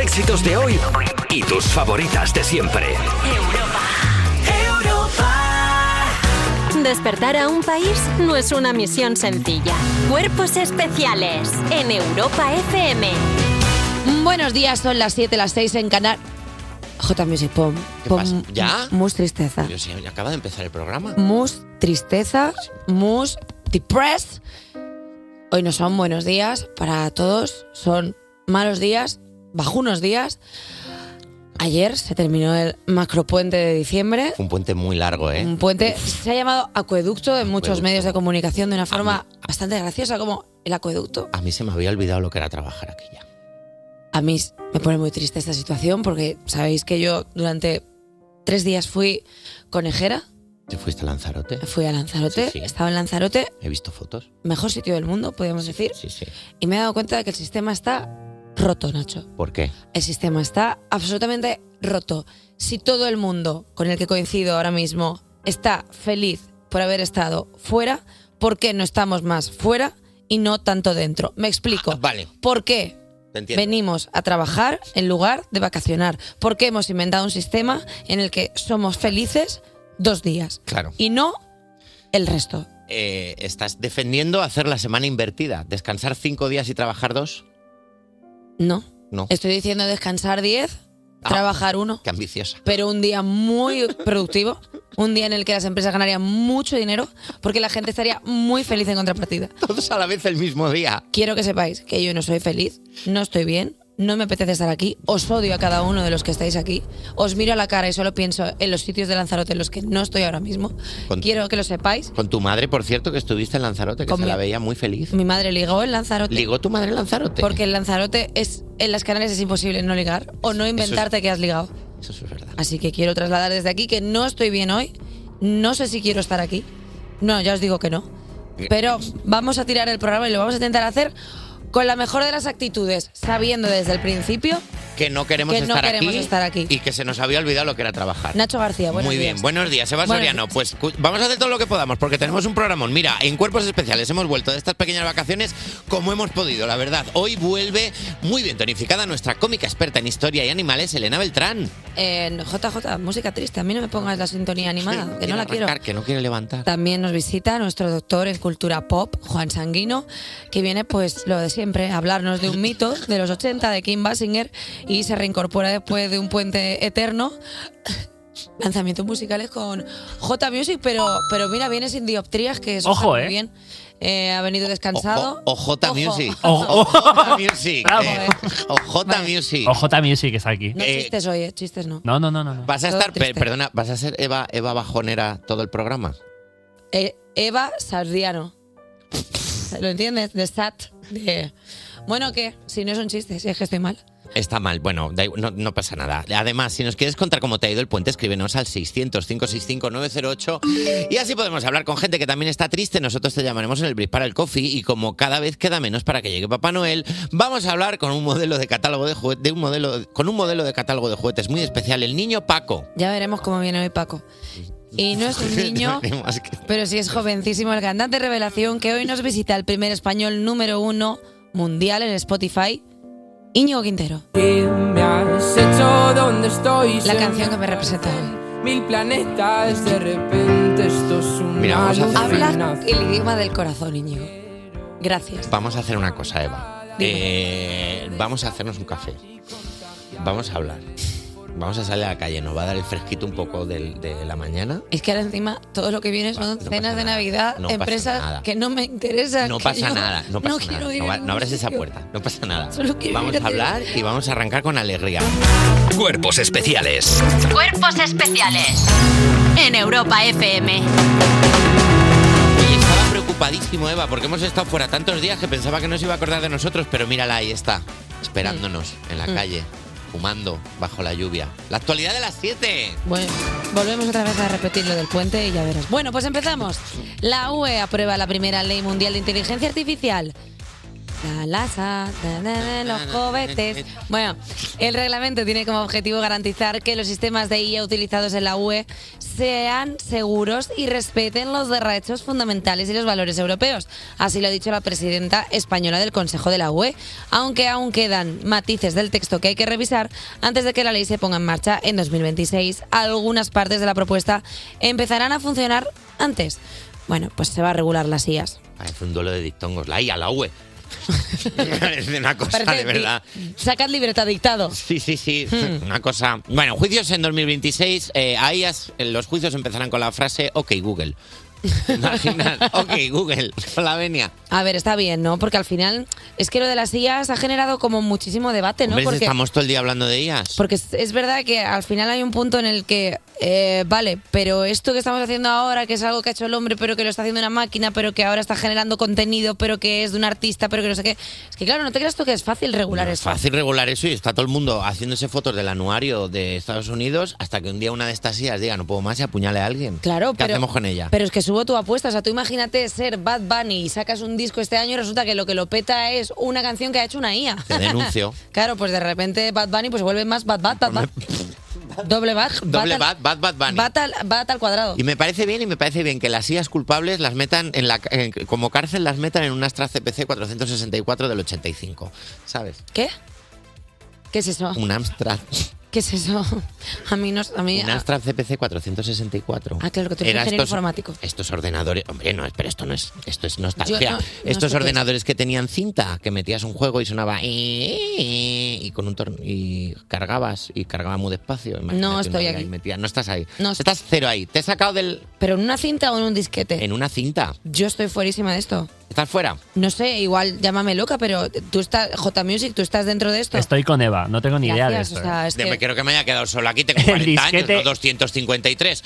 éxitos de hoy y tus favoritas de siempre. Despertar a un país no es una misión sencilla. Cuerpos especiales en Europa FM. Buenos días, son las 7, las 6 en Canal. J Music, pon. ¿Qué pon pasa? ¿Ya? Mus tristeza. Pero si acaba de empezar el programa. Mus tristeza. Mus depressed. Hoy no son buenos días para todos, son malos días, bajunos días. Ayer se terminó el macropuente de diciembre. Fue un puente muy largo, ¿eh? Un puente se ha llamado acueducto en muchos medios de comunicación de una forma bastante graciosa, como el acueducto. A mí se me había olvidado lo que era trabajar aquí ya. A mí me pone muy triste esta situación porque sabéis que yo durante tres días fui conejera, ¿Te fuiste a Lanzarote? fui a Lanzarote, Sí, sí. estaba en Lanzarote, He visto fotos. mejor sitio del mundo, podríamos decir, Sí, sí. y me he dado cuenta de que el sistema está roto, Nacho. ¿Por qué? El sistema está absolutamente roto. Si todo el mundo con el que coincido ahora mismo está feliz por haber estado fuera, ¿por qué no estamos más fuera y no tanto dentro? Me explico. Ah, Vale, ¿Por qué te entiendo. venimos a trabajar en lugar de vacacionar? ¿Por qué hemos inventado un sistema en el que somos felices dos días Claro. y no el resto? Eh, estás defendiendo hacer la semana invertida. Descansar cinco días y trabajar dos. No. No. Estoy diciendo descansar 10, Ah. trabajar uno. Qué ambiciosa. pero un día muy productivo, un día en el que las empresas ganarían mucho dinero, porque la gente estaría muy feliz en contrapartida. Todos a la vez el mismo día. Quiero que sepáis que yo no soy feliz, no estoy bien, no me apetece estar aquí, os odio a cada uno de los que estáis aquí, os miro a la cara y solo pienso en los sitios de Lanzarote en los que no estoy ahora mismo. Con- Quiero que lo sepáis. Con tu madre, por cierto, que estuviste en Lanzarote, que Con se mi- la veía muy feliz. Mi madre ligó en Lanzarote. ¿Ligó tu madre en Lanzarote? Porque en Lanzarote es en las canales es imposible no ligar o Eso no es- inventarte que has ligado. Eso sí es verdad. Así que quiero trasladar desde aquí que no estoy bien hoy. No sé si quiero estar aquí. No, ya os digo que no. Eh. Pero vamos a tirar el programa y lo vamos a intentar hacer con la mejor de las actitudes, sabiendo desde el principio. Que no queremos, Que no estar, queremos aquí estar aquí. Y que se nos había olvidado lo que era trabajar. Nacho García, buenos Muy bien, días. buenos días, Eva Buenos Soriano. días. Pues cu- vamos a hacer todo lo que podamos porque tenemos un programón. Mira, en Cuerpos Especiales hemos vuelto de estas pequeñas vacaciones como hemos podido, la verdad. Hoy vuelve muy bien tonificada nuestra cómica experta en historia y animales, Elena Beltrán. En JJ, música triste, a mí no me pongas la sintonía animada, que no Quiere la quiero. arrancar, Que no quiere levantar. También nos visita nuestro doctor en cultura pop, Juan Sanguino, que viene, pues, lo de siempre, a hablarnos de un mito de los 80 de Kim Basinger y se reincorpora después de un puente eterno. Lanzamientos musicales con J Music, pero, pero mira, viene sin dioptrías, que eso Ojo, está muy eh. bien. Eh, ha venido descansado. O J Ojo. Music. Ojo. J Music. Bravo, eh. eh. OJ Vale. Music. Ojo también sí que está aquí. No eh. chistes hoy, eh, chistes no. No, no, no, no. no. Vas a Todo estar, per- triste. perdona, vas a ser Eva, Eva Bajonera todo el programa. Eh, Eva Sardiano. ¿Lo entiendes? De Sat. de- Bueno, ¿qué? Si no es un chiste, si es que estoy mal. Está mal, bueno, da igual, no, no pasa nada. Además, si nos quieres contar cómo te ha ido el puente, escríbenos al 600-565-908 y así podemos hablar con gente que también está triste. Nosotros te llamaremos en el Bris para el Coffee y como cada vez queda menos para que llegue Papá Noel, vamos a hablar con un modelo de catálogo de juguetes, de un modelo, con un modelo de catálogo de juguetes muy especial, el niño Paco. Ya veremos cómo viene hoy Paco. Y no es un niño, Tenemos que- pero sí es jovencísimo, el cantante revelación que hoy nos visita el primer español número uno mundial en Spotify, Íñigo Quintero. que me has hecho donde estoy. La Se canción que me representa a él. Mil planetas, de repente esto es un Mira, vamos a hacer- Habla el idioma del corazón, Íñigo. Gracias. Vamos a hacer una cosa, Eva. Eh, vamos a hacernos un café. Vamos a hablar. Vamos a salir a la calle. Nos va a dar el fresquito un poco del- de la mañana. Es que ahora encima todo lo que viene No son pasa cenas de nada. Navidad, No pasa empresas nada. que no me interesan. No que pasa yo nada, no pasa quiero nada. ir No, a va- ningún no abres esa sitio. puerta, no pasa nada. Solo quiero Vamos ir a a hablar cenar. y vamos a arrancar con alegría. Cuerpos especiales Cuerpos especiales en Europa FM. Oye, estaba preocupadísimo, Eva, porque hemos estado fuera tantos días que pensaba que no se iba a acordar de nosotros, pero mírala, ahí está, esperándonos Mm. en la calle, fumando bajo la lluvia. La actualidad de las 7. Bueno, volvemos otra vez a repetir lo del puente y ya verás. Bueno, pues empezamos. La UE aprueba la primera ley mundial de inteligencia artificial. La laza, da, da, da, los cohetes. Bueno, el reglamento tiene como objetivo garantizar que los sistemas de IA utilizados en la UE sean seguros y respeten los derechos fundamentales y los valores europeos. Así lo ha dicho la presidenta española del Consejo de la UE, aunque aún quedan matices del texto que hay que revisar antes de que la ley se ponga en marcha en 2026. Algunas partes de la propuesta empezarán a funcionar antes. Bueno, pues se va a regular las IAS. Parece un duelo de dictongos. La I a la UE. Parece una cosa de Parece di- verdad. Sacad libreta dictado. Hmm. Sí, sí, sí. Una cosa. Bueno, juicios en 2026. Eh, a ellas, eh, los juicios empezarán con la frase OK Google. ¿Te imaginas? OK Google. La venia. A ver, está bien, ¿no? Porque al final es que lo de las IAS ha generado como muchísimo debate, Eh, ¿no? Hombre, si Porque, estamos todo el día hablando de ellas. porque es- es verdad que al final hay un punto en el que, eh, vale, pero esto que estamos haciendo ahora, que es algo que ha hecho el hombre, pero que lo está haciendo una máquina, pero que ahora está generando contenido, pero que es de un artista, pero que no sé qué. Es que claro, no te creas tú que es fácil regular Es eso. fácil regular eso y está todo el mundo haciéndose fotos del anuario de Estados Unidos hasta que un día una de estas sillas diga no puedo más y apuñale a alguien. Claro, ¿Qué pero- hacemos con ella? Pero es que subo tu apuesta, o sea, tú imagínate ser Bad Bunny y sacas un disco este año y resulta que lo que lo peta es una canción que ha hecho una IA. Te denuncio. Claro, pues de repente Bad Bunny pues vuelve más Bad Bad, Bad Bad. Doble Bad. Doble al- bat, bat, bat, bunny. Bat al, bat al cuadrado. Y me parece bien y me parece bien que las sillas culpables las metan en la en- como cárcel las metan en un Astra CPC 464 del 85, ¿sabes? ¿Qué? Ah. ¿Qué es eso? Un Amstrad, ¿Qué es eso? A mí no... A mí, un Amstrad CPC 464. Ah, claro, que tú eres Era ingeniero estos- informático. Estos ordenadores, hombre, no, pero esto no es esto es Yo nostalgia. no- no sé estos qué es. ordenadores que tenían cinta, que metías un juego y sonaba eh, eh, y con un tor- y cargabas y cargaba muy despacio. Imagínate No una estoy IA aquí. y metías- no estás ahí. No estoy- estás cero ahí. Te he sacado del ¿Pero en una cinta o en un disquete? en una cinta. Yo estoy fuerísima de esto. Estás fuera. No sé, igual llámame loca, pero tú estás... J Music, tú estás dentro de esto. Estoy con Eva, no tengo ni idea de esto. Gracias, ¿eh? o sea, es De- que- me quiero que me haya quedado solo aquí, tengo 40 años, disquete- no 253.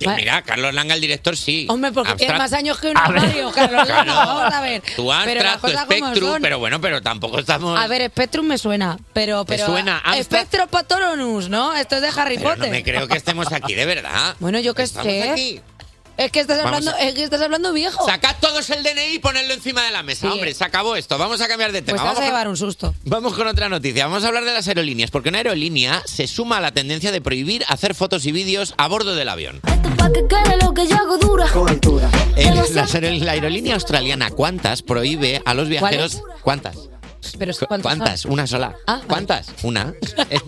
Y Va- mira, Carlos Langa, el director, sí. Hombre, porque Amstrad- tienes más años que un A ver. armario, Carlos. Claro. Vamos a ver. Tu Pero las Astra, tu cosas como Spectrum, son. pero bueno, pero tampoco estamos... A ver, Spectrum me suena, pero... ¿Te pero suena Amstrad? Spectrum Patronus, ¿no? Esto es de Harry pero Potter. no me creo que estemos aquí, de verdad. Bueno, yo qué Estamos sé. aquí. Es que estás Vamos hablando, es que estás hablando viejo. Sacad todos el DNI y ponedlo encima de la mesa. Sí. Hombre, se acabó esto. Vamos a cambiar de tema. pues te vas Vamos a con- llevar un susto. Vamos con otra noticia. Vamos a hablar de las aerolíneas, porque una aerolínea se suma a la tendencia de prohibir hacer fotos y vídeos a bordo del avión. Pa' que quede lo que yo hago dura. Cobertura. El- las aerol- la aerolínea australiana Qantas prohíbe a los viajeros. ¿Cuántas? Pero Cu- ¿cuántos son? ¿Cuántas? Una sola. Ah, vale. ¿Cuántas? Una. Eh,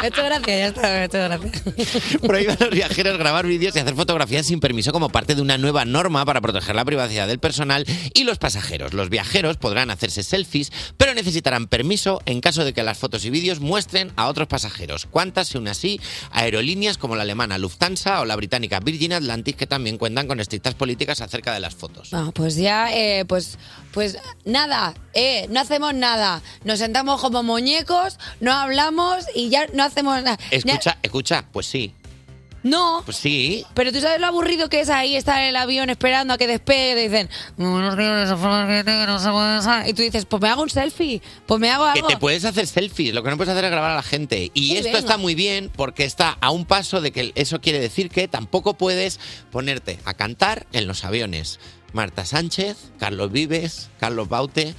Me ha hecho gracia, ya está, me ha hecho gracia. Prohíbe a los viajeros grabar vídeos y hacer fotografías sin permiso como parte de una nueva norma para proteger la privacidad del personal y los pasajeros. Los viajeros podrán hacerse selfies, pero necesitarán permiso en caso de que las fotos y vídeos muestren a otros pasajeros. ¿Cuántas se unen así a aerolíneas como la alemana Lufthansa o la británica Virgin Atlantic que también cuentan con estrictas políticas acerca de las fotos? No, pues ya, eh, pues, pues nada, eh, no hacemos nada. Nos sentamos como muñecos, no hablamos y ya no hacemos nada. Escucha, escucha, pues sí, No, pues sí. Pero tú sabes lo aburrido que es ahí estar en el avión esperando a que despegue y te dicen, "Buenos días, Fernando, no se puede salir". y tú dices, pues me hago un selfie, pues me hago Que algo. te puedes hacer selfies, lo que no puedes hacer es grabar a la gente. Y Muy esto bien. está muy bien porque está a un paso de que eso quiere decir que tampoco puedes ponerte a cantar en los aviones. Marta Sánchez, Carlos Vives, Carlos Baute,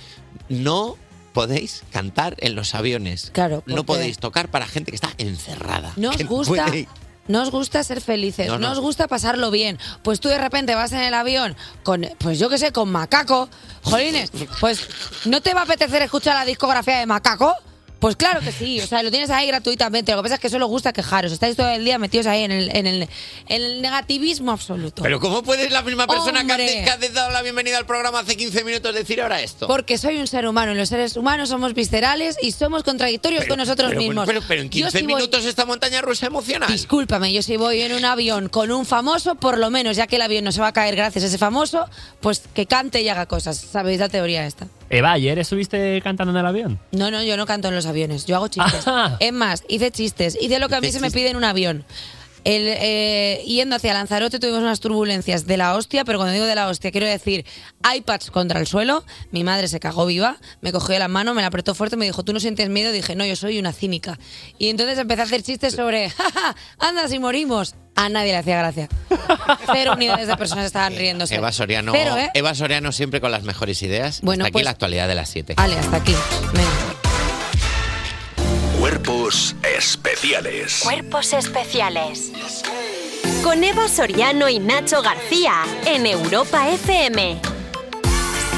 no podéis cantar en los aviones. Claro, No porque- podéis tocar para gente que está encerrada. No que os no gusta. puede- No os gusta ser felices, No, no, no. os gusta pasarlo bien. Pues tú de repente vas en el avión con, pues yo qué sé, con Macaco. Jolines, pues ¿no te va a apetecer escuchar la discografía de Macaco? Pues claro que sí, o sea, lo tienes ahí gratuitamente. Lo que pasa es que solo os gusta quejaros. Estáis todo el día metidos ahí en el, en el, en el negativismo absoluto. Pero ¿cómo puedes la misma persona que Hombre. has, que has dado la bienvenida al programa hace 15 minutos decir ahora esto? Porque soy un ser humano y los seres humanos somos viscerales y somos contradictorios con nosotros pero, mismos. Pero, pero en Yo 15 sí voy- minutos esta montaña rusa emocional. Discúlpame, yo si voy en un avión con un famoso, por lo menos, ya que el avión no se va a caer gracias a ese famoso, pues que cante y haga cosas. ¿Sabéis la teoría esta? Eva, ¿ayer estuviste cantando en el avión? No, no, yo no canto en los aviones, yo hago chistes. Ah. Es más, hice chistes, hice lo que a mí Hice se me chistes. pide en un avión. El, eh, yendo hacia Lanzarote tuvimos unas turbulencias de la hostia, pero cuando digo de la hostia quiero decir iPads contra el suelo, mi madre se cagó viva, me cogió la mano, me la apretó fuerte, me dijo, ¿tú no sientes miedo? Dije, no, yo soy una cínica. Y entonces empecé a hacer chistes sobre, "Ja, ja, anda si morimos, a nadie le hacía gracia. Cero unidades de personas estaban riéndose. Eva Soriano, Cero, ¿eh? Eva Soriano siempre con las mejores ideas. Bueno, hasta aquí pues- la actualidad de las 7. Vale, hasta aquí. Cuerpos especiales. Cuerpos especiales. Con Eva Soriano y Nacho García en Europa FM.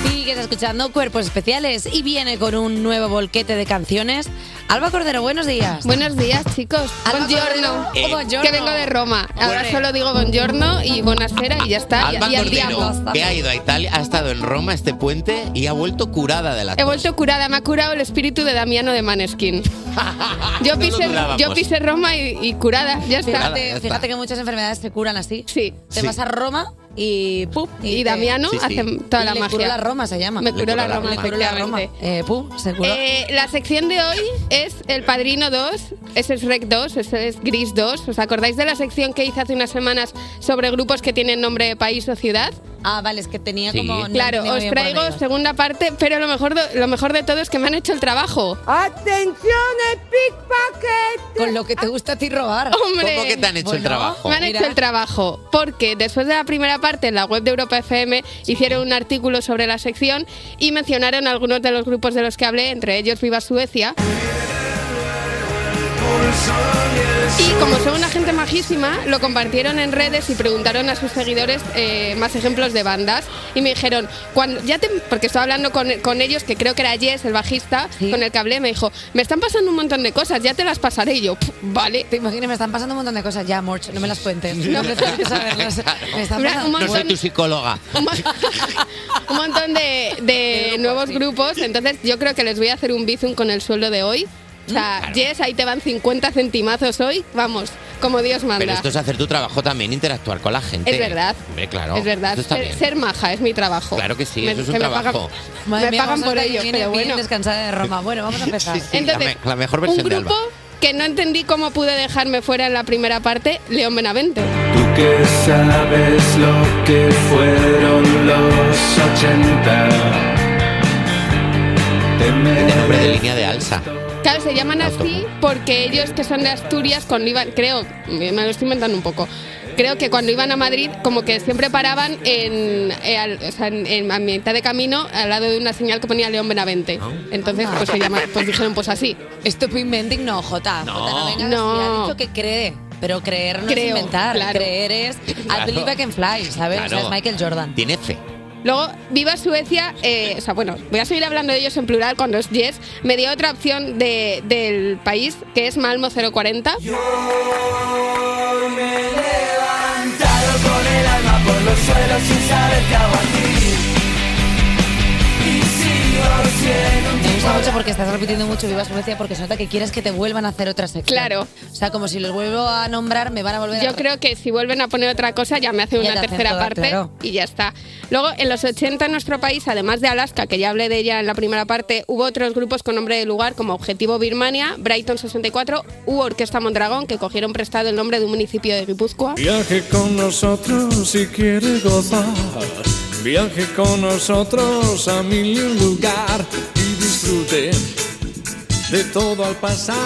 Sigues escuchando Cuerpos Especiales y viene con un nuevo volquete de canciones. Alba Cordero, buenos días. Buenos días, chicos. Buongiorno. Eh, Que vengo de Roma. Ahora solo digo buongiorno y buonasera y ya está. Alba y y Cordero, andiamo. que ha ido a Italia, ha estado en Roma este puente y ha vuelto curada de la Eh, He vuelto curada, me ha curado el espíritu de Damiano de Maneskin. No Yo lo pisé, dudábamos. yo pisé Roma y, y curada, ya está. Fíjate, fíjate que muchas enfermedades se curan así. Sí. Te Sí. vas a Roma y ¡pum! Y, te- Damiano Sí, sí. hace toda la Le magia. curó la Roma, se llama. Me Le curó curó la la Roma, Roma. Le curó la Roma. Eh, ¡Pum! Se curó. Eh, la sección de hoy es El Padrino 2, ese es Rec 2, ese es Gris 2. ¿Os acordáis de la sección que hice hace unas semanas sobre grupos que tienen nombre de país o ciudad? Ah, vale, es que tenía Sí. como... no Claro, entendía os bien por traigo dónde segunda parte, pero lo mejor, de, lo mejor de todo es que me han hecho el trabajo. ¡Atención, pickpocket! Con lo que te gusta a ti robar. ¡Hombre! ¿Cómo que te han hecho el Bueno, trabajo? Me han mira. hecho el trabajo, porque después de la primera parte en la web de Europa FM hicieron un artículo sobre la sección y mencionaron algunos de los grupos de los que hablé, entre ellos Viva Suecia. Y como son una gente majísima, lo compartieron en redes y preguntaron a sus seguidores eh, más ejemplos de bandas. Y me dijeron, cuando ya te, porque estaba hablando con, con ellos, que creo que era Jess, el bajista, con el que hablé, me dijo, me están pasando un montón de cosas, ya te las pasaré. Y yo, "Pff, vale. Te imaginas, me están pasando un montón de cosas ya, Morch, no me las cuentes. No me tienes que saberlas. Me están Mira, un No pasando soy montón- tu psicóloga. un montón de, de nuevos grupos. Entonces, yo creo que les voy a hacer un bizum con el sueldo de hoy. O sea, Jess, ahí te van 50 centimazos hoy. Vamos, como Dios manda. Pero esto es hacer tu trabajo también, interactuar con la gente. Es verdad. Hombre, claro. es verdad. Esto está Ser, bien. ser maja es mi trabajo. Claro que sí, eso es un que trabajo. pagan- Madre me mía, pagan vamos a por estar ello, bien, pero bien bueno. descansada de Roma. Bueno, vamos a empezar. Sí, Entonces, la, me- la mejor versión un de grupo Alba. que no entendí cómo pude dejarme fuera en la primera parte, León Benavente. Tú que sabes lo que fueron los 80. Te Tiene nombre de línea de alza. Claro, se llaman así porque ellos que son de Asturias, cuando iban, creo, me lo estoy inventando un poco, creo que cuando iban a Madrid como que siempre paraban en, eh, al- o sea, en- en- a mitad de camino al lado de una señal que ponía León Benavente. Ah. Entonces, pues, se llama, pues dijeron pues así. Stop inventing no, Jota. No. Jota, no vengas No. así. Ha dicho que cree. Pero creer no Creo, es inventar. claro. Creer es I Claro. believe I can fly, ¿sabes? O sea, Claro. es Michael Jordan. Tiene fe. Luego, Viva Suecia, eh, o sea, bueno, voy a seguir hablando de ellos en plural cuando es Yes, me dio otra opción de- del país, que es Malmo 040. Levantado con el alma por los suelos sin saber qué hago aquí. Y sigo siendo un Me gusta mucho tipo porque estás repitiendo mucho Viva Suecia porque se nota que quieres que te vuelvan a hacer otra sección. Claro. O sea, como si los vuelvo a nombrar, me van a volver a... Yo creo que si vuelven a poner otra cosa ya me hacen Ya una te hacen tercera toda, parte claro. y ya está. Luego, en los 80 en nuestro país, además de Alaska, que ya hablé de ella en la primera parte, hubo otros grupos con nombre de lugar como Objetivo Birmania, Brighton 64 u Orquesta Mondragón, que cogieron prestado el nombre de un municipio de Guipúzcoa. Viaje con nosotros si quiere gozar. Viaje con nosotros a mil y un lugar y disfrute de todo al pasar.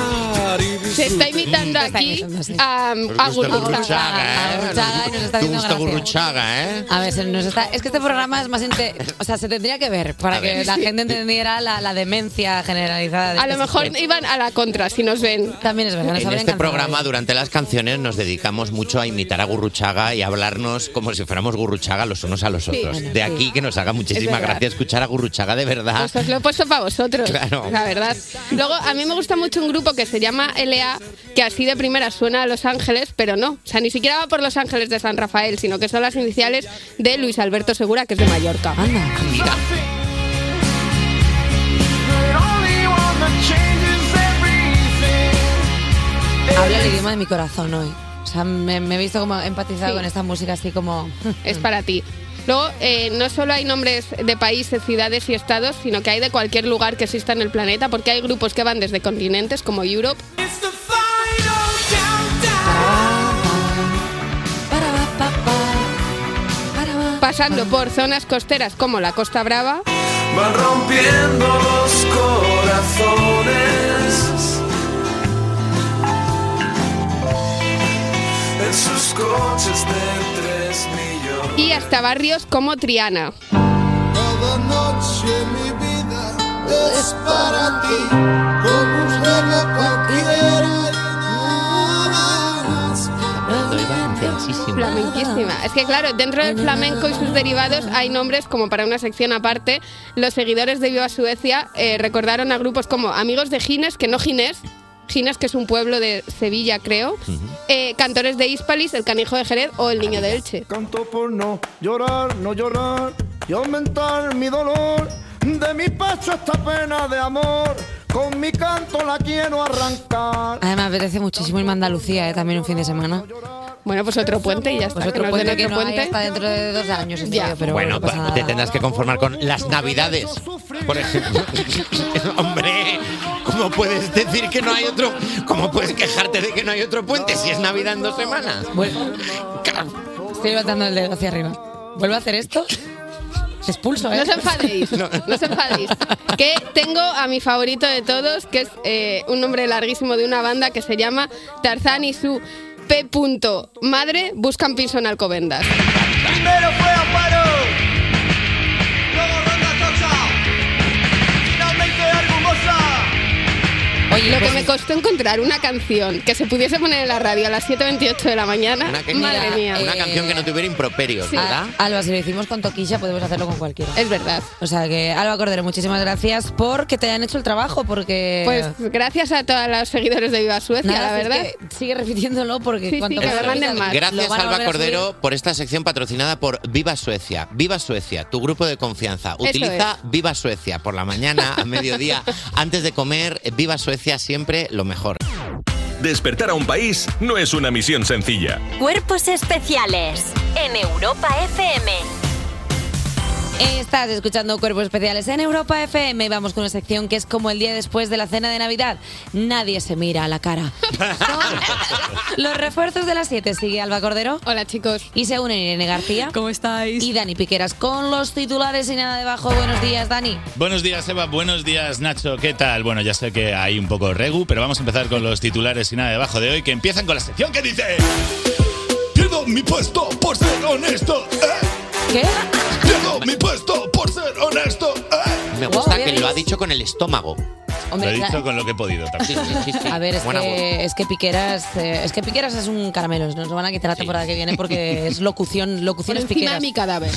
Y Se disfrute. está imitando Ah, aquí a, a Gurruchaga. Gurruchaga y nos Te ¿eh? gusta está haciendo gracia. Gurruchaga, ¿eh? A ver, se nos está... es que este programa es más... inte- O sea, se tendría que ver para A que ver. la gente entendiera la, la demencia generalizada. de A lo este mejor sitio. iban a la contra si nos ven. También es verdad, nos En habrían este cancelado. programa, durante las canciones, nos dedicamos mucho a imitar a Gurruchaga y a hablarnos como si fuéramos Gurruchaga los unos a los Sí. otros. Bueno, de sí. aquí que nos haga muchísima verdad. gracia escuchar a Gurruchaga de verdad. Pues os lo he puesto para vosotros, Claro. la verdad. Luego, a mí me gusta mucho un grupo que se llama LA, que así de primera suena a Los Ángeles, pero no. O sea, ni siquiera va por Los Ángeles de San Rafael, sino que son las iniciales de Luis Alberto Segura, que es de Mallorca. Mira. The only one that changes everything. Habla el idioma de mi corazón hoy. O sea, me, me he visto como empatizado Sí. con esta música así como... Es para ti. Luego, eh, no solo hay nombres de países, ciudades y estados, sino que hay de cualquier lugar que exista en el planeta, porque hay grupos que van desde continentes como Europe. Pasando por zonas costeras como la Costa Brava, Van rompiendo los corazones. El sus coches de tres millones. Y hasta barrios como Triana. Cada noche mi vida es para ti, como un sueño cualquiera. Flamenquísima. Es que claro, dentro del flamenco y sus derivados hay nombres como para una sección aparte. Los seguidores de Viva Suecia eh, recordaron a grupos como Amigos de Gines, que no Ginés, Gines que es un pueblo de Sevilla creo, eh, Cantores de Hispalis, El Canijo de Jerez o El Niño de Elche. Canto por no llorar, no llorar y aumentar mi dolor. De mi pecho esta pena de amor, con mi canto la quiero arrancar. Además, me apetece muchísimo irme a Andalucía, ¿eh? también un fin de semana. Bueno, pues otro puente y ya está. Pues que otro nos puente den que otro no hay puente. hasta dentro de dos años. este Ya. tío, pero bueno, bueno, no pasa pa- nada. te tendrás que conformar con las navidades. Por ejemplo. Hombre, ¿cómo puedes decir que no hay otro? ¿Cómo puedes quejarte de que no hay otro puente si es Navidad en dos semanas? Estoy levantando el dedo hacia arriba. ¿Vuelvo a hacer esto? Te expulso, ¿eh? No os enfadéis, no. os enfadéis. Que tengo a mi favorito de todos, que es eh, un nombre larguísimo de una banda que se llama Tarzán y su P. punto Madre buscan piso en Alcobendas. Primero fue Amparo, luego Ronda Sosa, finalmente Argumosa. Oye, lo que pues me costó encontrar una canción que se pudiese poner en la radio a las 7.28 de la mañana, Una, que- madre mía. una canción que no tuviera improperios, Sí. ¿verdad? Ah, Alba, si lo hicimos con Toquilla, podemos hacerlo con cualquiera. Es verdad. O sea que, Alba Cordero, muchísimas gracias por que te hayan hecho el trabajo, porque... Pues gracias a todos los seguidores de Viva Suecia, Nada, la es verdad. que sigue repitiéndolo Sí, porque sí, cuanto que más me lo manden repitas, más. lo Gracias, van a Alba volver a subir. Cordero, por esta sección patrocinada por Viva Suecia. Viva Suecia, tu grupo de confianza. Eso Utiliza Viva Suecia por la mañana, a mediodía, antes de comer. Viva Suecia, siempre lo mejor. Despertar a un país no es una misión sencilla. Cuerpos especiales en Europa FM. Estás escuchando Cuerpos Especiales en Europa FM y vamos con una sección que es como el día después de la cena de Navidad. Nadie se mira a la cara. Los refuerzos de las 7 sigue Alba Cordero. Hola chicos. Y se unen Irene García. ¿Cómo estáis? Y Dani Piqueras con los titulares y nada debajo. Buenos días, Dani. Buenos días, Eva. Buenos días, Nacho. ¿Qué tal? Bueno, ya sé que hay un poco regu, pero vamos a empezar con los titulares y nada debajo de hoy que empiezan con la sección que dice. Pierdo mi puesto por ser honesto. ¿eh? ¿Qué? Pierdo mi puesto por ser honesto. Me Wow, gusta bien que lo ha dicho. dicho con el estómago. Hombre, Lo he dicho claro. con lo que he podido Ah, Sí, sí, sí, sí. A ver, es Buena voz. que, es que Piqueras eh, es que Piqueras es un caramelo. Nos lo van a quitar la temporada que viene porque es locución, Por locución es encima de Piqueras. mi cadáver.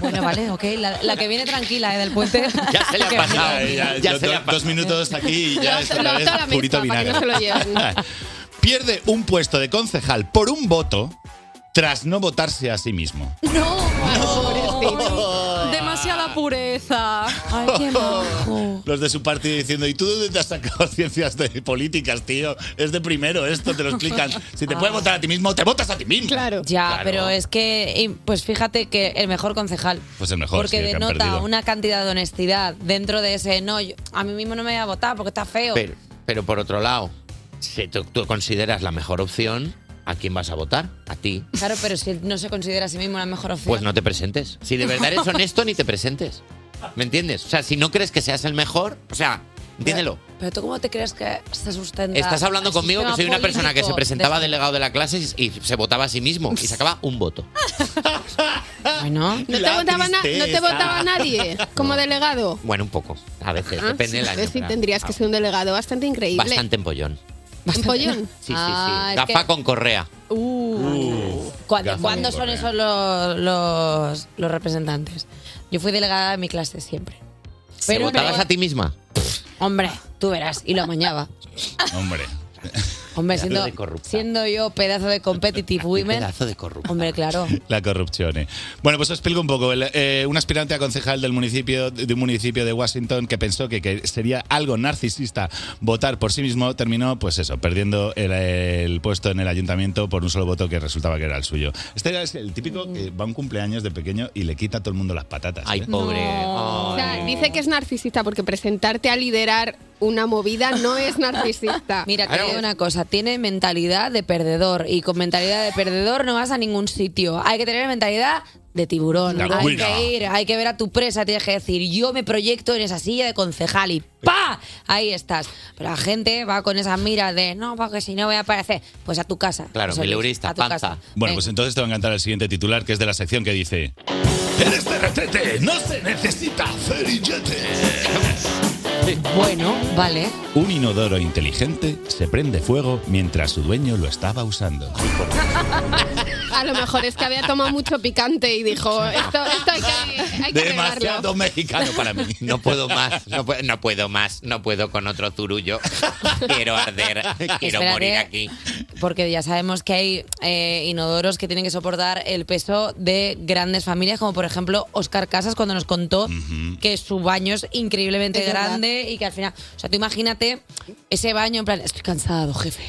Bueno, vale, ok. La, la que viene tranquila, ¿eh? Del puente. Ya se le ha pasado. ya se le ha Dos minutos aquí y ya Lo- es lo otra vez adopta la purito misma, para que vinagre. no se lo lleven. Pierde un puesto de concejal por un voto tras no votarse a sí mismo. No, Demasiada pureza. Ay, qué majo. Los de su partido diciendo, ¿y tú dónde te has sacado ciencias de políticas, tío? Es de primero esto, te lo explican. Si te puedes votar a ti mismo, te votas a ti mismo. Claro. Ya, pero es que, y, pues fíjate que el mejor concejal. Pues el mejor, Porque sí, el que han denota perdido. una cantidad de honestidad dentro de ese no, yo- a mí mismo no me voy a votar porque está feo. Pero, pero por otro lado, si tú, tú consideras la mejor opción, ¿a quién vas a votar? A ti. Claro, pero si él no se considera a sí mismo la mejor opción. Pues no te presentes. Si de verdad eres honesto, ni te presentes. ¿Me entiendes? O sea, si no crees que seas el mejor, o sea, entiéndelo. Pero tú, ¿cómo te crees que se sustenta? Estás hablando el conmigo que sistema soy una persona que se político presentaba de- delegado de la clase y y se votaba a sí mismo y sacaba un voto. Bueno. ¿No te, votaba na- no te votaba nadie como delegado? Bueno, un poco. A veces, Ah, depende del sí, año. sí, pero- tendrías que ser un delegado bastante increíble. Bastante empollón. ¿Un pollón? Sí, sí, sí. Ah, Gafa con correa. ¿Cuándo, Gafa eh. cuándo con son correa. esos los, los, los representantes? Yo fui delegada de mi clase siempre. ¿Te votabas a ti misma? Hombre, tú verás, y lo amañaba. Hombre. Hombre, Ya. siendo, Pedazo de corrupta. siendo yo pedazo de competitive women. pedazo de corrupta. Hombre, claro. La corrupción. eh. Bueno, pues os explico un poco. El, eh, un aspirante a concejal del municipio, de un municipio de Washington que pensó que, que sería algo narcisista votar por sí mismo, terminó, pues eso, perdiendo el, el puesto en el ayuntamiento por un solo voto que resultaba que era el suyo. Este era el típico que va a un cumpleaños de pequeño y le quita a todo el mundo las patatas. ¿eh? Ay, pobre. O sea, dice que es narcisista porque presentarte a liderar una movida no es narcisista. Mira, te digo una cosa, tiene mentalidad de perdedor y con mentalidad de perdedor no vas a ningún sitio. Hay que tener mentalidad de tiburón. La hay huida. que ir, hay que ver a tu presa, tienes que decir, yo me proyecto en esa silla de concejal y ¡pa! Ahí estás. Pero la gente va con esa mira de, no, porque si no voy a aparecer, pues a tu casa. Claro, José Luis, mileurista, a tu casa. Bueno, pues entonces te va a encantar el siguiente titular, que es de la sección que dice... En este retrete no se necesita hacer Bueno, vale. Un inodoro inteligente se prende fuego mientras su dueño lo estaba usando. A lo mejor es que había tomado mucho picante y dijo, esto, esto hay que, hay que arreglarlo. Demasiado mexicano para mí. No puedo más, no puedo, no puedo más, no puedo con otro zurullo. Quiero arder, quiero Espérate. morir aquí. Porque ya sabemos que hay eh, inodoros que tienen que soportar el peso de grandes familias, como por ejemplo Oscar Casas cuando nos contó que su baño es increíblemente Es verdad. grande y que al final, o sea, tú imagínate ese baño en plan, estoy cansado, jefe.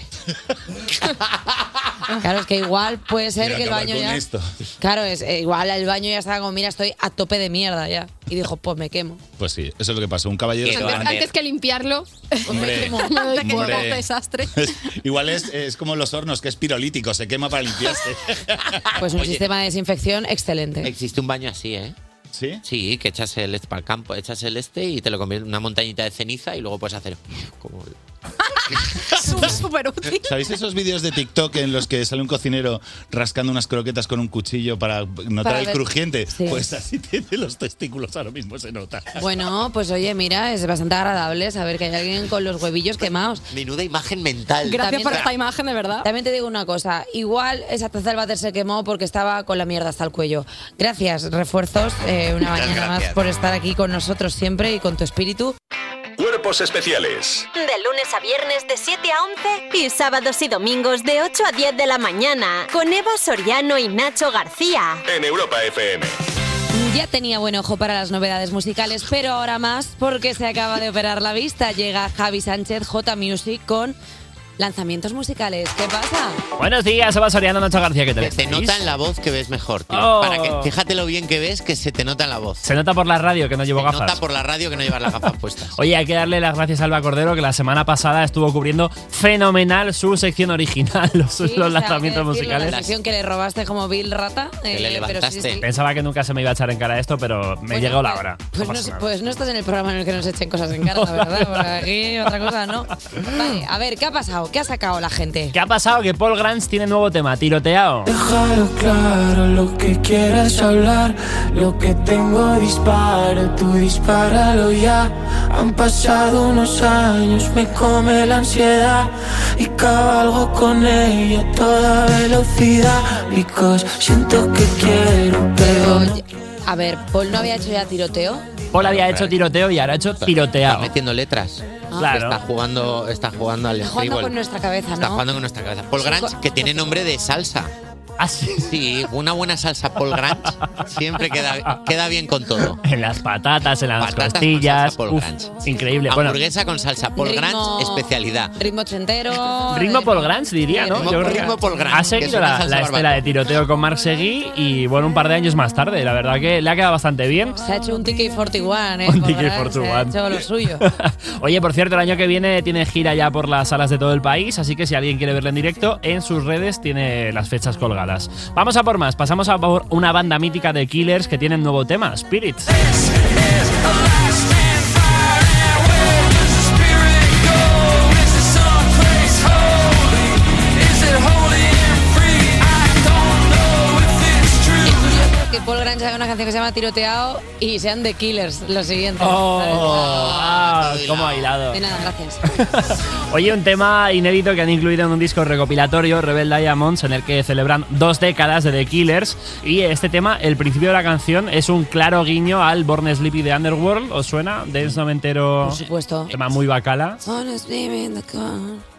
claro, es que igual puede ser Quiero que el acabar baño con ya... esto. Claro, es, eh, igual el baño ya estaba como, mira, estoy a tope de mierda ya. Y dijo, pues me quemo. Pues sí, eso es lo que pasó. Un caballero... Antes, antes que limpiarlo, Hombre, me doy hombre. cuenta. desastre. Igual es, es como los hornos, que es pirolítico, se quema para limpiarse. Pues un sistema de desinfección excelente. Existe un baño así, ¿eh? ¿Sí? Sí, que echas el este para el campo, echas el este y te lo conviertes en una montañita de ceniza y luego puedes hacer como... Súper útil. ¿Sabéis esos vídeos de TikTok en los que sale un cocinero rascando unas croquetas con un cuchillo para notar Para el ver- crujiente? Sí. Pues así tiene los testículos ahora mismo, se nota. Bueno, pues oye, mira, es bastante agradable saber que hay alguien con los huevillos quemados. Menuda imagen mental. También te- imagen, de verdad. También te digo una cosa, igual esa taza del váter se quemó porque estaba con la mierda hasta el cuello. Gracias, refuerzos, eh, una Muchas mañana más gracias. por estar aquí con nosotros siempre y con tu espíritu. Cuerpos especiales De lunes a viernes de 7 a 11 y sábados y domingos de 8 a 10 de la mañana con Eva Soriano y Nacho García. en Europa FM. Ya tenía buen ojo para las novedades musicales, pero ahora más porque se acaba de operar la vista. Llega Javi Sánchez, J Music, con lanzamientos musicales. ¿Qué pasa? Buenos días, Eva Soriano, Nacho García, ¿qué tal? Te nota en la voz que ves mejor, tío. Oh. Para que, fíjate lo bien que ves que se te nota en la voz. Se nota por la radio que no llevo Se gafas. nota por la radio que no llevas las gafas puestas. Oye, hay que darle las gracias a Alba Cordero, que la semana pasada estuvo cubriendo fenomenal su sección original, los, Sí, los o sea, hay que lanzamientos decirlo, musicales. La sección que le robaste como Bill Rata. eh, pero sí, sí. Pensaba que nunca se me iba a echar en cara esto, pero me llegó la hora. Pues No no, pasa nada. pues no estás en el programa en el que nos echen cosas en cara, la verdad, porque aquí otra cosa no. Vale, a ver, ¿qué ha pasado? ¿Qué ha sacado la gente? ¿Qué ha pasado? Que Paul Grants tiene nuevo tema, tiroteado. Claro, claro, lo que quieras hablar, lo que tengo disparo, tú dispáralo ya. Han pasado unos años, me come la ansiedad y cabalgo con ella a toda velocidad. Because siento que quiero, pero no A ver, Paul no había hecho ya tiroteo. Paul había hecho tiroteo y ahora ha hecho tiroteado. Está metiendo letras. Claro. Está jugando, está jugando al Está jugando streetball. con nuestra cabeza, Está ¿no? jugando con nuestra cabeza. Paul Sí, Grange, con- que tiene nombre de salsa. ¿Ah, sí? una buena salsa Paul Grange siempre queda, queda bien con todo. En las patatas, en las Patatas con costillas. salsa Paul Uf, increíble. Bueno, Hamburguesa con salsa Paul Ritmo- Grange, especialidad. Ritmo ochentero. Ritmo Paul Grants, diría, ¿no? Ritmo- Yo creo que Eh, ritmo Paul Grants, Ha que es seguido una la, salsa la estela barbacoa. de tiroteo con Mark Seguí y, bueno, un par de años más tarde. La verdad que le ha quedado bastante bien. Se ha hecho un TK41, ¿eh? Un Paul TK Grant, Se ha 41. hecho lo suyo. Oye, por cierto, el año que viene tiene gira ya por las salas de todo el país, así que si alguien quiere verla en directo, en sus redes tiene las fechas colgadas. Vamos a por más, pasamos a por una banda mítica de Killers que tiene un nuevo tema, Spirit. Que Paul Grant haga una canción que se llama Tiroteado y sean The Killers, lo siguiente. Oh, ah, cómo ha hilado. De nada, gracias. Oye, un tema inédito que han incluido en un disco recopilatorio, Rebel Diamonds, en el que celebran dos décadas de The Killers. Y este tema, el principio de la canción, es un claro guiño al Born Sleepy de Underworld. ¿Os suena? Dance noventero. Por supuesto. Tema muy bacala.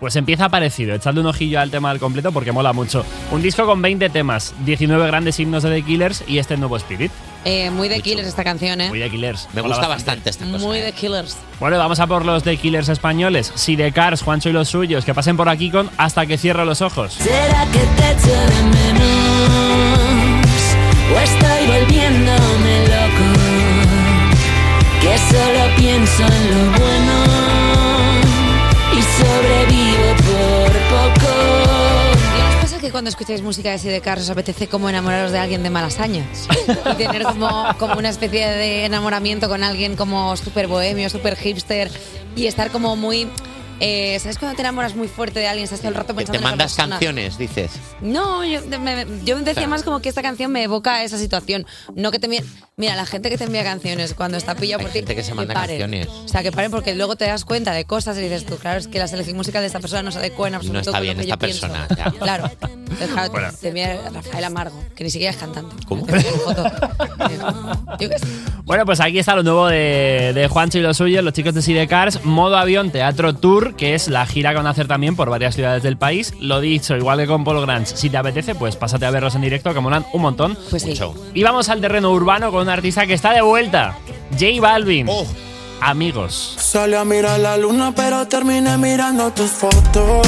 Pues empieza parecido, echadle un ojillo al tema al completo porque mola mucho. Un disco con 20 temas, 19 grandes himnos de The Killers y este nuevo Spirit. Eh, muy The Killers esta canción, ¿eh? Muy ¿eh? The Killers. Me Mola gusta bastante este. esta cosa. Muy The Killers. Bueno, vamos a por los The Killers españoles. Si de Cars, Juancho y los suyos, que pasen por aquí con Hasta que cierro los ojos. ¿Será que te echo de menos? ¿O estoy volviéndome loco? Que solo pienso en lo bueno y sobrevivo por poco. Ya nos pasa que cuando escucháis música así de carros os apetece como enamoraros de alguien de malas años? Y tener como, como una especie de enamoramiento con alguien como súper bohemio, súper hipster y estar como muy... eh, ¿Sabes cuando te enamoras muy fuerte de alguien? Estás todo el rato Que te pensando en esa mandas persona. canciones, dices. No, yo, me, yo decía Claro. más como que esta canción me evoca esa situación. No que te envíe- Mira, la gente que te envía canciones cuando está pillado por ti. gente que se manda paren. canciones. O sea, que paren porque luego te das cuenta de cosas y dices tú, claro, es que la selección musical de esta persona no se adecua en absoluto. No está con lo bien que yo esta pienso. persona. ya. Claro. Entonces, claro, Bueno. te envía Rafael Amargo, que ni siquiera es cantante. Bueno, pues aquí está lo nuevo de, de Juancho y los suyos, los chicos de Sidecars, modo avión, teatro tour, que es la gira que van a hacer también por varias ciudades del país. Lo dicho, igual que con Polo Grants, si te apetece, pues pásate a verlos en directo, que molan un montón. Pues sí. Y vamos al terreno urbano con un artista que está de vuelta, J Balvin. Oh. Amigos. Sale a mirar la luna, pero terminé mirando tus fotos.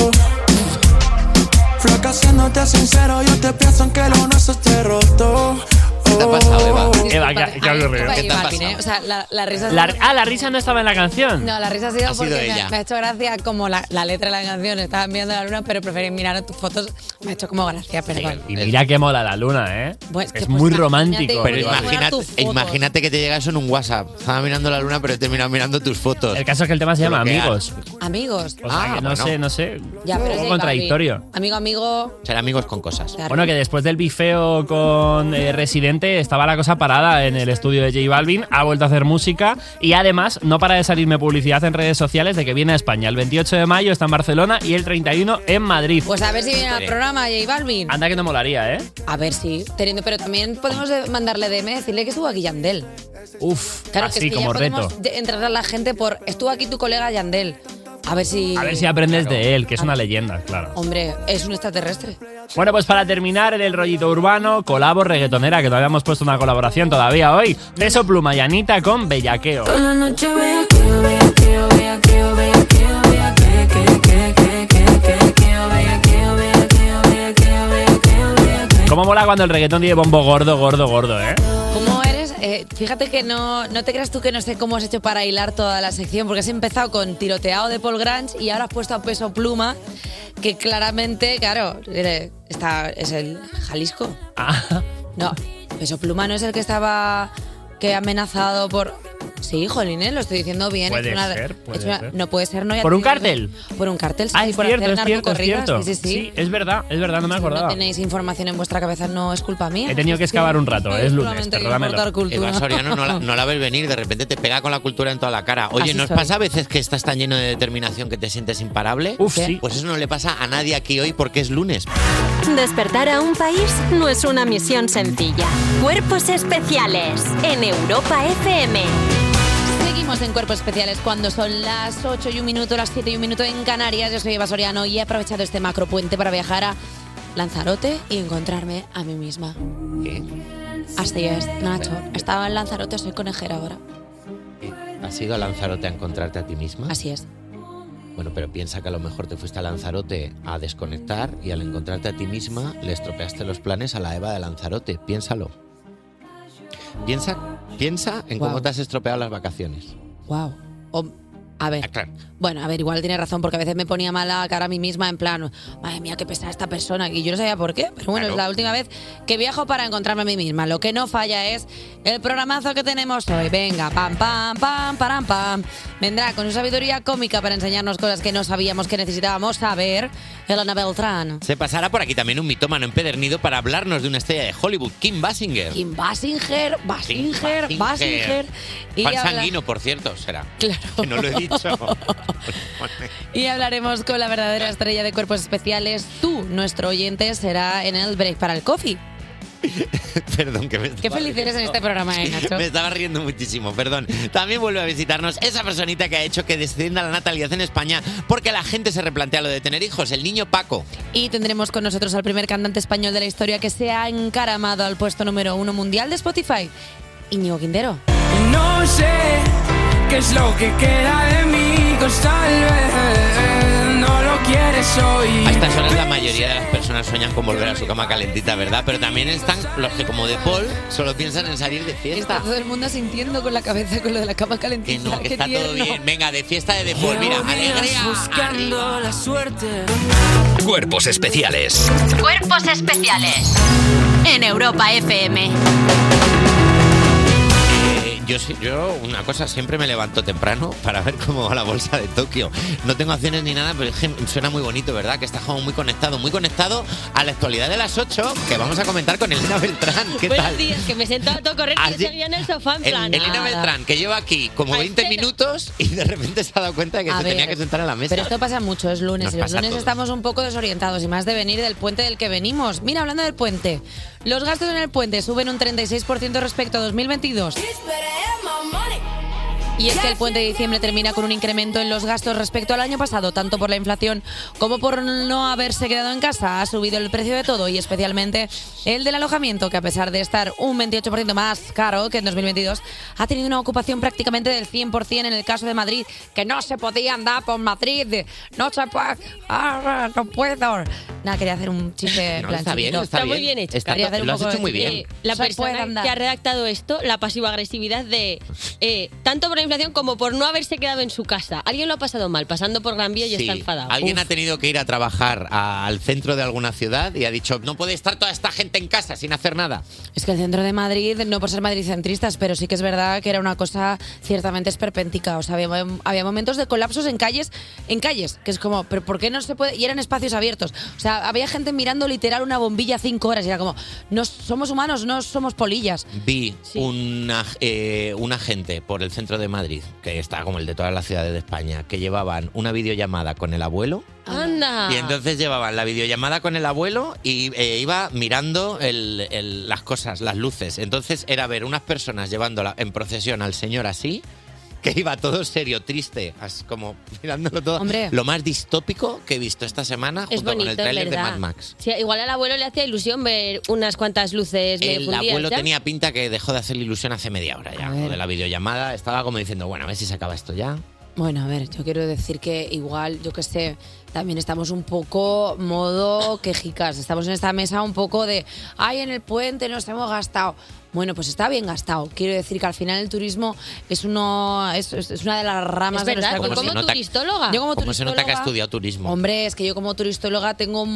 Flaca, siéndote sincero, yo te pienso en que lo nuestro esté roto. ¿Qué te ha pasado, Oh, Eva? Eva, ¿qué, qué aburrido. Para J Balvin, ¿eh? O sea, la, la risa. La- ah, la risa no estaba en la canción. No, la risa ha sido porque me- Me, ha hecho gracia como la, la letra de la canción. Estaba mirando la luna, pero preferí mirar tus fotos. Me ha hecho como gracia, perdón. Y mira que mola la luna, ¿eh? Bueno, es que es pues muy imagínate, romántico. Pero J Balvin. imagínate, tus fotos. imagínate que te llega eso en un WhatsApp. Estaba mirando la luna, pero he terminado mirando tus fotos. El caso es que el tema se llama Amigos. Amigos. O Ah. sea, que no sé, no sé. Ya, pero Un poco J Balvin. contradictorio. Amigo, amigo. Ser amigos con cosas. Bueno, que después del bifeo con eh, Residente estaba la cosa parada en el estudio de J Balvin, ha vuelto a hacer música y además no para de salirme publicidad en redes sociales de que viene a España. El 28 de mayo está en Barcelona y el 31 en Madrid. Pues a ver si viene al programa J Balvin. Anda que no molaría, ¿eh? A ver si. Teniendo, pero también podemos de- mandarle DM, decirle que estuvo aquí Yandel. Uf, Claro así que es que como ya reto. podemos de- entrar a la gente por. Estuvo aquí tu colega Yandel. A ver si. A ver si aprendes de él, que es una leyenda, claro. Hombre, es un extraterrestre. Bueno, pues para terminar en el rollito urbano, colabo reggaetonera, que todavía hemos puesto una colaboración todavía hoy. Peso Pluma y Anita con Bellaqueo. Por la noche vea que vea que vea que vea que vea que que que que que que vea que vea que vea que vea ¿Cómo mola cuando el reggaetón tiene bombo gordo, gordo, gordo, eh? ¿Cómo eres? Eh, fíjate que no, no te creas tú que no sé cómo has hecho para hilar toda la sección, porque has empezado con tiroteado de Paul Grange y ahora has puesto a peso pluma, que claramente, claro, eh, está, es el Jalisco. Ah. No, peso pluma no es el que estaba que amenazado por. Sí, jolín, eh, lo estoy diciendo bien. Puede es una- ser, puede es una- ser. No puede ser, no. ya ¿Por te un digo que- cártel? Por un cártel, sí, Ah, es por cierto, hacer es cierto, es narcocorridas, cierto. Sí, sí, sí. es verdad, es verdad, no me No acordaba. tenéis información en vuestra cabeza, no es culpa mía. He tenido que excavar un rato, eh, es lunes, Solamente perdónamelo. importar cultura. Eva Soriano no la, no la ves venir, de repente te pega con la cultura en toda la cara. Oye, Así ¿nos soy. pasa a veces que estás tan lleno de determinación que te sientes imparable? Uf, sí. Pues eso no le pasa a nadie aquí hoy porque es lunes. Despertar a un país no es una misión sencilla. Cuerpos especiales en Europa FM. Seguimos en Cuerpos Especiales cuando son las 8 y un minuto, las 7 y un minuto en Canarias. Yo soy Eva Soriano y he aprovechado este macropuente para viajar a Lanzarote y encontrarme a mí misma. Así es, Nacho. Estaba en Lanzarote, soy conejera ahora. ¿Has ido a Lanzarote a encontrarte a ti misma? Así es. Bueno, pero piensa que a lo mejor te fuiste a Lanzarote a desconectar y al encontrarte a ti misma le estropeaste los planes a la Eva de Lanzarote. Piénsalo. Piensa, piensa en cómo Guau. te has estropeado las vacaciones. Ah, Wow. a ver. Claro. Bueno, a ver, igual tiene razón, porque a veces me ponía mala cara a mí misma, en plan, madre mía, qué pesada esta persona, y yo no sabía por qué, pero bueno, Claro. es la última vez que viajo para encontrarme a mí misma. Lo que no falla es el programazo que tenemos hoy. Venga, pam, pam, pam, param, pam. Vendrá con su sabiduría cómica para enseñarnos cosas que no sabíamos que necesitábamos saber. Elena Beltrán. Se pasará por aquí también un mitómano empedernido para hablarnos de una estrella de Hollywood, Kim Basinger. Kim Basinger, Basinger, Basinger. Basinger. Y Juan habla- sanguino, por cierto, será. Claro. Que no lo he dicho. Y hablaremos con la verdadera estrella de cuerpos especiales. Tú, nuestro oyente, será en el break para el coffee. Perdón, que me Qué estaba feliz eres en riendo. este programa, ¿eh, Nacho? Me estaba riendo muchísimo, perdón. También vuelve a visitarnos esa personita que ha hecho que descienda la natalidad en España porque la gente se replantea lo de tener hijos, el niño Paco. Y tendremos con nosotros al primer cantante español de la historia que se ha encaramado al puesto número uno mundial de Spotify, Íñigo Quintero. No sé qué es lo que queda de mí, pues tal vez no lo quieres hoy. A estas horas la mayoría de las personas sueñan con volver a su cama calentita, ¿verdad? Pero también están los que, como de Paul, solo piensan en salir de Está fiesta. todo el mundo sintiendo con la cabeza con lo de la cama calentita. No, que qué está todo tierno. bien. Venga, de fiesta de Depol, mira, alegría. Buscando la suerte. Cuerpos especiales. Cuerpos especiales en Europa FM. Eh, Yo, sí- yo una cosa, siempre me levanto temprano para ver cómo va la bolsa de Tokio. No tengo acciones ni nada, pero es que suena muy bonito, ¿verdad? Que está como muy conectado, muy conectado a la actualidad de las 8 que vamos a comentar con Elena Beltrán. ¿Qué Buenos tal? días, que me siento a todo correcto y Así- seguía en el sofá en Ah, El- plan. Elena nada. Beltrán, que lleva aquí como 20 minutos y de repente se ha dado cuenta de que A se ver, tenía que sentar a la mesa. Pero esto pasa mucho, es lunes Nos y los pasa a lunes todos. estamos un poco desorientados y más de venir del puente del que venimos. Mira, hablando del puente, los gastos en el puente suben un 36% respecto a 2022. Y es que el puente de diciembre termina con un incremento en los gastos respecto al año pasado, tanto por la inflación como por no haberse quedado en casa. Ha subido el precio de todo y especialmente el del alojamiento, que a pesar de estar un 28% más caro que en 2022, ha tenido una ocupación prácticamente del 100% en el caso de Madrid, que no se podía andar por Madrid. No se puede... Ah, no puedo. Nada, quería hacer un chiste. No, plan está bien, chiquito. está Está muy bien. bien hecho, Está- Quería hacer un lo has poco hecho de- muy bien. Eh, la Se puede persona andar. que ha redactado esto, la pasivo-agresividad de eh, tanto por la inflación como por no haberse quedado en su casa. Alguien lo ha pasado mal, pasando por Gran Vía y Sí. está enfadado. Alguien Uf. ha tenido que ir a trabajar a- al centro de alguna ciudad y ha dicho, no puede estar toda esta gente en casa sin hacer nada. Es que el centro de Madrid, no por ser madridcentristas, pero sí que es verdad que era una cosa ciertamente esperpéntica. O sea, había, mom- había momentos de colapsos en calles, en calles, que es como, pero ¿por qué no se puede? Y eran espacios abiertos. O sea, había gente mirando literal una bombilla cinco horas y era como, no somos humanos, no somos polillas. Vi una, eh, un agente por el centro de Madrid, que está como el de todas las ciudades de España, que llevaban una videollamada con el abuelo. Anda. Y entonces llevaban la videollamada con el abuelo y eh, iba mirando el- el- las cosas, las luces. Entonces era ver unas personas llevándola en procesión al señor así, que iba todo serio, triste, as- como mirándolo todo. Hombre. Lo más distópico que he visto esta semana Es junto con el bonito, es tráiler de verdad. Mad Max. Sí, igual al abuelo le hacía ilusión ver unas cuantas luces. medio El fundidas, abuelo ¿ya? tenía pinta que dejó de hacer ilusión hace media hora ya, lo de la videollamada. Estaba como diciendo, bueno, a ver si se acaba esto ya. Bueno, a ver, yo quiero decir que igual, yo qué sé, también estamos un poco modo quejicas. Estamos en esta mesa un poco de, ay, en el puente nos hemos gastado. Bueno, pues está bien gastado. Quiero decir que al final el turismo es, uno, es, es- es una de las ramas Es de verdad, nuestra ¿cómo economía. se nota- Ah. Yo como ¿Cómo se nota que ha turistóloga- estudiado turismo? Hombre, es que yo como turistóloga tengo,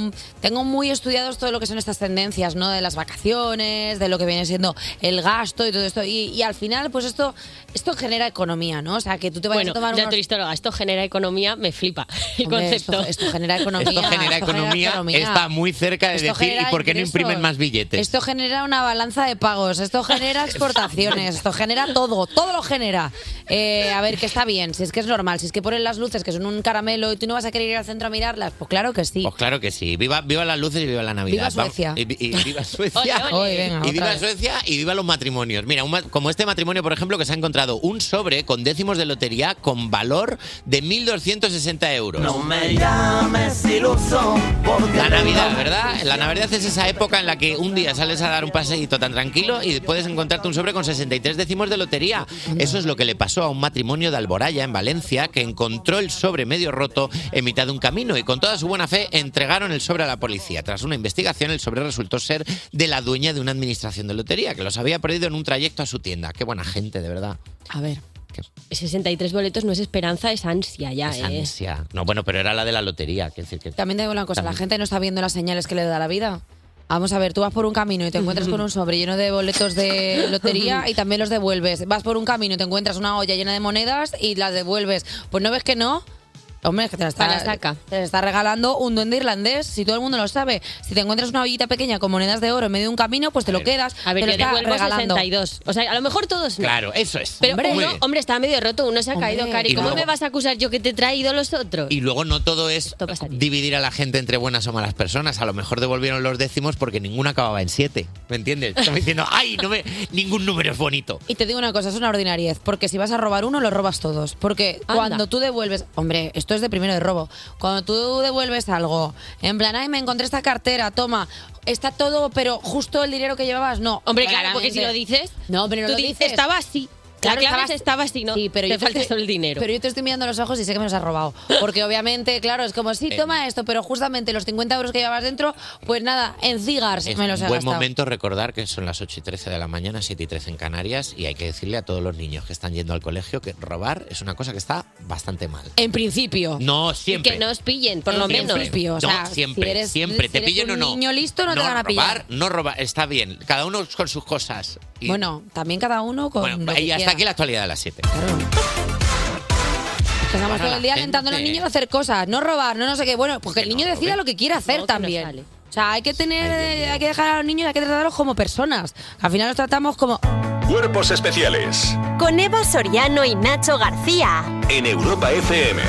tengo muy estudiados todo lo que son estas tendencias, ¿no? De las vacaciones, de lo que viene siendo el gasto y todo esto. Y, y al final, pues esto, esto genera economía, ¿no? O sea, que tú te vayas Bueno, a tomar ya unos- turistóloga, esto genera economía, me flipa el Hombre, concepto. Esto, esto genera economía. esto genera economía, economía. está muy cerca de Esto decir, genera ¿y por qué no ingresos. imprimen más billetes? Esto genera una balanza de pagos, esto genera exportaciones, esto genera todo, todo lo genera. Eh, a ver, que está bien, si es que es normal, si es que ponen las luces que son un caramelo y tú no vas a querer ir al centro a mirarlas, pues claro que sí. Pues claro que sí. Viva, viva las luces y viva la Navidad. Viva Vamos- Suecia. Y, vi- y viva Suecia. Ole, ole. Uy, Eh, venga, y otra viva vez. Suecia y viva los matrimonios. Mira, un ma- como este matrimonio, por ejemplo, que se ha encontrado un sobre con décimos de lotería con valor de 1.260 euros. llames iluso, porque La Navidad, ¿verdad? La Navidad es esa época en la que un día sales a dar un paseíto tan tranquilo y puedes encontrarte un sobre con 63 décimos de lotería. Eso es lo que le pasó a un matrimonio de Alboraya, en Valencia, que encontró el sobre medio roto en mitad de un camino y con toda su buena fe entregaron el sobre a la policía. Tras una investigación, el sobre resultó ser de la dueña de una administración de lotería, que los había perdido en un trayecto a su tienda. Qué buena gente, de verdad. A ver. 63 boletos no es esperanza, es ansia ya, Es ¿eh? ansia. No, bueno, pero era la de la lotería. quiero decir que... También te digo una cosa, la También. gente no está viendo las señales que le da la vida. Vamos a ver, tú vas por un camino y te encuentras con un sobre lleno de boletos de lotería y también los devuelves. Vas por un camino y te encuentras una olla llena de monedas y las devuelves. Pues no ves que no. Hombre, es que te la está, Para saca. te la está regalando un duende irlandés, si todo el mundo lo sabe. Si te encuentras una ollita pequeña con monedas de oro en medio de un camino, pues te lo quedas. A ver, te lo yo está devuelvo regalando. 62. ¿eh? O sea, a lo mejor todos no. Claro, eso es. Pero eh, Muy uno, bien. hombre, está medio roto, uno se ha caído, Cari. Y ¿Cómo luego- me vas a acusar yo que te he traído los otros? Y luego no todo es dividir a la gente entre buenas o malas personas. A lo mejor devolvieron los décimos porque ninguno acababa en siete. ¿Me entiendes? Estamos diciendo, ay, no me, ningún número es bonito. Y te digo una cosa, es una ordinariez, porque si vas a robar uno, lo robas todos. Porque Anda. cuando tú devuelves, hombre, esto es de primero de robo, cuando tú devuelves algo, en plan, ay, me encontré esta cartera, toma, está todo, pero justo el dinero que llevabas, no. Hombre, claro, porque si lo Claramente. dices. No, pero no tú lo dices, dices. Estaba así. la clave es estaba así, ¿no? Sí, pero Te yo falta estoy- solo el dinero. Pero yo te estoy mirando a los ojos y sé que me los has robado. Porque obviamente, claro, es como, sí, Eh. toma esto, pero justamente los 50 euros que llevabas dentro, pues nada, en cigars Es me los he buen gastado. momento recordar que son las 8 y 13 de la mañana, 7 y 13 en Canarias, y hay que decirle a todos los niños que están yendo al colegio que robar es una cosa que está bastante mal. En principio. No, siempre. Que no os pillen, por lo Siempre. menos. No, siempre, siempre. te pillen o no. te van a robar, pillar. No robar, está bien. Cada uno con sus cosas. Y- Bueno, también cada uno con bueno, lo que y hasta quiera. aquí la actualidad de las 7. Estamos Para todo la el día alentando a los gente. niños a hacer cosas, no robar, no no sé qué. Bueno, pues que el niño decida lo que quiere hacer también. o sea, hay que tener, hay que dejar a los niños, hay que tratarlos como personas. Al final los tratamos como... Cuerpos especiales Con Eva Soriano y Nacho García. en Europa FM.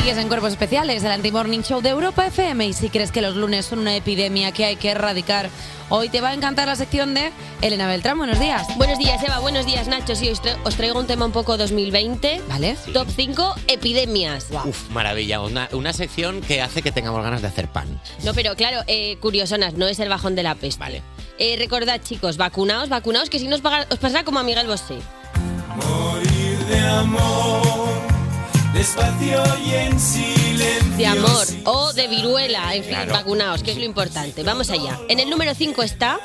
Sigues en Cuerpos Especiales, el Anti-Morning Show de Europa FM. Y si crees que los lunes son una epidemia que hay que erradicar, hoy te va a encantar la sección de Elena Beltrán. Buenos días. Buenos días, Eva. Buenos días, Nacho. Sí, os, tra- os traigo un tema un poco 2020. Vale. Top 5 epidemias. Uf, maravilla. Una, una sección que hace que tengamos ganas de hacer pan. No, pero claro, eh, curiosonas, no es el bajón de la peste. Vale. recordad, chicos, vacunaos, vacunaos, que si no os, paga- os pasará como a Miguel Bosé. de amor, despacio y en silencio. De amor o de viruela, en fin, Claro. vacunaos, que es lo importante. Vamos allá. En el número 5 está.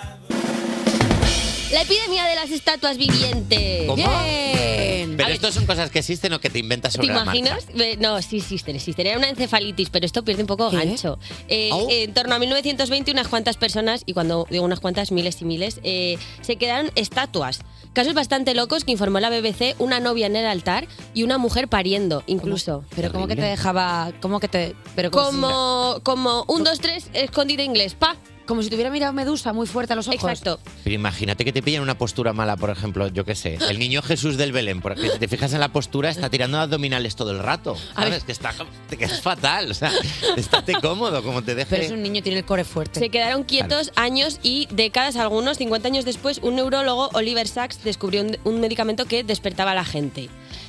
La epidemia de las estatuas vivientes. ¿Cómo? Eh, Bien. Pero A ver, esto son cosas que existen o que te inventas ¿Te sobre la marcha. imaginas? Eh, No, sí existen, existen. Era una encefalitis, pero esto pierde un poco gancho. Eh, En torno a 1920, unas cuantas personas, y cuando digo unas cuantas, miles y miles, eh, se quedaron estatuas. Casos bastante locos que informó la BBC, una novia en el altar y una mujer pariendo, incluso. Pero ¿cómo que te dejaba...? ¿Cómo que te...? Pero Como, como un, dos, tres, escondido inglés, pa. Como si te hubiera mirado Medusa muy fuerte a los ojos. Exacto. Pero imagínate que te pillan una postura mala, por ejemplo, yo qué sé, el niño Jesús del Belén, porque si te fijas en la postura está tirando abdominales todo el rato, ¿sabes? Que, está, que es fatal, o sea, estate cómodo como te deje. Pero es un niño, tiene el core fuerte. Se quedaron quietos años y décadas algunos. 50 años después, un neurólogo, Oliver Sacks, descubrió un, un medicamento que despertaba a la gente.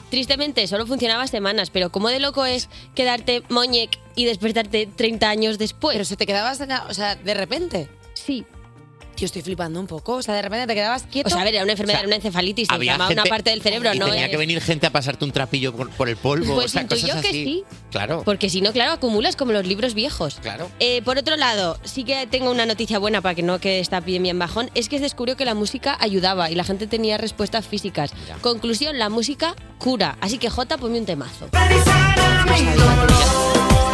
Tristemente, solo funcionaba semanas, pero como de loco es quedarte moñec y despertarte 30 años después? Pero se te quedabas, en la- o sea, de repente. Sí. Tío, estoy flipando un poco. O sea, de repente te quedabas quieto. O sea, a ver, era una enfermedad, O sea, era una encefalitis, se había inflamaba una gente- parte del cerebro, y ¿no? Tenía es- que venir gente a pasarte un trapillo por, por el polvo, Pues o sea, intuyo cosas que así. sí. Claro. Porque si no, claro, acumulas como los libros viejos. Claro. Eh, por otro lado, sí que tengo una noticia buena para que no quede esta epidemia en bajón, es que se descubrió que la música ayudaba y la gente tenía respuestas físicas. Conclusión, la música cura. Así que Jota, ponme un temazo.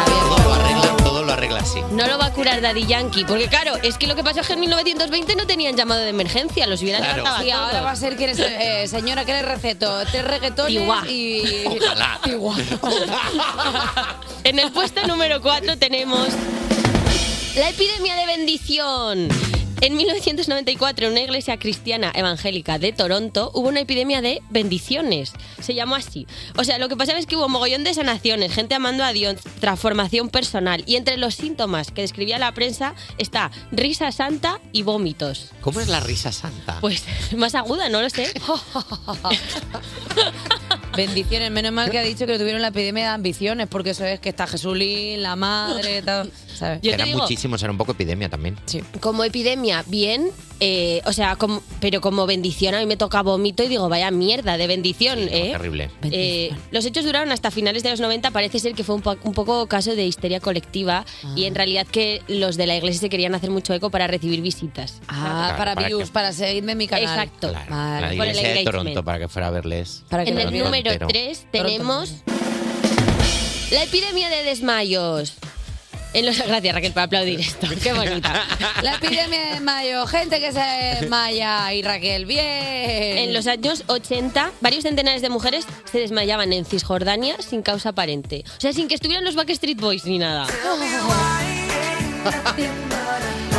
Todo lo arregla, todo lo arregla así. No lo va a curar Daddy Yankee, porque claro, es que lo que pasó es que en 1920 no tenían llamado de emergencia, los hubieran Claro. levantado a Y ahora todos. va a ser que eres, eh, señora, que le receto tres reggaetones Igual. y... Ojalá. En el puesto número 4 tenemos la epidemia de bendición. En 1994, en una iglesia cristiana evangélica de Toronto, hubo una epidemia de bendiciones. Se llamó así. O sea, lo que pasaba es que hubo mogollón de sanaciones, gente amando a Dios, transformación personal. Y entre los síntomas que describía la prensa está risa santa y vómitos. ¿Cómo es la risa santa? Pues más aguda, no lo sé. Bendiciones, menos mal que ha dicho que tuvieron la epidemia de ambiciones, porque eso es que está Jesulín, la madre, tal, ¿sabes? Que eran muchísimos, era un poco epidemia también. Sí. como epidemia, bien, eh, o sea, como- pero como bendición a mí me toca vómito y digo, vaya mierda de bendición, ¿eh? Terrible. Eh, los hechos duraron hasta finales de los 90, parece ser que fue un, po- un poco caso de histeria colectiva y Ah. en realidad que los de la iglesia se querían hacer mucho eco para recibir visitas. Ah, Claro, para, para views, que- para seguirme en mi canal. Exacto. La Por el iglesia de engagement. Toronto para que fuera a verles. En el Toronto número entero. 3 tenemos la epidemia de desmayos. En los, gracias Raquel por aplaudir esto, qué bonita. La epidemia de mayo, gente que se desmaya y Raquel, bien. En los años 80, varios centenares de mujeres se desmayaban en Cisjordania sin causa aparente. O sea, sin que estuvieran los Backstreet Boys ni nada.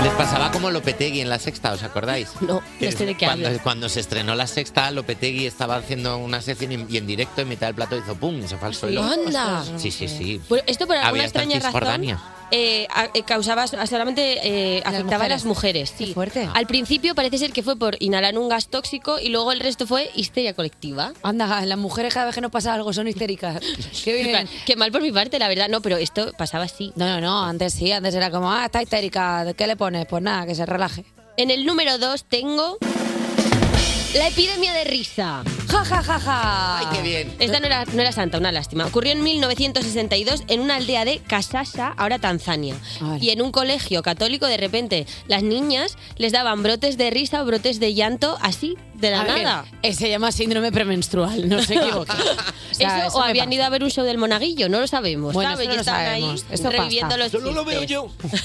Les pasaba como Lopetegui en la sexta, ¿os acordáis? No, no sé de qué cuando, hablas. cuando se estrenó la sexta, Lopetegui estaba haciendo una sección y, y en directo en mitad del plato hizo pum y se fue al suelo. ¡Anda! Sí, sí, sí. Bueno, esto por alguna Había hasta en extraña razón Cisjordania. eh, a- eh, causaba a- solamente eh, afectaba a las mujeres. Sí. Al principio parece ser que fue por inhalar un gas tóxico y luego el resto fue histeria colectiva. Anda, las mujeres cada vez que nos pasa algo son histéricas. Qué bien. Qué mal por mi parte, la verdad. No, pero esto pasaba así. No, no, no, antes sí, antes era como, ah, está histérica, ¿qué le pones? Pues nada, que se relaje. En el número 2 tengo La epidemia de risa. Ja, ja, ja, ja. Ay, qué bien. Ah. Esta no era, no era santa, una lástima. Ocurrió en 1962 en una aldea de Kasasa, ahora Tanzania. Y en un colegio católico, de repente, las niñas les daban brotes de risa o brotes de llanto así, de la A ver, nada. eh, se llama síndrome premenstrual, no se equivoque. O sea, eso, eso o me habían ido a ver un show del monaguillo, no lo sabemos. Bueno, eso ¿sabes? no Y lo estaban sabemos. ahí Eso reviviendo pasa. los Solo lo veo chistes.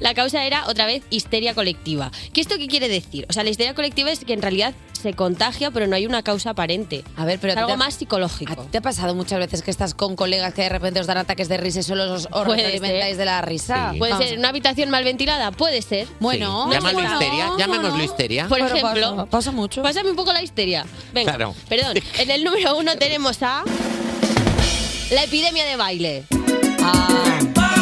La causa era, otra vez, histeria colectiva. ¿Qué esto qué quiere decir? O sea, la histeria colectiva es que en realidad se contagia, pero no hay una causa aparente. A ver, pero es te algo ha- más psicológico. ¿Te ha pasado muchas veces que estás con colegas que de repente os dan ataques de risa y solo os, os Puede retroalimentáis de la risa? Puede Vamos. ser en una habitación mal ventilada, puede ser. Bueno, Sí. Llámalo histeria, llamémoslo histeria. Por Pero ejemplo, pasa- mucho. Pásame un poco la histeria. Venga. Claro. Perdón. En el número uno tenemos a la epidemia de baile.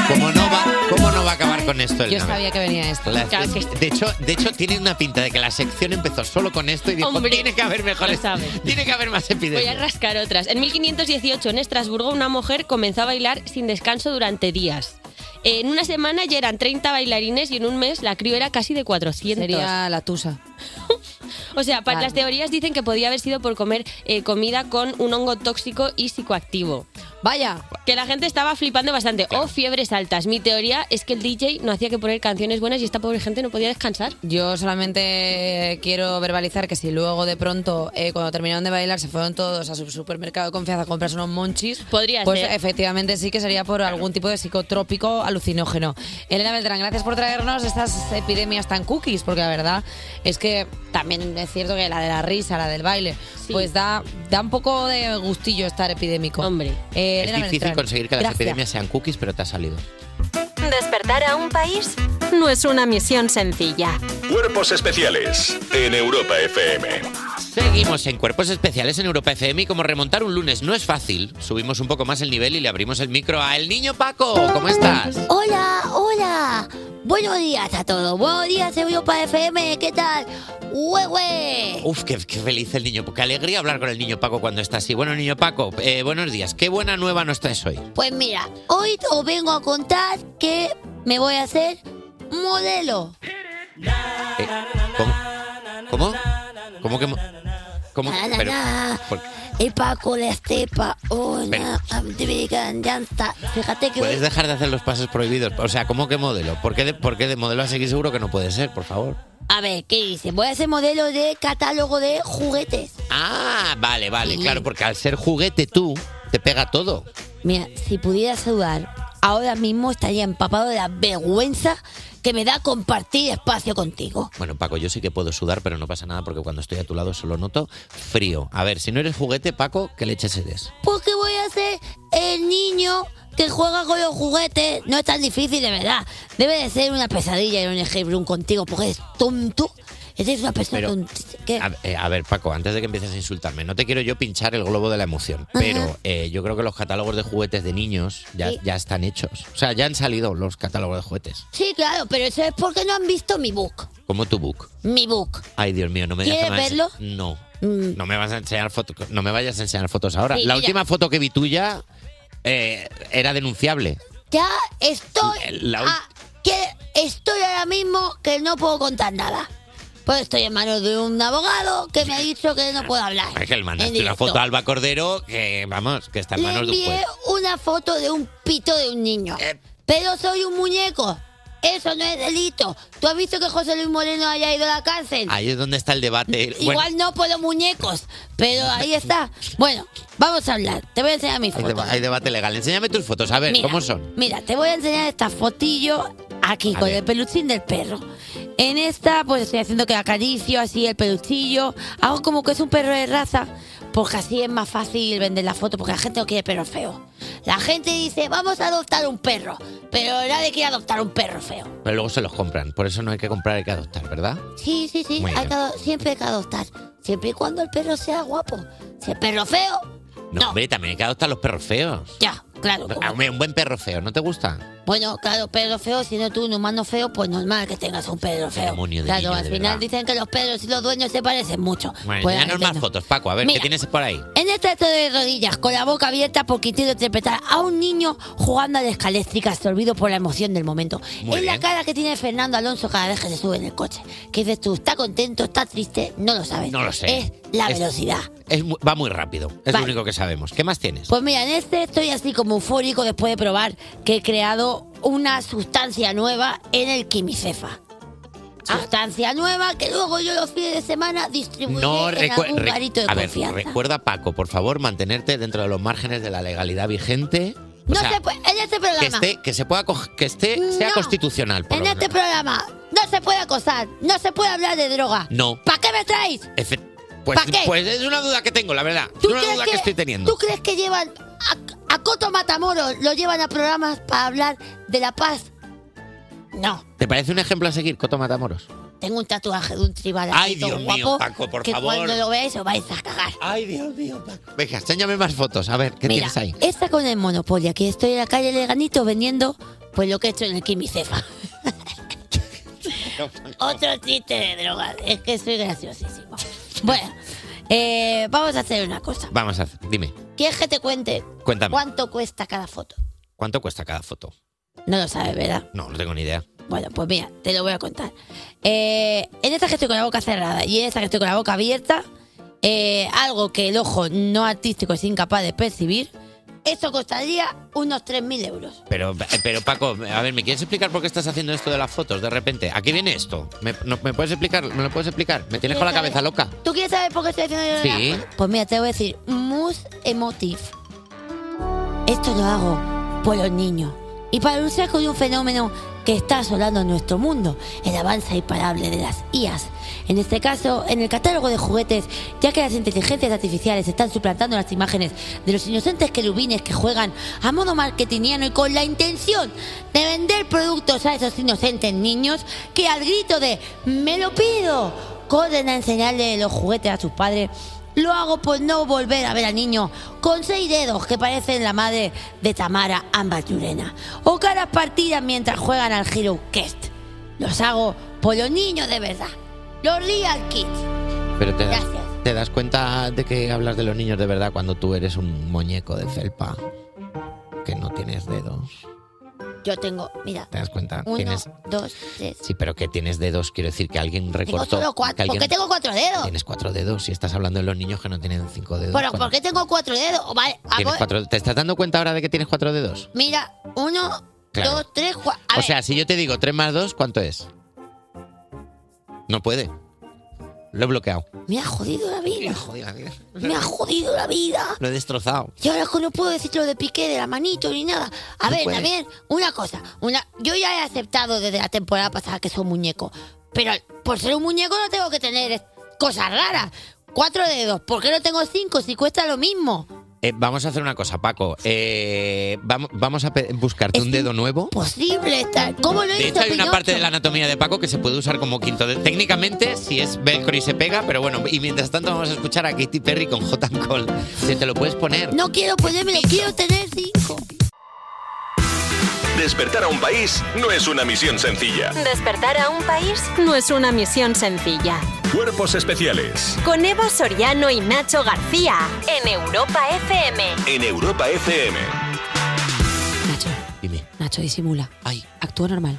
¿Cómo no va, cómo no va a acabar con esto el Yo Nave? Ah, sabía que venía esto. La- de, hecho, de hecho, tiene una pinta de que la sección empezó solo con esto y dijo, Hombre, tiene que haber mejores, tiene que haber más Voy a epidemias. rascar otras. En 1518, en Estrasburgo, una mujer comenzó a bailar sin descanso durante días. En una semana ya eran 30 bailarines y en un mes la crio era casi de 400. Sería la tusa. O sea, pa- Vale. las teorías dicen que podía haber sido por comer eh, comida con un hongo tóxico y psicoactivo. Vaya. Que la gente estaba flipando bastante. O fiebres altas. Mi teoría es que el DJ no hacía que poner canciones buenas y esta pobre gente no podía descansar. Yo solamente quiero verbalizar que si luego de pronto, eh, cuando terminaron de bailar, se fueron todos a su supermercado de confianza a comprarse unos monchis, Podría pues ser. efectivamente sí que sería por algún tipo de psicotrópico alucinógeno. Elena Beltrán, gracias por traernos estas epidemias tan cookies, porque la verdad es que también es cierto que la de la risa, la del baile, pues da, da un poco de gustillo estar epidémico. Hombre, Es difícil conseguir que las gracias. epidemias sean cookies, pero te ha salido. Despertar a un país no es una misión sencilla. Cuerpos especiales en Europa FM. Seguimos en Cuerpos Especiales en Europa FM y como remontar un lunes no es fácil, subimos un poco más el nivel y le abrimos el micro a El Niño Paco. ¿Cómo estás? Hola, hola. Buenos días a todos. Buenos días, Europa FM. ¿Qué tal? ¡Hue, hue! Uf, qué, qué feliz el Niño Paco. Qué alegría hablar con el Niño Paco cuando está así. Bueno, Niño Paco, eh, buenos días. ¿Qué buena nueva nos traes hoy? Pues mira, hoy os vengo a contar que me voy a hacer modelo. Eh, ¿Cómo? ¿Cómo? ¿Cómo que...? mo- ¿Cómo? Na, na, Pero, na. ¿por- Y Paco la estepa. Una venganza. Fíjate Pues- que ¿Puedes hoy- dejar de hacer los pasos prohibidos? O sea, ¿cómo que modelo? ¿Por qué de, por qué de modelo a seguir seguro que no puede ser, por favor? A ver, ¿qué dice? Voy a ser modelo de catálogo de juguetes. Ah, vale, vale, claro, porque al ser juguete tú, te pega todo. Mira, si pudiera saludar, ahora mismo estaría empapado de la vergüenza que me da compartir espacio contigo. Bueno, Paco, yo sí que puedo sudar, pero no pasa nada porque cuando estoy a tu lado solo noto frío. A ver, si no eres juguete, Paco, ¿qué leches eres? Porque Pues, voy a ser el niño que juega con los juguetes. No es tan difícil, de verdad. Debe de ser una pesadilla en un escape contigo, porque eres tonto. Eres una persona Pero- tontísima. ¿Qué? A, eh, a ver, Paco, antes de que empieces a insultarme, no te quiero yo pinchar el globo de la emoción, pero eh, yo creo que los catálogos de juguetes de niños ya, Sí. ya están hechos. O sea, ya han salido los catálogos de juguetes, Sí, claro, pero eso es porque no han visto mi book. como tu book. Mi book. Ay, Dios mío, no me digas que ¿Quieres Mm. me vas a- No. No me vas a enseñar fotos. No me vayas a enseñar fotos ahora. Sí, la mira. última foto que vi tuya eh, era denunciable. Ya estoy. La ul- ah, Que estoy ahora mismo que no puedo contar nada. Pues estoy en manos de un abogado que me ha dicho que no puedo hablar. Es que le En mandaste directo. una foto a Alba Cordero que, vamos, que está en Le manos de un envié juez. una foto de un pito de un niño. Pero soy un muñeco. Eso no es delito. ¿Tú has visto que José Luis Moreno haya ido a la cárcel? Ahí es donde está el debate. Bueno, Igual no por los muñecos, pero ahí está. Bueno, vamos a hablar. Te voy a enseñar mi hay, foto. deba- hay debate legal. Enséñame tus fotos, a ver, Mira. ¿cómo son? Mira, te voy a enseñar esta fotillo aquí con el peluchín del perro. En esta, pues estoy haciendo que acaricio así el peluchillo. Hago como que es un perro de raza, porque así es más fácil vender la foto, porque la gente no quiere perro feo. La gente dice, vamos a adoptar un perro, pero nadie quiere adoptar un perro feo. Pero luego se los compran. Por eso no hay que comprar, hay que adoptar, ¿verdad? Sí, sí, sí, Muy hay bien. que ado- siempre hay que adoptar. Siempre y cuando el perro sea guapo. Si el perro feo, No, hombre, también hay que adoptar los perros feos. ya, claro. Hombre, un buen perro feo, ¿no te gusta? Bueno, claro, perro feo, siendo tú un humano feo, pues normal que tengas un perro feo. Demonio de Claro, niño, al de final verdad. dicen que los perros y los dueños se parecen mucho. Bueno, Pues, danos más fotos, Paco. A ver, Mira. ¿qué tienes por ahí? en esta estoy de rodillas, con la boca abierta porque quiero interpretar a un niño jugando a las eléctricas, sorbido por la emoción del momento. Muy es la bien. cara que tiene Fernando Alonso cada vez que se sube en el coche. Que dices tú, ¿está contento? ¿Está triste? No lo sabes. No lo sé. Es la Es- velocidad. es mu- va muy rápido. Es Vale. lo único que sabemos. ¿Qué más tienes? Pues mira, en este estoy así como eufórico después de probar que he creado una sustancia nueva en el quimicefa. Ah. Sustancia nueva que luego yo los fines de semana distribuiré No en recue- algún re- garito de A ver, confianza. recuerda, Paco, por favor, mantenerte dentro de los márgenes de la legalidad vigente. O no sea, se puede, en este que programa, esté, que se pueda cog- que esté, sea No. constitucional. por en lo este menos. programa, no se puede acosar, no se puede hablar de droga. No. ¿Para qué me traéis? Efe- Pues, ¿Pa qué? pues es una duda que tengo, la verdad. Es ¿Tú una crees duda que, que- estoy teniendo. ¿Tú crees que llevan a, a Coto Matamoros, lo llevan a programas para hablar de la paz? No. ¿Te parece un ejemplo a seguir, Coto Matamoros? Tengo un tatuaje de un tribal Ay, así, todo Dios mío, guapo, Paco, por que favor. cuando lo veáis os vais a cagar. Ay, Dios mío, Paco. Venga, enséñame más fotos. A ver, ¿qué Mira, tienes ahí? esta con el Monopoly, aquí estoy en la calle Leganito vendiendo pues lo que he hecho en el Quimicefa. Otro chiste de drogas, es que soy graciosísimo. Bueno, eh, vamos a hacer una cosa. Vamos a hacer, dime, ¿Quieres que te cuente Cuéntame. cuánto cuesta cada foto? ¿cuánto cuesta cada foto? No lo sabes, ¿verdad? No, no tengo ni idea. Bueno, pues mira, te lo voy a contar. Eh, en esta que estoy con la boca cerrada y en esta que estoy con la boca abierta, eh, algo que el ojo no artístico es incapaz de percibir, esto costaría unos 3.000 euros. Pero, pero Paco, a ver, ¿me quieres explicar por qué estás haciendo esto de las fotos de repente? ¿A qué viene esto? ¿Me, no- ¿me puedes explicar? ¿Me lo puedes explicar? ¿Me tienes con la cabeza loca? ¿Tú quieres saber por qué estoy haciendo yo la Sí. foto? Pues mira, te voy a decir, mus emotive. Esto lo hago por los niños. Y para luchar con un fenómeno que está asolando nuestro mundo, el avance imparable de las IAS. En este caso, en el catálogo de juguetes, ya que las inteligencias artificiales están suplantando las imágenes de los inocentes querubines que juegan a modo marketingiano y con la intención de vender productos a esos inocentes niños que al grito de ¡Me lo pido! corren a enseñarle los juguetes a sus padres lo hago por no volver a ver al niño con seis dedos que parecen la madre de Tamara Ambayurena. O caras partidas mientras juegan al Hero Quest. Los hago por los niños de verdad. Los real kids. Pero te das, te das cuenta de que hablas de los niños de verdad cuando tú eres un muñeco de felpa que no tienes dedos. Yo tengo, mira, ¿Te das cuenta? uno, Tienes- dos, tres. Sí, pero que tienes dedos, quiero decir que alguien Tengo recortó. solo cuatro. que alguien- ¿Por qué tengo cuatro dedos? Tienes cuatro dedos y estás hablando de los niños que no tienen cinco dedos. Bueno, Cuando ¿por qué tengo cuatro dedos? Vale, tienes hago- cuatro- ¿Te estás dando cuenta ahora de que tienes cuatro dedos? mira, uno, Claro. dos, tres, Ah, cuatro. A O ver, sea, si yo te digo 3 más 2, ¿cuánto es? No puede. Lo he bloqueado. me ha jodido la vida. Me ha jodido la vida. Me ha jodido la vida. Lo he destrozado. Y ahora es que no puedo decirte lo de Piqué, de la manito ni nada. A No ver, puedes. también, una cosa. Una, yo ya he aceptado desde la temporada pasada que soy un muñeco. Pero por ser un muñeco no tengo que tener es- cosas raras. Cuatro dedos. ¿Por qué no tengo cinco si cuesta lo mismo? Eh, vamos a hacer una cosa, Paco. Eh, vamos, vamos a pe- buscarte un dedo nuevo. Posible estar. ¿Cómo lo De hizo hecho, hay una Pinocho? parte de la anatomía de Paco que se puede usar como quinto dedo. Técnicamente, si es velcro y se pega, pero bueno. Y mientras tanto, vamos a escuchar a Katy Perry con J. Cole. Si te lo puedes poner. No quiero ponérmelo, quiero tener cinco. Despertar a un país no es una misión sencilla. Despertar a un país no es una misión sencilla. Cuerpos especiales Con Eva Soriano y Nacho García en Europa FM. en Europa FM. Nacho. Nacho, disimula. Ay. Actúa normal.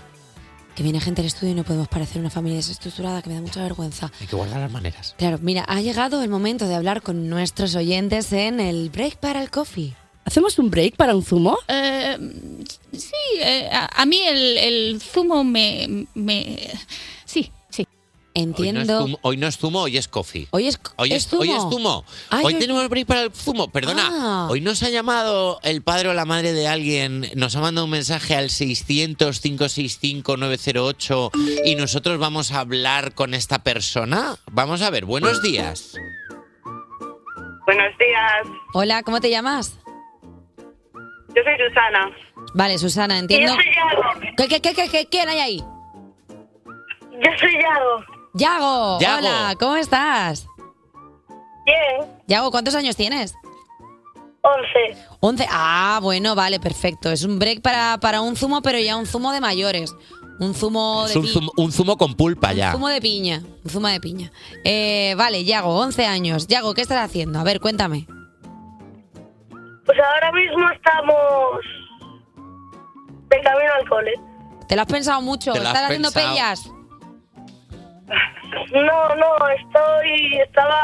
Que viene gente al estudio y no podemos parecer una familia desestructurada, que me da mucha vergüenza. Hay que guardar las maneras. Claro, mira, ha llegado el momento de hablar con nuestros oyentes en el break para el coffee. ¿Hacemos un break para un zumo? Eh, sí, eh, a, a mí el, el zumo me, me... Sí, sí. Hoy no, es zumo, hoy no es zumo, hoy es coffee. Hoy es, Hoy es, hoy es zumo. Ay, hoy hoy- tenemos break para el zumo. Perdona. Ah. Hoy nos ha llamado el padre o la madre de alguien. Nos ha mandado un mensaje al 600-565-908 y nosotros vamos a hablar con esta persona. Vamos a ver. Buenos días. Buenos días, Hola, ¿cómo te llamas? yo soy Susana. Vale, Susana, entiendo. Yo soy Yago. ¿Qué, qué, qué, qué, qué- quién hay ahí? Yo soy Yago. Yago, Yago. hola, ¿cómo estás? Bien, Yago, ¿cuántos años tienes? 11. 11. Ah, bueno, vale, perfecto. Es un break para, para un zumo, pero ya un zumo de mayores. Un zumo de Es un pi- zumo, un zumo con pulpa ya. zumo de piña. Un zumo de piña. Eh, vale, Yago, 11 años. Yago, ¿qué estás haciendo? A ver, cuéntame. Pues ahora mismo estamos de camino al cole. ¿Te lo has pensado mucho? Te lo has ¿Estás haciendo pensado. pellas? No, no, estoy, estaba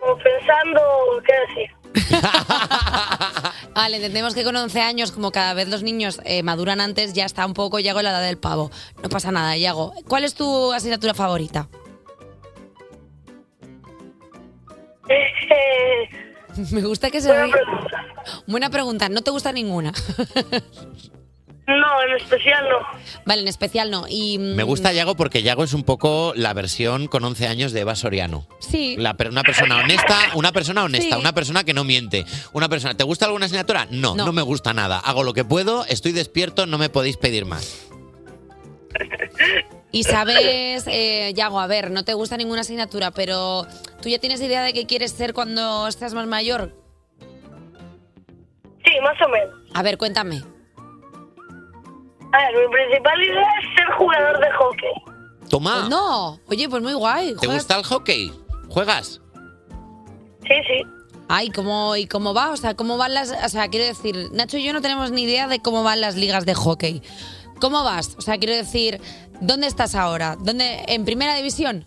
como pensando qué decir. Vale, entendemos que con 11 años, como cada vez los niños eh, maduran antes, ya está un poco Yago en la edad del pavo. No pasa nada, Yago. ¿Cuál es tu asignatura favorita? Me gusta que se buena pregunta. Buena pregunta. ¿No te gusta ninguna? no, en especial no. Vale, en especial no. Y, mm, Me gusta Yago porque Yago es un poco la versión con 11 años de Eva Soriano. Sí. La per- una persona honesta, una persona honesta, Sí. una persona que no miente. Una persona, ¿te gusta alguna asignatura? No, No. no, me gusta nada. Hago lo que puedo, estoy despierto, no me podéis pedir más. Y sabes, eh, Yago, a ver, no te gusta ninguna asignatura, pero ¿tú ya tienes idea de qué quieres ser cuando seas más mayor? Sí, más o menos. A ver, cuéntame. A ver, mi principal idea es ser jugador de hockey. Toma, Oh, No, oye, pues muy guay. ¿te gusta el hockey? ¿Juegas? Sí, sí. Ay, ¿cómo, ¿y cómo va? O sea, ¿cómo van las...? O sea, quiero decir, Nacho y yo no tenemos ni idea de cómo van las ligas de hockey. ¿Cómo vas? O sea, quiero decir, ¿dónde estás ahora? ¿Dónde, ¿En primera división?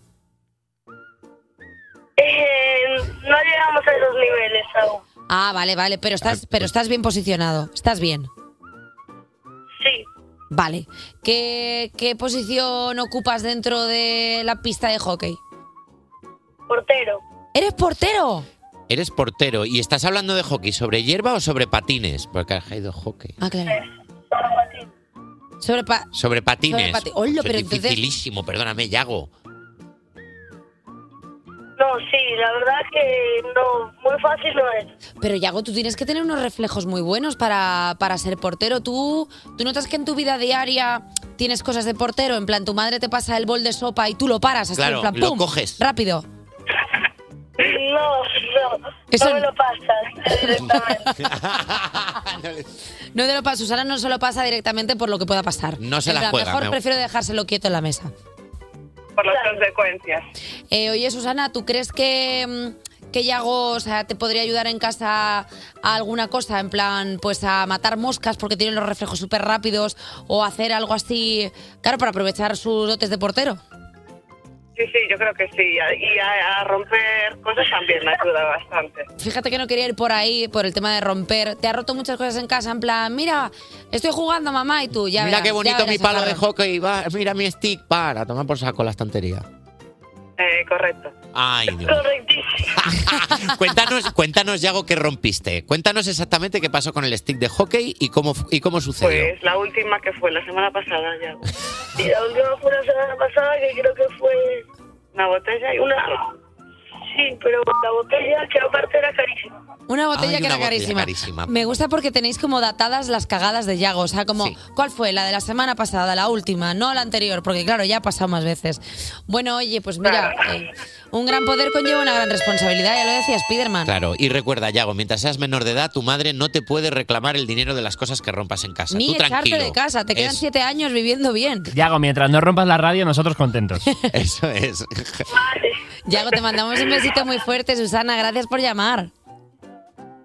Eh, no llegamos a esos niveles aún. Ah, vale, vale, pero estás, pero pues estás bien posicionado, estás bien. Sí. Vale. ¿Qué, qué posición ocupas dentro de la pista de hockey? Portero. ¿Eres portero? Eres portero y estás hablando de hockey, ¿sobre hierba o sobre patines? Porque ha caído hockey. Ah, claro. Sobre pa- Sobre patines. Sobre pati- Oye, Eso es pero entonces- dificilísimo, perdóname, Yago. No, sí, la verdad que no, muy fácil no es. Pero Yago, tú tienes que tener unos reflejos muy buenos para, para ser portero. ¿Tú, ¿Tú notas que en tu vida diaria tienes cosas de portero? En plan, tu madre te pasa el bol de sopa y tú lo paras. Así, Claro, en plan, lo ¡pum! coges. Rápido. No, no, Eso- no me lo pasas. No te lo pasa. Susana no se lo pasa directamente por lo que pueda pasar. No se En la plan, juega, Mejor me- prefiero dejárselo quieto en la mesa. Por las consecuencias. Eh, oye, Susana, ¿tú crees que, mm, que Yago o sea, te podría ayudar en casa a alguna cosa? En plan, pues a matar moscas porque tiene los reflejos súper rápidos o hacer algo así, claro, para aprovechar sus dotes de portero. Sí, sí, yo creo que sí. Y a, a romper cosas también me ayuda bastante. Fíjate que no quería ir por ahí, por el tema de romper. Te ha roto muchas cosas en casa, en plan, mira, estoy jugando mamá y tú, ya Mira verás, qué ya bonito verás mi el palo de jarrón". hockey. va, mira mi stick. Para, toma por saco la estantería. Eh, correcto. Ay, Dios. Correctísimo. Cuéntanos, cuéntanos, Yago, qué rompiste. Cuéntanos exactamente qué pasó con el stick de hockey y cómo, y cómo sucedió. Pues la última que fue la semana pasada ya. Y la última fue la semana pasada que creo que fue una botella y una... Sí, pero la botella que aparte era carísima. Una Ay, botella que una era botella carísima. carísima. Me gusta porque tenéis como datadas las cagadas de Yago. O sea, como, ¿cuál fue? La de la semana pasada, la última, no la anterior, porque claro, ya ha pasado más veces. Bueno, oye, pues mira, eh, un gran poder conlleva una gran responsabilidad, ya lo decía Spiderman. Claro, y recuerda, Yago, mientras seas menor de edad, tu madre no te puede reclamar el dinero de las cosas que rompas en casa. Ni Tú echarte tranquilo. de casa, te quedan Eso. siete años viviendo bien. Yago, mientras no rompas la radio, nosotros contentos. Eso es. Yago, te mandamos un besito muy fuerte, Susana, gracias por llamar.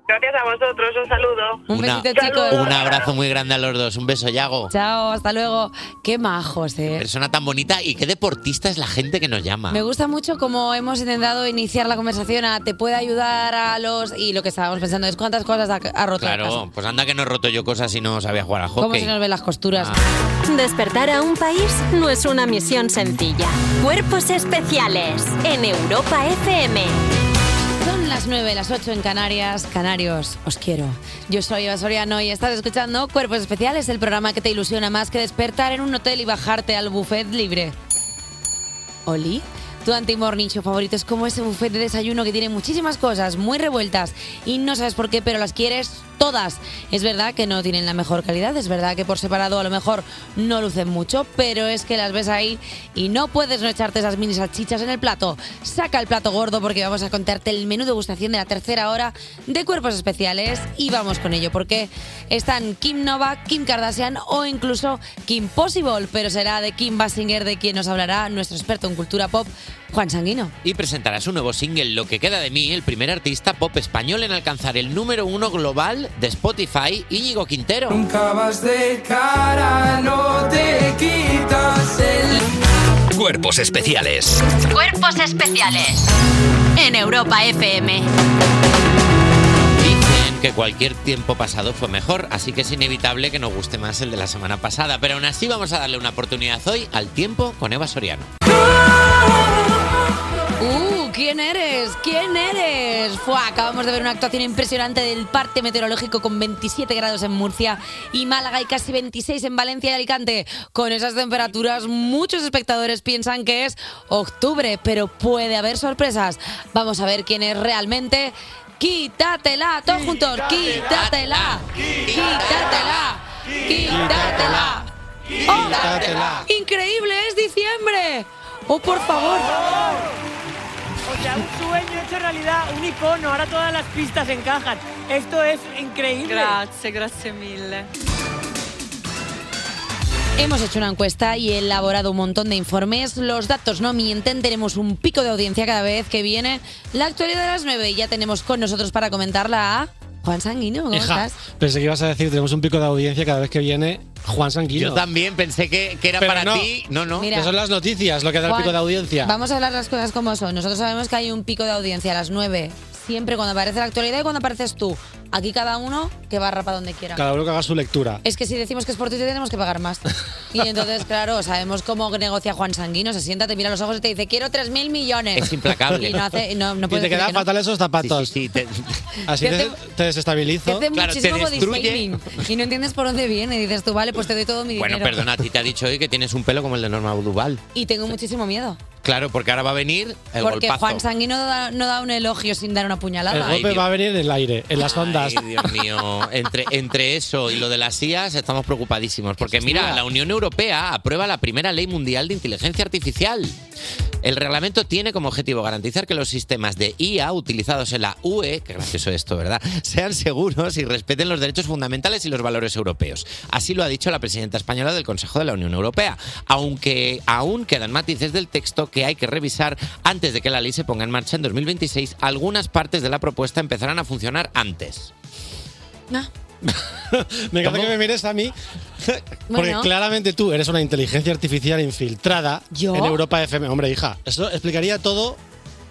Gracias a vosotros, un saludo. Un Una- besito, chicos. Un abrazo muy grande a los dos. Un beso, Yago. Chao, hasta luego. Qué majos, eh. Persona tan bonita y qué deportista es la gente que nos llama. Me gusta mucho cómo hemos intentado iniciar la conversación a te puede ayudar a los... Y lo que estábamos pensando es cuántas cosas ha, ha roto la casa. Claro, pues anda que no he roto yo cosas y no sabía jugar a hockey. ¿Cómo se nos ven las costuras? Despertar a un país no es una misión sencilla. Cuerpos especiales en Europa FM. Son las 9, las 8 en Canarias. Canarios, os quiero. Yo soy Eva Soriano y estás escuchando Cuerpos Especiales, el programa que te ilusiona más que despertar en un hotel y bajarte al buffet libre. Oli. Tu anti-morning show favorito es como ese buffet de desayuno que tiene muchísimas cosas muy revueltas y no sabes por qué, pero las quieres todas. Es verdad que no tienen la mejor calidad, es verdad que por separado a lo mejor no lucen mucho, pero es que las ves ahí y no puedes no echarte esas mini salchichas en el plato. Saca el plato gordo porque vamos a contarte el menú degustación de la tercera hora de cuerpos especiales y vamos con ello porque están Kim Novak, Kim Kardashian o incluso Kim Possible, pero será de Kim Basinger de quien nos hablará nuestro experto en cultura pop, Juan Sanguino. Y presentará su nuevo single Lo que queda de mí, el primer artista pop español en alcanzar el número uno global de Spotify, Íñigo Quintero. Nunca vas de cara, no te quitas el... Cuerpos especiales. Cuerpos especiales en Europa FM. Dicen que cualquier tiempo pasado fue mejor, así que es inevitable que nos guste más el de la semana pasada, pero aún así vamos a darle una oportunidad hoy al tiempo con Eva Soriano. Uh, ¿quién eres? ¿Quién eres? Fua, acabamos de ver una actuación impresionante del parte meteorológico con 27 grados en Murcia y Málaga y casi 26 en Valencia y Alicante. Con esas temperaturas, muchos espectadores piensan que es octubre, pero puede haber sorpresas. Vamos a ver quién es realmente. Quítatela, todos juntos. Quítatela. Quítatela. Quítatela. ¡Oh! Quítatela. ¡Increíble! ¡Es diciembre! ¡Oh, por favor! O sea, un sueño hecho realidad, un icono, ahora todas las pistas encajan. Esto es increíble. Grazie, grazie mille. Hemos hecho una encuesta y elaborado un montón de informes. Los datos no mienten, tenemos un pico de audiencia cada vez que viene la actualidad de las 9 y ya tenemos con nosotros para comentarla a Juan Sanguino. ¿Cómo Hija, estás? pensé que ibas a decir, tenemos un pico de audiencia cada vez que viene Juan Sanguino. Yo también pensé que, que era Pero para no. ti. No, no. Mira. Que son las noticias lo que da el Juan, pico de audiencia. Vamos a hablar las cosas como son. Nosotros sabemos que hay un pico de audiencia a las 9, siempre cuando aparece la actualidad y cuando apareces tú. Aquí cada uno que barra para donde quiera. Cada uno que haga su lectura. Es que si decimos que es por Twitter tenemos que pagar más. Y entonces, claro, sabemos cómo negocia Juan Sanguino. Se sienta, te mira a los ojos y te dice, quiero 3.000 millones. Es implacable. Eh, Y no hace... y No, no Y puede te decir quedan que no. fatal esos zapatos. Así Te te, hace- te Te desestabilizo. hace muchísimo body shaming. Y no entiendes por dónde viene. Y dices tú, vale, pues te doy todo mi Bueno, dinero. perdona, a ti te ha dicho hoy que tienes un pelo como el de Norma Duval. Y tengo muchísimo miedo. Claro, porque ahora va a venir el Porque golpazo. Juan Sanguino da- no da un elogio sin dar una puñalada. El golpe va a venir en el aire, en las ondas. Ay, Dios mío, entre, entre eso y lo de las IAS estamos preocupadísimos, porque mira, la Unión Europea aprueba la primera ley mundial de inteligencia artificial. El reglamento tiene como objetivo garantizar que los sistemas de IA utilizados en la UE, que gracioso esto, ¿verdad?, sean seguros y respeten los derechos fundamentales y los valores europeos. Así lo ha dicho la presidenta española del Consejo de la Unión Europea, aunque aún quedan matices del texto que hay que revisar antes de que la ley se ponga en marcha en 2026. Algunas partes de la propuesta empezarán a funcionar antes. Me encanta que me mires a mí. Porque Bueno. claramente tú eres una inteligencia artificial infiltrada ¿Yo? en Europa FM. Hombre, hija, eso explicaría todo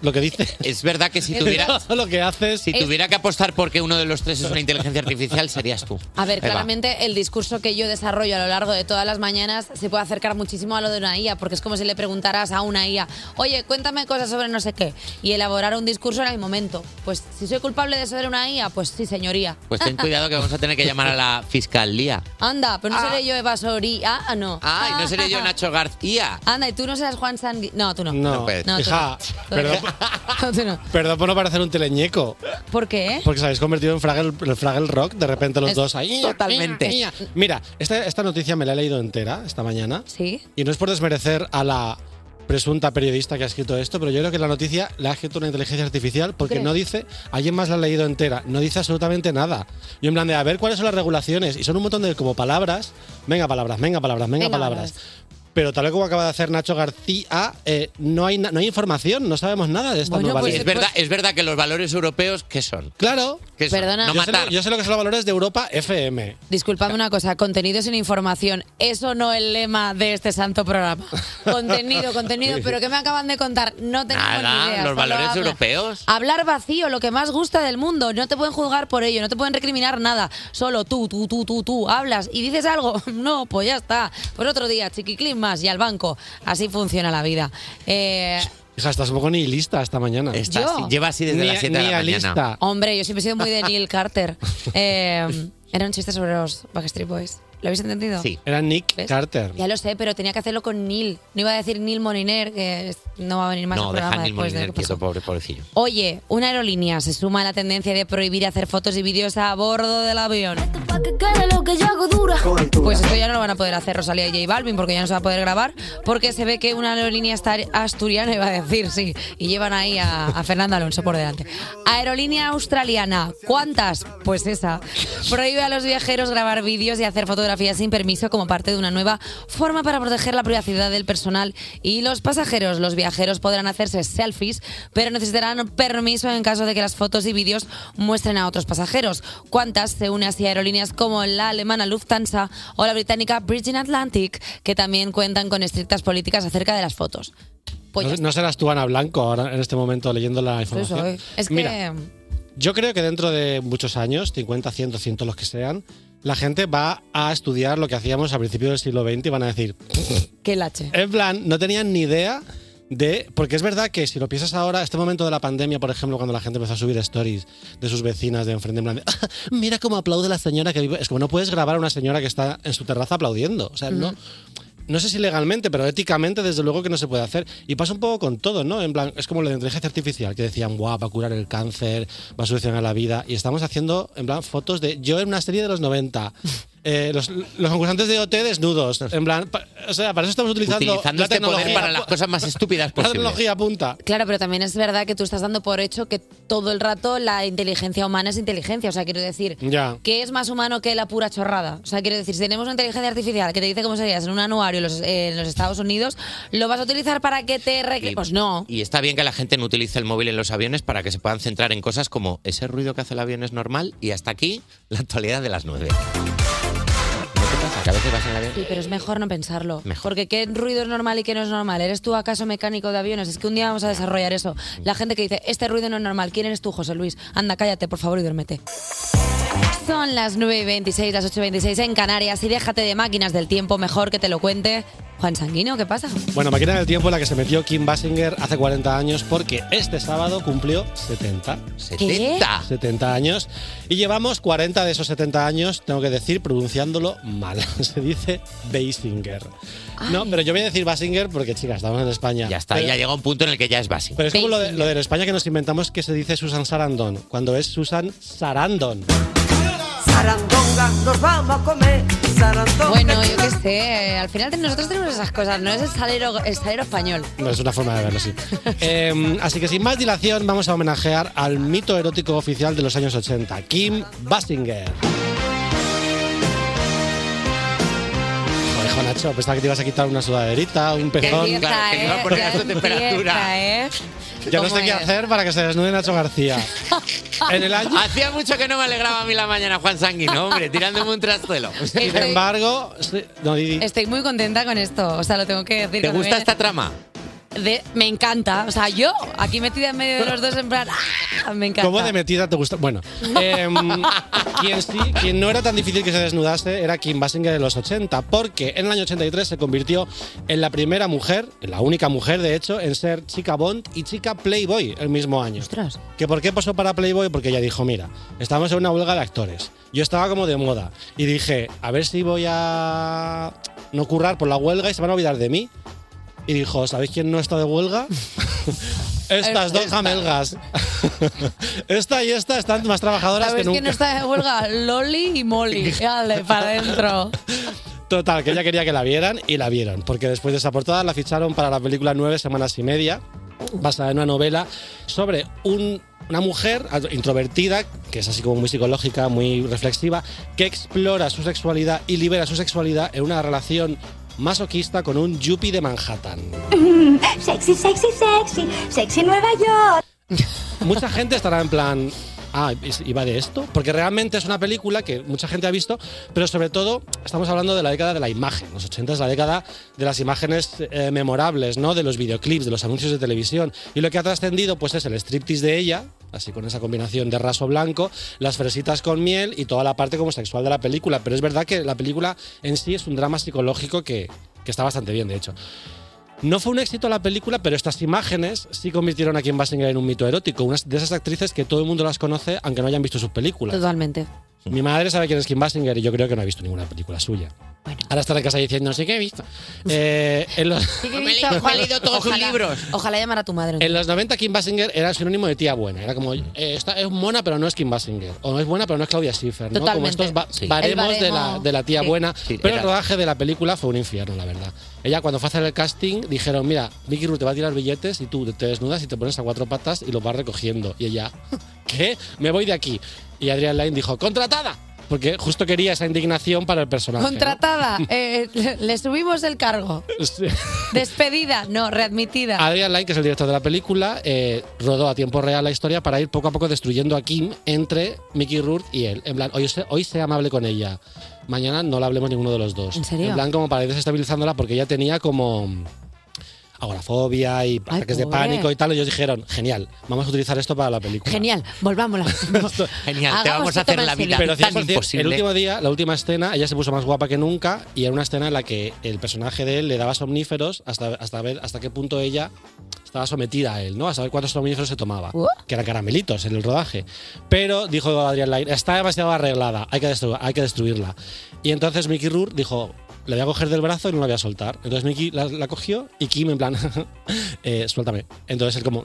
lo que dice. Es verdad que si tuviera lo que haces, si tuviera que apostar porque uno de los tres es una inteligencia artificial serías tú. A ver, Eva. claramente el discurso que yo desarrollo a lo largo de todas las mañanas se puede acercar muchísimo a lo de una IA, porque es como si le preguntaras a una IA, oye, cuéntame cosas sobre no sé qué, y elaborar un discurso en el momento. Pues si soy culpable de ser una IA, pues sí, señoría. Pues ten cuidado que vamos a tener que llamar a la fiscalía. Anda, pero no seré yo Eva Soria, ah, no. Ay, no seré yo Nacho García. Anda, y tú no serás Juan Sanguino. No, tú no. No, puedes. No, tú hija, no. perdón, No, tú no. perdón por no parecer un teleñeco. ¿Por qué? Porque os habéis convertido en Fraggle, el Fraggle Rock, de repente los ¿Eh? Es- dos ahí. ah, totalmente. Mira, Mira, esta, esta noticia me la he leído entera esta mañana. Sí. Y no es por desmerecer a la presunta periodista que ha escrito esto, pero yo creo que la noticia la ha escrito una inteligencia artificial porque ¿Crees? no dice, alguien más la ha leído entera, no dice absolutamente nada. Yo en plan de, a ver cuáles son las regulaciones, y son un montón de como palabras, venga palabras, venga palabras, venga, Venga, palabras. Pero tal vez como acaba de hacer Nacho García, eh, no, hay, na- no hay información, no sabemos nada de esta pues nueva Sí, ley. es verdad, es verdad que los valores europeos ¿qué son? Claro. ¿Qué son? Perdona. No yo, sé lo, matar. yo sé lo que son los valores de Europa FM. Disculpadme una cosa, contenido sin información. Eso no es el lema de este santo programa. Contenido, contenido, pero ¿qué me acaban de contar? No tengo ni idea. Nada, los solo valores habla. europeos. Hablar vacío, lo que más gusta del mundo. No te pueden juzgar por ello, no te pueden recriminar nada. Solo tú, tú, tú, tú, tú hablas y dices algo. No, pues ya está. Pues otro día, chiquiclín más y al banco. Así funciona la vida. Eh, Hija, estás un poco ni lista esta mañana. Yo. así- lleva así desde las siete de la mañana. lista. hombre, yo siempre he sido muy de Neil Carter. Eh, Era un chiste sobre los Backstreet Boys. ¿Lo habéis entendido? Era Nick ¿Ves? Carter. Ya lo sé, pero tenía que hacerlo con Neil. No iba a decir Neil Moliner, que es- no va a venir más No, al deja a programa Neil después de Moliner quieto, pobre, pobrecillo. Oye, una aerolínea se suma a la tendencia de prohibir hacer fotos y vídeos a bordo del avión. Pues esto ya no lo van a poder hacer Rosalía y J Balvin porque ya no se va a poder grabar porque se ve que una aerolínea está asturiana iba a decir, sí, y llevan ahí a, a Fernando Alonso por delante. Aerolínea australiana, ¿cuántas? Pues esa. Prohíbe a los viajeros grabar vídeos y hacer fotografías sin permiso como parte de una nueva forma para proteger la privacidad del personal y los pasajeros. Los viajeros podrán hacerse selfies, pero necesitarán permiso en caso de que las fotos y vídeos muestren a otros pasajeros. ¿Cuántas se une así a aerolíneas como la alemana Lufthansa o la británica Virgin Atlantic, que también cuentan con estrictas políticas acerca de las fotos? Pues no, no serás tú Ana Blanco ahora en este momento leyendo la Eso información. soy. Es que Mira, yo creo que dentro de muchos años, 50, 100, 200, los que sean, la gente va a estudiar lo que hacíamos a principios del siglo XX y van a decir, qué lache. en plan, no tenían ni idea de. Porque es verdad que si lo piensas ahora, este momento de la pandemia, por ejemplo, cuando la gente empezó a subir stories de sus vecinas de enfrente, en plan, de, "Ah, mira cómo aplaude la señora que vive. Es como no puedes grabar a una señora que está en su terraza aplaudiendo. O sea, no. No sé si legalmente, pero éticamente, desde luego que no se puede hacer. Y pasa un poco con todo, ¿no? En plan, es como la inteligencia artificial, que decían, guau, va a curar el cáncer, va a solucionar la vida. Y estamos haciendo, en plan, fotos de yo en una serie de los 90. eh, los, los concursantes de OT desnudos. En plan, pa- o sea, para eso estamos utilizando, Utilizando la este poder tecnología para las pu- cosas más estúpidas la posibles. tecnología punta. Claro, pero también es verdad que tú estás dando por hecho que todo el rato la inteligencia humana es inteligencia. O sea, quiero decir, Ya. que es más humano que la pura chorrada. O sea, quiero decir, si tenemos una inteligencia artificial que te dice cómo serías en un anuario en los, eh, en los Estados Unidos, ¿lo vas a utilizar para que te recre... Pues no. Y está bien que la gente no utilice el móvil en los aviones para que se puedan centrar en cosas como ese ruido que hace el avión es normal y hasta aquí la actualidad de las 9. ¿No te pasa que a veces vas en el avión? Sí, pero es mejor no pensarlo. Mejor. Porque qué ruido es normal y qué no es normal. ¿Eres tú acaso mecánico de aviones? Es que un día vamos a desarrollar eso. La gente que dice, este ruido no es normal. ¿Quién eres tú, José Luis? Anda, cállate, por favor, y duérmete. Son las 9 y 26, las 8 y 26 en Canarias y déjate de máquinas del tiempo, mejor que te lo cuente Juan Sanguino, ¿qué pasa? Bueno, máquina del tiempo en la que se metió Kim Basinger hace 40 años porque este sábado cumplió 70. ¿70? 70 años. Y llevamos 40 de esos 70 años, tengo que decir, pronunciándolo mal. Se dice Basinger. No, pero yo voy a decir Basinger porque, chicas, estamos en España. Ya está, Pero- ya llega un punto en el que ya es básico. Pero es como lo de, lo de en España que nos inventamos que se dice Susan Sarandon, cuando es Susan Sarandon. Sarandonga, nos vamos a comer. Sarandonga. Bueno, yo qué sé, eh, al final te- nosotros tenemos esas cosas, no es el salero, el salero español. No es una forma de verlo, sí. Eh, así que sin más dilación, vamos a homenajear al mito erótico oficial de los años 80, Kim Basinger. Joder, hijo Nacho, pensaba que te ibas a quitar una sudaderita, un pezón. Empieza, ¿eh? Ya empieza, ¿eh? Ya no ¿Cómo sé qué eres? hacer para que se desnude Nacho García. En el año- Hacía mucho que no me alegraba a mí la mañana Juan Sanguino, hombre, tirándome un trastuelo. Sin embargo, sí- no, Didi. Estoy muy contenta con esto, o sea, lo tengo que decir. ¿Te cuando gusta me- esta trama? de- me encanta, o sea, yo aquí metida en medio de los dos en plan, ¡ah! me encanta. ¿Cómo de metida te gusta? Bueno, em, quien, sí, quien no era tan difícil que se desnudase era Kim Basinger de los 80, porque en el año 83 se convirtió en la primera mujer, la única mujer de hecho, en ser chica Bond y chica Playboy el mismo año. Ostras. ¿Que ¿Por qué pasó para Playboy? Porque ella dijo, mira, estamos en una huelga de actores. Yo estaba como de moda y dije, a ver si voy a no currar por la huelga y se van a olvidar de mí. Y dijo, ¿sabéis quién no está de huelga? Estas dos jamelgas. Esta y esta están más trabajadoras que ¿Sabes nunca. quién está de huelga? Loli y Molly. Dale, para adentro. Total, que ella quería que la vieran y la vieron, porque después de esa portada la ficharon para la película Nueve Semanas y Media, basada en una novela sobre un- una mujer introvertida, que es así como muy psicológica, muy reflexiva, que explora su sexualidad y libera su sexualidad en una relación masoquista con un yuppie de Manhattan. Mm, Sexy, sexy, sexy, sexy Nueva York. mucha gente estará en plan, ah, ¿y va de esto? Porque realmente es una película que mucha gente ha visto, pero sobre todo estamos hablando de la década de la imagen. Los 80 es la década de las imágenes eh, memorables, ¿no? De los videoclips, de los anuncios de televisión. Y lo que ha trascendido, pues, es el striptease de ella, así con esa combinación de raso blanco, las fresitas con miel y toda la parte como sexual de la película. Pero es verdad que la película en sí es un drama psicológico que- que está bastante bien, de hecho. No fue un éxito la película, pero estas imágenes sí convirtieron a Kim Basinger en un mito erótico, una de esas actrices que todo el mundo las conoce aunque no hayan visto sus películas. Totalmente. Mi madre sabe quién es Kim Basinger y yo creo que no ha visto ninguna película suya. Ahora está en casa diciendo, sí que he visto. Eh, en los- Ojalá- Ojalá llamara a tu madre. En los 90 Kim Basinger era sinónimo de tía buena. Era como, eh, esta es mona pero no es Kim Basinger. O es buena pero no es Claudia Schiffer. ¿no? Como Totalmente. estos ba- Sí. baremos El de, baremo. la, de la tía Sí. buena. Sí, pero el era- rodaje de la película fue un infierno, la verdad. Ella cuando fue a hacer el casting dijeron, mira, Mickey Rourke te va a tirar billetes y tú te desnudas y te pones a cuatro patas y los vas recogiendo. Y ella, ¿qué? Me voy de aquí. Y Adrian Lyne dijo, ¡contratada! Porque justo quería esa indignación para el personaje. ¿no? Contratada, eh, le le subimos el cargo. Despedida, no, readmitida. Adrian Lyne, que es el director de la película, eh, rodó a tiempo real la historia para ir poco a poco destruyendo a Kim entre Mickey Rourke y él. En plan, hoy, sé- hoy sea amable con ella. Mañana no la hablemos ninguno de los dos. ¿En serio? plan, como para ir desestabilizándola porque ella tenía como agorafobia y ataques de pobre. pánico y tal. Ellos dijeron, genial, vamos a utilizar esto para la película. Genial, volvámosla. Genial, te Hagamos vamos a esto hacer tan la vida serio. Pero tan 100%, imposible. El último día, la última escena, ella se puso más guapa que nunca y era una escena en la que el personaje de él le daba somníferos hasta, hasta ver hasta qué punto ella estaba sometida a él, ¿no? A saber cuántos somníferos se tomaba, ¿Uh? que eran caramelitos en el rodaje. Pero dijo Adrián Lyne, está demasiado arreglada, hay que, destru- hay que destruirla. Y entonces Mickey Rourke dijo, la voy a coger del brazo y no la voy a soltar. Entonces Mickey la, la cogió y Kim en plan, eh, suéltame. Entonces él como,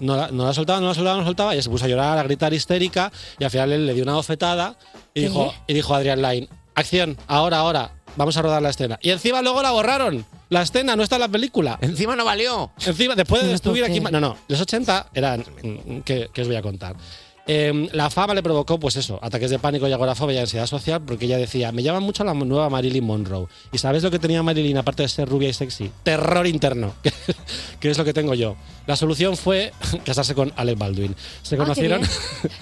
no la, no la soltaba, no la soltaba, no la soltaba, y se puso a llorar, a gritar histérica, y al final él le dio una bofetada y ¿Qué? dijo, y dijo Adrian Line, acción, ahora, ahora, vamos a rodar la escena. Y encima luego la borraron. La escena no está en la película. Encima no valió. Encima, después de No destruir puedo aquí. creer. No, no, los 80 eran. mm, ¿Qué, qué os voy a contar? Eh, la fama le provocó, pues eso, ataques de pánico y agorafobia y ansiedad social, porque ella decía: Me llama mucho la nueva Marilyn Monroe. ¿Y sabes lo que tenía Marilyn aparte de ser rubia y sexy? Terror interno, que es lo que tengo yo. La solución fue casarse con Alec Baldwin. Se Ah, qué conocieron. bien.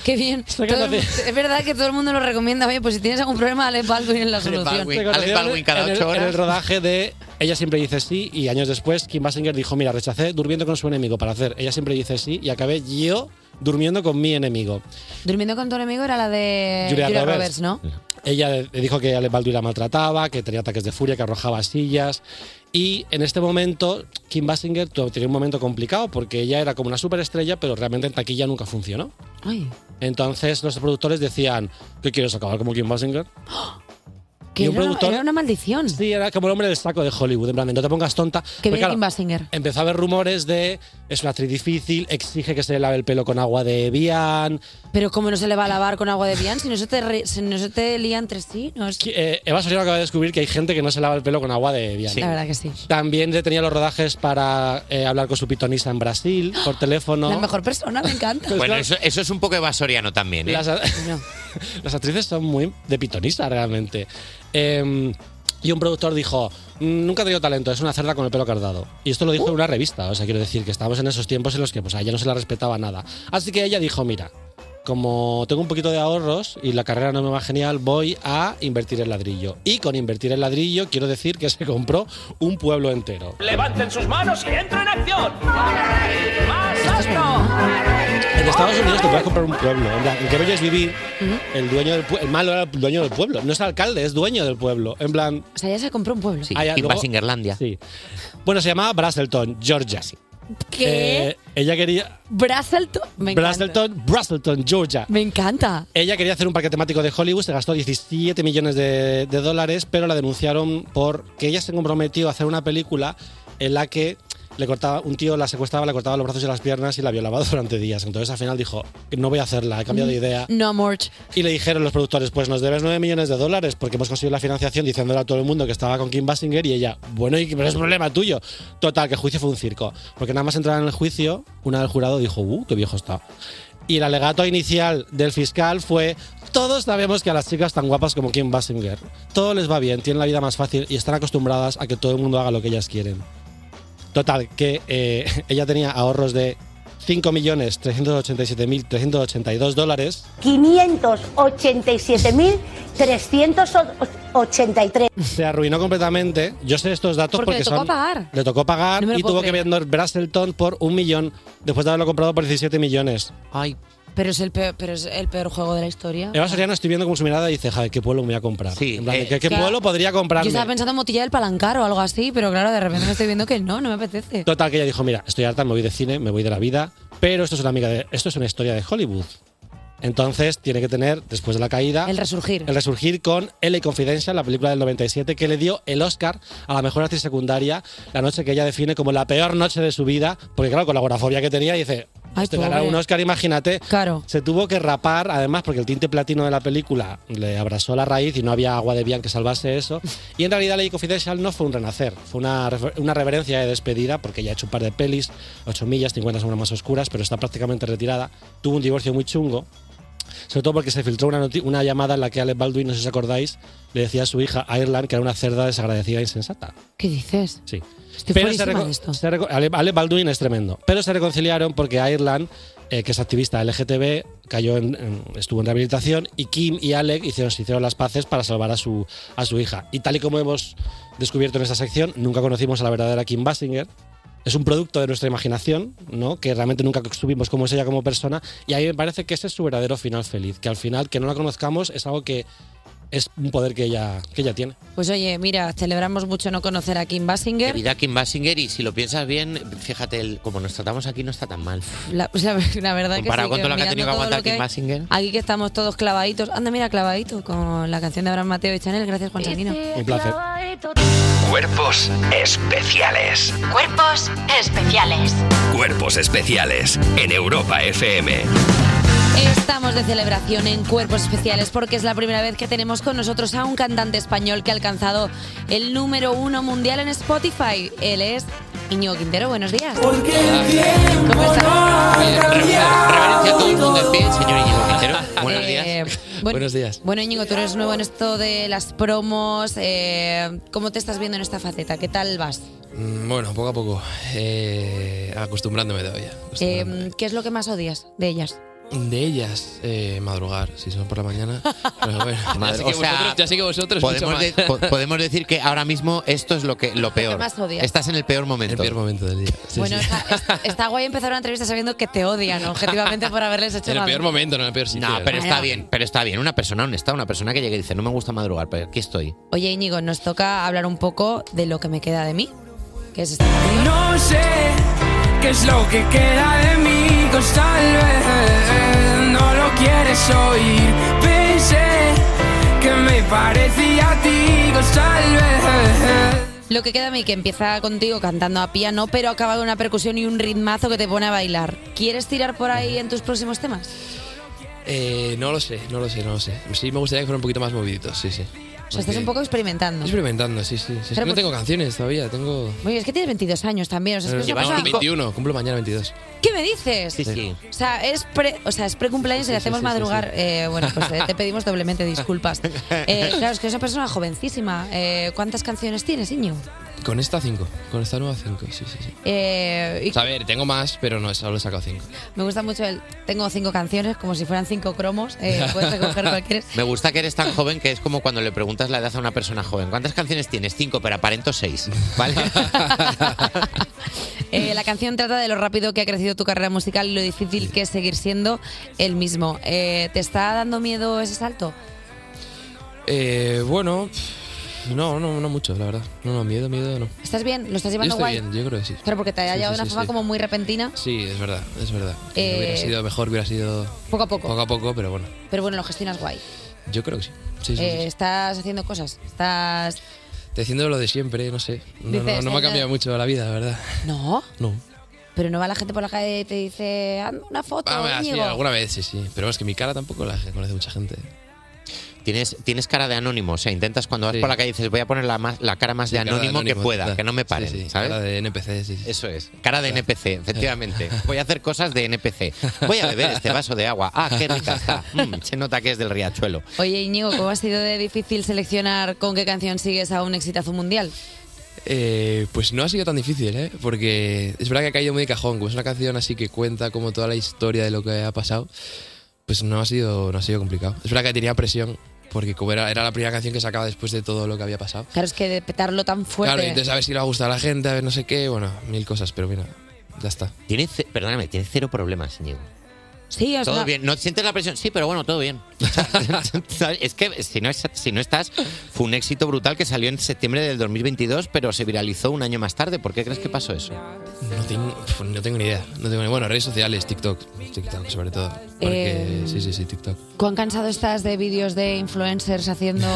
Qué bien. Todo el mu- es verdad que todo el mundo lo recomienda. Oye, pues si tienes algún problema, Alec Baldwin es la solución. Se conocieron en el- En el rodaje de Ella siempre dice sí y años después Kim Basinger dijo, mira, rechacé durmiendo con su enemigo para hacer Ella siempre dice sí y acabé yo durmiendo con mi enemigo. Durmiendo con tu enemigo era la de Julia Roberts, Roberts. ¿no? Ella le dijo que Alec Baldwin la maltrataba, que tenía ataques de furia, que arrojaba sillas. Y en este momento, Kim Basinger tuvo- tenía un momento complicado porque ella era como una superestrella, pero realmente en taquilla nunca funcionó. Ay, Entonces los productores decían, ¿qué quieres acabar como Kim Basinger? que Y un era, una, productor- era una maldición. Sí, era como el hombre del saco de Hollywood, en plan, de, no te pongas tonta. Que bien Porque, Pues claro, Eh. Kim Basinger. Empezó a haber rumores de es una actriz difícil, exige que se le lave el pelo con agua de Evian. Pero cómo no se le va a lavar con agua de Bian si no se te, re- si no se te lía entre sí. No es... Eh, Eva Soriano acaba de descubrir que hay gente que no se lava el pelo con agua de Evian. La verdad que sí. También detenía los rodajes para eh, hablar con su pitonisa en Brasil por teléfono. La mejor persona, me encanta. Bueno, eso, eso es un poco evasoriano también. ¿eh? Pues Las, las actrices son muy de pitonisa realmente. Eh, y un productor dijo, "Mm, nunca ha tenido talento, es una cerda con el pelo cardado. Y esto lo dijo en una revista, o sea, quiero decir que estábamos en esos tiempos en los que pues, a ella no se la respetaba nada. Así que ella dijo, mira, como tengo un poquito de ahorros y la carrera no me va genial, voy a invertir en ladrillo. Y con invertir en ladrillo quiero decir que se compró un pueblo entero. Levanten sus manos y entro en acción. ¡Más En Estados Unidos te puedes comprar un pueblo. En plan, ¿en qué bello es vivir? El dueño del pue- el malo era el dueño del pueblo. No es alcalde, es dueño del pueblo. En plan. O sea, ya se compró un pueblo. Sí, Ah, ya, Kim luego- Basingerlandia. Sí. Bueno, se llamaba Braselton, Georgia. ¿Qué? Eh, ella quería. Brasselton. Me encanta. Braselton, Braselton, Georgia. Me encanta. Ella quería hacer un parque temático de Hollywood, se gastó 17 millones de, de dólares, pero la denunciaron porque ella se comprometió a hacer una película en la que le cortaba, un tío la secuestraba, le cortaba los brazos y las piernas y la violaba durante días. Entonces al final dijo, no voy a hacerla, he cambiado de idea. No, Morch. Y le dijeron los productores, pues nos debes 9 millones de dólares porque hemos conseguido la financiación diciéndole a todo el mundo que estaba con Kim Basinger y ella, bueno, y, pero es problema tuyo. Total, que el juicio fue un circo. Porque nada más entrar en el juicio, una del jurado dijo, uh, qué viejo está. Y el alegato inicial del fiscal fue, todos sabemos que a las chicas tan guapas como Kim Basinger, todo les va bien, tienen la vida más fácil y están acostumbradas a que todo el mundo haga lo que ellas quieren. Total, que eh, ella tenía ahorros de 5.387.382 dólares. 587.383. se arruinó completamente. Yo sé estos datos Porque porque, le tocó son- pagar. Le tocó pagar No me lo y puedo tuvo que creer. vender Braselton por un millón después de haberlo comprado por 17 millones. Ay. Pero es el peor, pero es el peor juego de la historia. Eva Soriano estoy viendo como su mirada dice, joder, ¿qué pueblo me voy a comprar? En plan, ¿qué, qué claro. pueblo podría Yo comprarme? estaba pensando en Motilla del Palancar o algo así, pero claro, de repente me estoy viendo que no, no me apetece. Total, que ella dijo, mira, estoy harta, me voy de cine, me voy de la vida, pero esto es una amiga de, esto es una historia de Hollywood. Entonces tiene que tener, después de la caída, El resurgir. el resurgir con L.A. Confidential, la película del 97, que le dio el Oscar a la mejor actriz secundaria, la noche que ella define como la peor noche de su vida, porque claro, con la agorafobia que tenía, dice, Ay, te ganará pobre. un Oscar, imagínate. Claro. Se tuvo que rapar, además, porque el tinte platino de la película le abrazó la raíz y no había agua de bien que salvase eso. Y en realidad, Lady Confidential no fue un renacer, fue una, refer- una reverencia de despedida, porque ya ha hecho un par de pelis, 8 millas, 50 sombras más oscuras, pero está prácticamente retirada. Tuvo un divorcio muy chungo, sobre todo porque se filtró una, noti- una llamada en la que Alec Baldwin, no sé si os acordáis, le decía a su hija Ireland que era una cerda desagradecida e insensata. ¿Qué dices? Sí. Este Estoy se fuerísima reco- de esto. se reco- Ale- Ale Baldwin es tremendo. Pero se reconciliaron porque Ireland, eh, que es activista LGTB, cayó en, en- estuvo en rehabilitación y Kim y Alec hicieron, se hicieron las paces para salvar a su, a su hija. Y tal y como hemos descubierto en esta sección, nunca conocimos a la verdadera Kim Basinger. Es un producto de nuestra imaginación, ¿no? Que realmente nunca supimos cómo es ella como persona. Y ahí me parece que ese es su verdadero final feliz. Que al final, que no la conozcamos, es algo que es un poder que ella, que ella tiene. Pues oye, mira, celebramos mucho no conocer a Kim Basinger. Vida Kim Basinger, y si lo piensas bien, fíjate, el- como nos tratamos aquí no está tan mal. La, o sea, la verdad que Comparado sí, con que todo lo que ha tenido mirando que todo aguantar lo que Kim hay, Basinger. Aquí que estamos todos clavaditos. Anda, mira, clavadito con la canción de Abraham Mateo y Chanel. Gracias, Juan Sanguino. Un placer. Cuerpos especiales. Cuerpos especiales. Cuerpos especiales en Europa FM. Estamos de celebración en Cuerpos Especiales porque es la primera vez que tenemos con nosotros a un cantante español que ha alcanzado el número uno mundial en Spotify. Él es Iñigo Quintero. Buenos días. ¿Cómo estás? Reverencia a todo el mundo en pie, señor Íñigo Quintero. Ah, Buenos días. Eh, bueno- Buenos días. Bueno, Íñigo, tú eres nuevo en esto de las promos. eh, ¿Cómo te estás viendo en esta faceta? ¿Qué tal vas? Mm, Bueno, poco a poco. Eh, acostumbrándome todavía. Eh, ¿Qué es lo que más odias de ellas? De ellas, eh, madrugar, si son por la mañana. Pero bueno, Madre- así o que sea, vosotros, ya sé que vosotros Podemos, mucho más. de- po- podemos decir que ahora mismo esto es lo que lo peor. más odias. Estás en el peor momento. El peor momento del día. bueno, Está, es- está guay empezar una entrevista sabiendo que te odian, objetivamente, por haberles hecho mal. momento, no en el peor No, pero está Bueno. bien, pero está bien. Una persona honesta, una persona que llega y dice, no me gusta madrugar, pero aquí estoy. Oye, Íñigo, nos toca hablar un poco de lo que me queda de mí. que es esto? No sé qué es lo que queda de mí, pues tal vez no lo quieres oír. Pensé que me parecía a ti, pues tal vez. Lo que queda de mí, que empieza contigo cantando a piano, pero acaba con una percusión y un ritmazo que te pone a bailar. ¿Quieres tirar por ahí en tus próximos temas? Eh, no lo sé, no lo sé, no lo sé. Sí, me gustaría que fueran un poquito más moviditos, sí, Pues sí. O sea, estás un poco experimentando. Experimentando, sí, sí. Sí, es que Pero no por- tengo canciones todavía, tengo. Oye, es que tienes 22 años también. O sea, Pues es que es una Llevas cosa- 21, cumplo mañana 22. ¿Qué me dices? Sí, sí. O sea, es pre, o sea, es precumpleaños y le Sí, sí, hacemos sí, sí, madrugar. sí. Eh, bueno, pues eh, te pedimos doblemente disculpas. Eh, claro, es que eres una persona jovencísima. Eh, ¿Cuántas canciones tienes, Iño? Con esta 5, con esta nueva 5, sí, sí, sí. Eh, y O sea, a ver, tengo más, pero no, solo he sacado 5. me gusta mucho el. Tengo cinco canciones, como si fueran cinco cromos. eh, puedes recoger cualquiera. Me gusta que eres tan joven que es como cuando le preguntas la edad a una persona joven. ¿Cuántas canciones tienes? Cinco, pero aparento seis. ¿Vale? Eh, la canción trata de lo rápido que ha crecido tu carrera musical y lo difícil que es seguir siendo el mismo. Eh, ¿Te está dando miedo ese salto? Eh, bueno, no, no, no mucho, la verdad. No, no, miedo, miedo, no. ¿Estás bien? ¿Lo estás Yo llevando estoy guay? bien, yo creo que sí. Pero porque te haya Sí, llegado sí, de una sí, forma sí. como muy repentina, Sí, es verdad, es verdad. Que Eh, Hubiera sido mejor, hubiera sido poco a poco. poco a poco, pero bueno, Pero bueno, lo gestionas guay. yo creo que sí. Sí, sí, sí, Eh, sí. Estás haciendo cosas. Estás. Estoy haciendo lo de siempre, no sé. No, no, Dices, no me ha eh, cambiado mucho la vida, la verdad. No. No. Pero no va la gente por la calle y te dice, "Hazme una foto, Ah, sí, Íñigo". alguna vez, sí, sí. Pero es que mi cara tampoco la conoce mucha gente. ¿eh? Tienes, tienes cara de anónimo. O sea, intentas cuando vas Sí. por la calle dices, voy a poner la, más- la cara más Sí, de cara de anónimo, que anónimo, pueda, da. que no me paren. Sí, sí, ¿sabes? cara de NPC, sí, Eso es. Cara de NPC, efectivamente. Voy a hacer cosas de NPC. Voy a beber este vaso de agua. Ah, qué rica está. Mm, se nota que es del riachuelo. Oye, Íñigo, ¿cómo ha sido de difícil seleccionar con qué canción sigues a un exitazo mundial? Eh, pues no ha sido tan difícil, ¿eh? Porque es verdad que ha caído muy de cajón. Como es una canción así que cuenta como toda la historia de lo que ha pasado, pues no ha sido, no ha sido complicado. Es verdad que tenía presión, porque como era, era la primera canción que sacaba después de todo lo que había pasado. Claro, es que de petarlo tan fuerte. Claro, y entonces a ver si le va a gustar a la gente, a ver no sé qué, bueno, mil cosas, pero mira, ya está. Tiene, ce- perdóname, tiene cero problemas, Íñigo. Sí, o Todo sea, bien. ¿No sientes la presión? Sí, pero bueno, todo bien. es que si no, es- si no estás, fue un éxito brutal que salió en septiembre del 2022, pero se viralizó un año más tarde. ¿Por qué crees que pasó eso? No tengo, pf, no tengo ni idea. No tengo ni- bueno, redes sociales, TikTok. TikTok sobre todo. Porque, Eh, sí, sí, sí, TikTok. ¿Cuán cansado estás de vídeos de influencers haciendo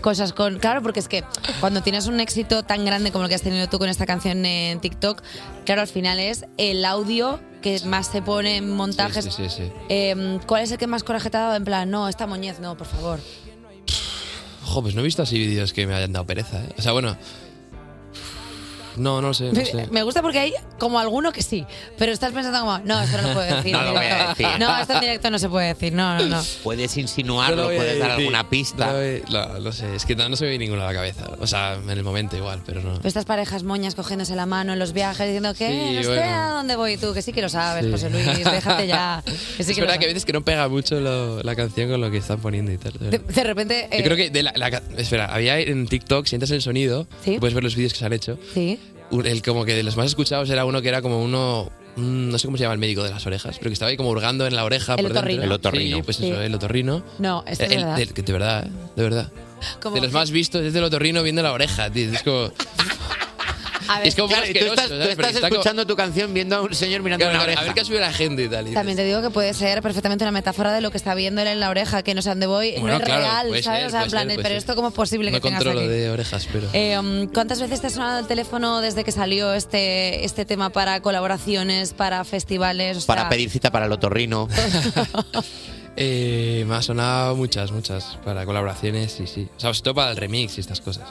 cosas con...? Claro, porque es que cuando tienes un éxito tan grande como el que has tenido tú con esta canción en TikTok, claro, al final es el audio que más se pone en montajes. Sí, sí, sí. Eh, ¿Cuál es el que más coraje te ha dado? En plan, no, esta moñez, no, por favor. Ojo, pues no he visto así vídeos que me hayan dado pereza, ¿eh? O sea, bueno. No, no lo sé, no Me- sé. Me gusta porque hay como alguno que sí, pero estás pensando como, no, esto no lo puedo decir. No en lo voy a directo. decir. No, esto en directo no se puede decir, no, no, no. Puedes No insinuarlo, lo voy a puedes dar decir. alguna pista. No, eh, no, no sé, es que no, no se me viene ninguno a la cabeza. O sea, en el momento igual, pero no. Pero Pues Estas parejas moñas cogiéndose la mano en los viajes diciendo que Sí, no sé bueno. a dónde voy tú, que sí que lo sabes, Sí. José Luis, déjate ya. Que sí es que lo verdad que a sabes. veces que no pega mucho lo- la canción con lo que están poniendo y tal. de de, verdad. de repente. eh, Yo creo que de la, la ca- espera, había en TikTok, si entras en el sonido, puedes ver los vídeos que se han hecho. Sí. Un- El como que de los más escuchados era uno que era como uno mm, no sé cómo se llama el médico de las orejas, pero que estaba ahí como hurgando en la oreja El por dentro. otorrino. El otorrino. Sí, pues Sí. eso, el otorrino. No, esto es El- verdad. del- que de verdad, ¿eh? de verdad. Como- de los más vistos es del otorrino viendo la oreja, tío. Es como a ver, es como Claro, y tú asqueroso, estás, ¿sabes? tú Porque estás está como- escuchando tu canción viendo a un señor mirando Claro, una a ver- oreja. a ver qué sube la gente y tal. y- También te digo que puede ser perfectamente una metáfora de lo que está viendo él en la oreja, que no sé a dónde voy, Bueno, no es claro, real, puede ¿sabes? ser, o sea, en puede plan, ser, puede pero ser. esto cómo es posible no que tengas controlo aquí? de orejas, pero Eh, um, ¿Cuántas veces te ha sonado el teléfono desde que salió este, este tema para colaboraciones, para festivales? O sea, Para pedir cita para el otorrino. Eh, me ha sonado muchas, muchas. Para colaboraciones, sí, sí. O sea, sobre todo para el remix y estas cosas.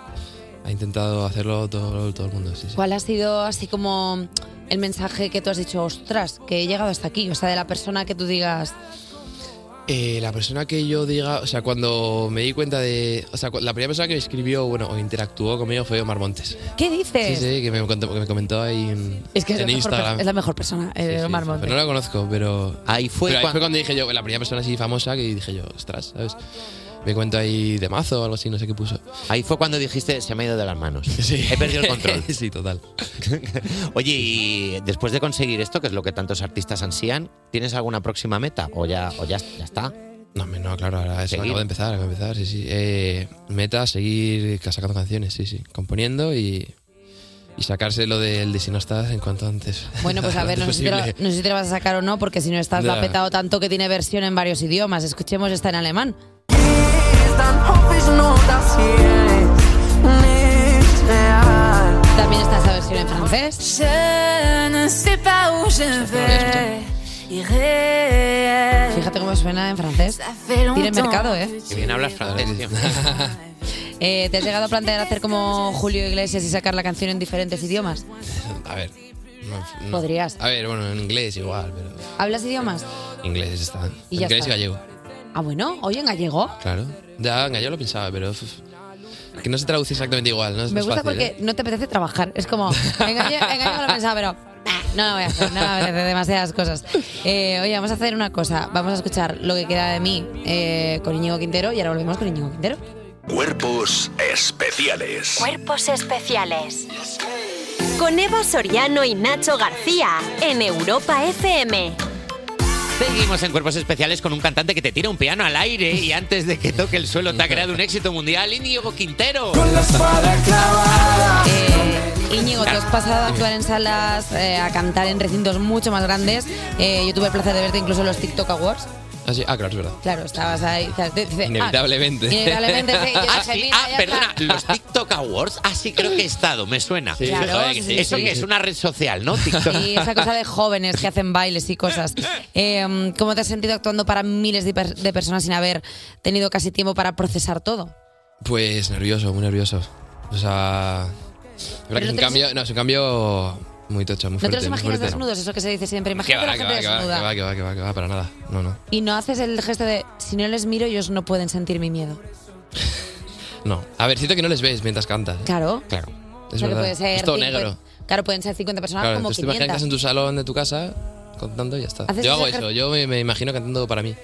Ha intentado hacerlo todo, todo el mundo, sí, sí. ¿Cuál ha sido así como el mensaje que tú has dicho, ostras, que he llegado hasta aquí? O sea, de la persona que tú digas, Eh, la persona que yo diga, o sea, cuando me di cuenta de. O sea, cu- la primera persona que me escribió, bueno, o interactuó conmigo fue Omar Montes. ¿qué dices? Sí, sí, que me, contó- que me comentó ahí en, Es que es, en la mejor, Instagram. per- es la mejor persona, eh, Omar Montes. Pero no la conozco, pero. Ahí fue Pero ahí cuan- fue cuando dije yo, la primera persona así famosa que dije yo, ostras, ¿sabes? Me cuento ahí de mazo o algo así, no sé qué puso. Ahí fue cuando dijiste, se me ha ido de las manos. He perdido el control. sí, total. Oye, y después de conseguir esto, que es lo que tantos artistas ansían, ¿tienes alguna próxima meta? ¿O ya, o ya, ya está? No, hombre, no, claro, ahora Ah, eso Seguir. acabo de empezar, acabo de empezar, sí, sí. Eh, meta, seguir sacando canciones, sí, sí. Componiendo y, y sacarse lo del de si no estás en cuanto antes. Bueno, pues a ver, no sé, si te lo, Posible. no sé si te lo vas a sacar o no, porque si no estás, lo ha Ya. petado tanto que tiene versión en varios idiomas. Escuchemos esta en alemán. También está esa versión en francés. Je ne sais pas où je vais. Iré. Fíjate cómo suena en francés. Tiene mercado, ¿eh? Que bien hablas francés, tío. Eh, ¿Te has llegado a plantear hacer como Julio Iglesias y sacar la canción en diferentes idiomas? A ver. no, no. Podrías. A ver, bueno, en inglés igual, pero ¿Hablas idiomas? inglés está. Y ya inglés está. y gallego, Ah, bueno, oye, en gallego. claro. Ya, en gallego lo pensaba, pero. uf, que no se traduce exactamente igual, ¿no? Es Me más gusta fácil, porque ¿eh? no te apetece trabajar. Es como, en gallego, en gallego lo pensaba, pero nah, no lo voy a hacer, no me apetece demasiadas cosas. Eh, oye, vamos a hacer una cosa. Vamos a escuchar lo que queda de mí eh, con Íñigo Quintero y ahora volvemos con Íñigo Quintero. Cuerpos especiales. Cuerpos especiales. Con Eva Soriano y Nacho García en Europa FM. Seguimos en Cuerpos Especiales con un cantante que te tira un piano al aire y antes de que toque el suelo te ha creado un éxito mundial, Íñigo Quintero. Eh, Íñigo, te has pasado a actuar en salas, eh, a cantar en recintos mucho más grandes. Eh, yo tuve el placer de verte incluso en los TikTok Awards. Ah, sí, ah, claro, es verdad. Claro, estabas ahí. o sea, te- dice, ah, Inevitablemente. inevitablemente, sí. Yo Ah, dije, sí. mira, Ah, ya perdona, está. los TikTok Awards. Ah, sí, creo que he estado, me suena. Sí, Claro, joder, que sí, sí, Eso sí. que es una red social, ¿no? TikTok. Y esa cosa de jóvenes que hacen bailes y cosas. Eh, ¿Cómo te has sentido actuando para miles de, per- de personas sin haber tenido casi tiempo para procesar todo? Pues nervioso, muy nervioso. O sea. la verdad que Pero es no un te cambio, no, es un cambio muy tocho, muy ¿No te fuerte. los muy imaginas fuerte. desnudos? Eso que se dice siempre. Que Imagínate a va, la que gente va, que va, que desnuda. va, que va, que va, que va, para nada. No, no. Y no haces el gesto de, si no les miro, ellos no pueden sentir mi miedo. No. A ver, siento que no les ves mientras cantas. ¿eh? Claro. Claro. Es O sea, que verdad. puede ser es todo 50 negro. Claro, pueden ser 50 personas claro, como entonces te imaginas que estás en 500. tu salón de tu casa contando y ya está. Haces Yo hago ese eso, ejer- yo me, me imagino cantando para mí.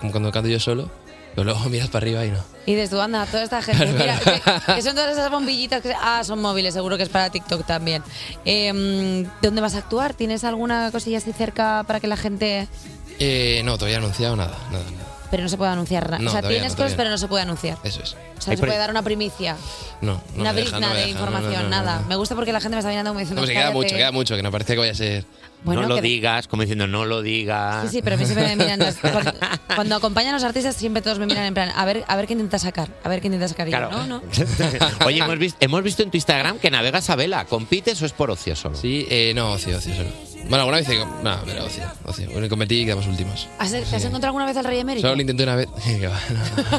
Como cuando canto yo solo, pero luego miras para arriba y no. Y dices tú, anda, toda esta gente. Mira, que, que son todas esas bombillitas que. Ah, son móviles, seguro que es para TikTok también. Eh, ¿Dónde vas a actuar? ¿Tienes alguna cosilla así cerca para que la gente.? Eh, no, todavía no he anunciado nada, nada, nada. pero no se puede anunciar nada. No, o sea, todavía tienes no, cosas, todavía pero no. no se puede anunciar. Eso es. O sea, no se puede dar una primicia, No, no una me deja, brizna no me de deja, no, no, información, no, no, nada. no. Me gusta porque la gente me está mirando como No, diciendo. pues que queda "Cállate". mucho, queda mucho, que no parece que vaya a ser. Bueno, no lo que- digas, como diciendo, no lo digas. Sí, sí, pero a mí siempre me miran. las- cuando, cuando acompañan a los artistas, siempre todos me miran en plan, a ver, a ver qué intenta sacar, a ver qué intenta sacar. Y yo, Claro. no, no. Oye, hemos visto, hemos visto en tu Instagram que navegas a vela. ¿Compites o es por ocio solo? Sí, eh, no, ocio, ocio solo. Bueno, alguna vez. he- No, pero ocio, ocio. Bueno, competí y quedamos últimos. ¿Has, ¿Te has Sí. encontrado alguna vez al Rey Emérito? Solo lo intenté una vez. Que va,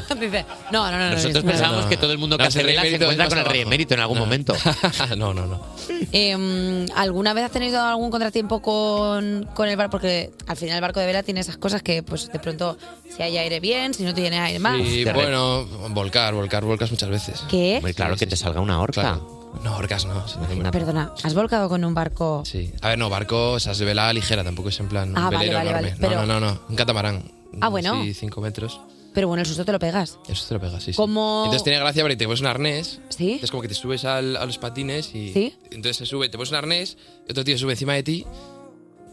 no. Dice, no, no, no. no, Nosotros no, no". pensábamos no. que todo el mundo que No, hace el rey vela se emérito es encuentra más con el rey abajo. emérito en algún momento. no, no, no. Eh, ¿Alguna vez has tenido algún contratiempo con, con el barco? Porque al final el barco de vela tiene esas cosas que, pues, de pronto, si hay aire bien, si no tiene aire mal. Y bueno, volcar, volcar, volcas muchas veces. ¿Qué? Hombre, claro que te salga una horca. No, horcas no. sin ninguna. Perdona, ¿has volcado con un barco? Sí. A ver, no, barco, o sea, es de vela ligera, tampoco es en plan un Ah, vale, velero vale, enorme. vale, No, pero- no, no, no, un catamarán. Ah, bueno. Sí, 5 metros. Pero bueno, el susto te lo pegas. Eso te lo pegas, sí. sí. Como- Entonces tiene gracia porque te pones un arnés. Sí. Entonces como que te subes al- a los patines y. Sí. Entonces se sube, te pones un arnés, y otro tío sube encima de ti,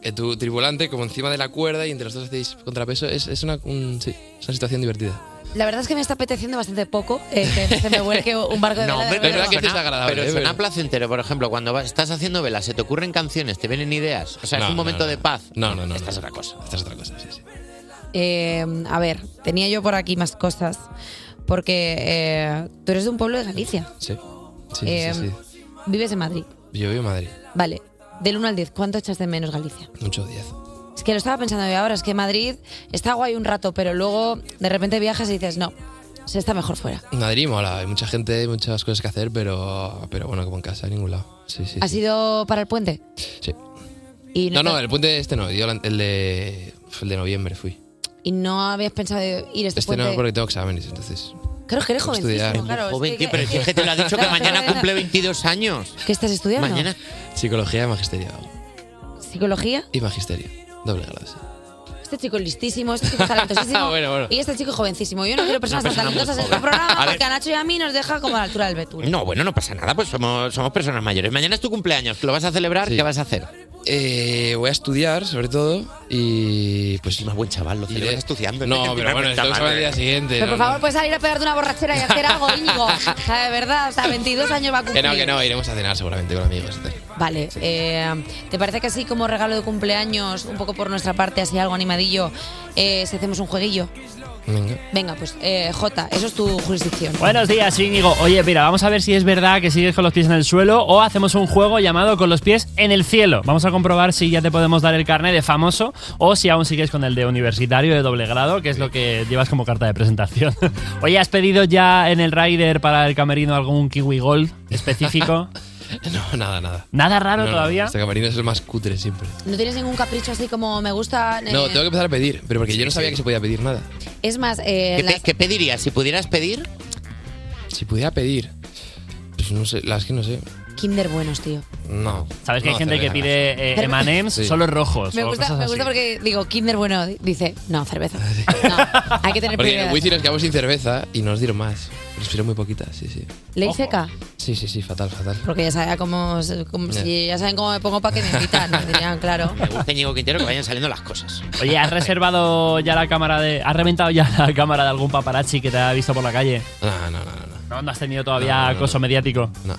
eh, tu tripulante como encima de la cuerda y entre los dos hacéis contrapeso. Es, es una, un- sí, es una situación divertida. La verdad es que me está apeteciendo bastante poco eh, que se me vuelque un barco de No, vela. de hombre, verdad verdad. que es suena- desagradable, Pero ¿eh? suena Pero- placentero, por ejemplo, cuando vas- estás haciendo vela, se te ocurren canciones, te vienen ideas. O sea, No, es un no, momento no. de paz. No, no, no. Esta no. es otra cosa. Esta es otra cosa, sí, sí. Eh, a ver, tenía yo por aquí más cosas. Porque eh, tú eres de un pueblo de Galicia. Sí. Sí, Eh, sí, sí. Vives en Madrid. Yo vivo en Madrid. Vale. Del 1 al 10, ¿cuánto echas de menos Galicia? Mucho 10. Es que lo estaba pensando yo ahora, es que Madrid está guay un rato, pero luego de repente viajas y dices, no, se está mejor fuera. Madrid mola, hay mucha gente, hay muchas cosas que hacer, pero, pero bueno, como en casa, en ningún lado. Sí, sí. ¿Has sí. ido para el puente? Sí. Ah, Y No, no, no, te- el puente este no, yo la- el de, el de noviembre fui. ¿Y no habías pensado ir a este, Este puente? no, porque tengo exámenes, entonces. Creo que eres Tengo que jovencísimo, estudiar. claro. Pues es Joven, que- tío, pero si es este que te lo ha dicho que mañana cumple 22 años. ¿Qué estás estudiando? Mañana. Psicología y magisterio. ¿Psicología? Y magisterio. Doble grado, sí. Este chico es listísimo, este chico es talentosísimo. Bueno, bueno. Y este chico es jovencísimo. Yo no quiero personas persona tan muy talentosas en joven. este programa A ver. porque a Nacho y a mí nos deja como a la altura del betún. No, bueno, no pasa nada, pues somos, somos personas mayores. Mañana es tu cumpleaños, ¿lo vas a celebrar? Sí. ¿Qué vas a hacer? Eh, voy a estudiar, sobre todo, y pues... Más buen chaval, lo celebras estudiando. No, pero bueno, tengo examen el día siguiente. Pero no, por no. favor, puedes salir a pegarte una borrachera y hacer algo, Íñigo. O sea, de verdad, o sea, 22 años va a Que cumplir. no, que no, iremos a cenar seguramente con amigos. y tal. Vale, eh, ¿te parece que así como regalo de cumpleaños, un poco por nuestra parte, así algo animadillo, eh, si hacemos un jueguillo? Venga. Venga, pues eh, Jota, eso es tu jurisdicción. Buenos días, Íñigo. Oye, mira, vamos a ver si es verdad que sigues con los pies en el suelo o hacemos un juego llamado Con los pies en el cielo. Vamos a comprobar si ya te podemos dar el carnet de famoso o si aún sigues con el de universitario de doble grado, que es lo que llevas como carta de presentación. Oye, ¿has pedido ya en el Rider para el camerino algún Kiwi Gold específico? No, nada, nada. ¿Nada raro No, no, todavía? Este camarino es el más cutre siempre. ¿No tienes ningún capricho así como me gusta? eh, No, tengo que empezar a pedir, pero porque yo no sabía que se podía pedir nada. Es más, eh, ¿Qué, las- pe- qué pedirías? Si pudieras pedir, Si pudiera pedir, pues no sé, las que no sé. Kinder buenos, tío. No. Sabes que hay No, gente que cerveza, pide eh, Pero- M&M's Sí. solo rojos. Me o gusta, cosas me así. gusta porque digo, Kinder bueno, dice, no, cerveza. No, hay que tener Porque en prioridades. el Wizzing nos quedamos sin cerveza y nos dieron más. Nos dieron muy poquitas, sí, sí. Ley seca, Sí, sí, sí, fatal, fatal. porque ya sabía cómo, cómo- Ya. si ya saben cómo me pongo para que me invitan, me dirían, claro. me gusta Íñigo Quintero que vayan saliendo las cosas. Oye, ¿has reservado ya la cámara de. ¿Has reventado ya la cámara de algún paparazzi que te ha visto por la calle? No, no, no, no, no. No, no has tenido todavía acoso mediático. No,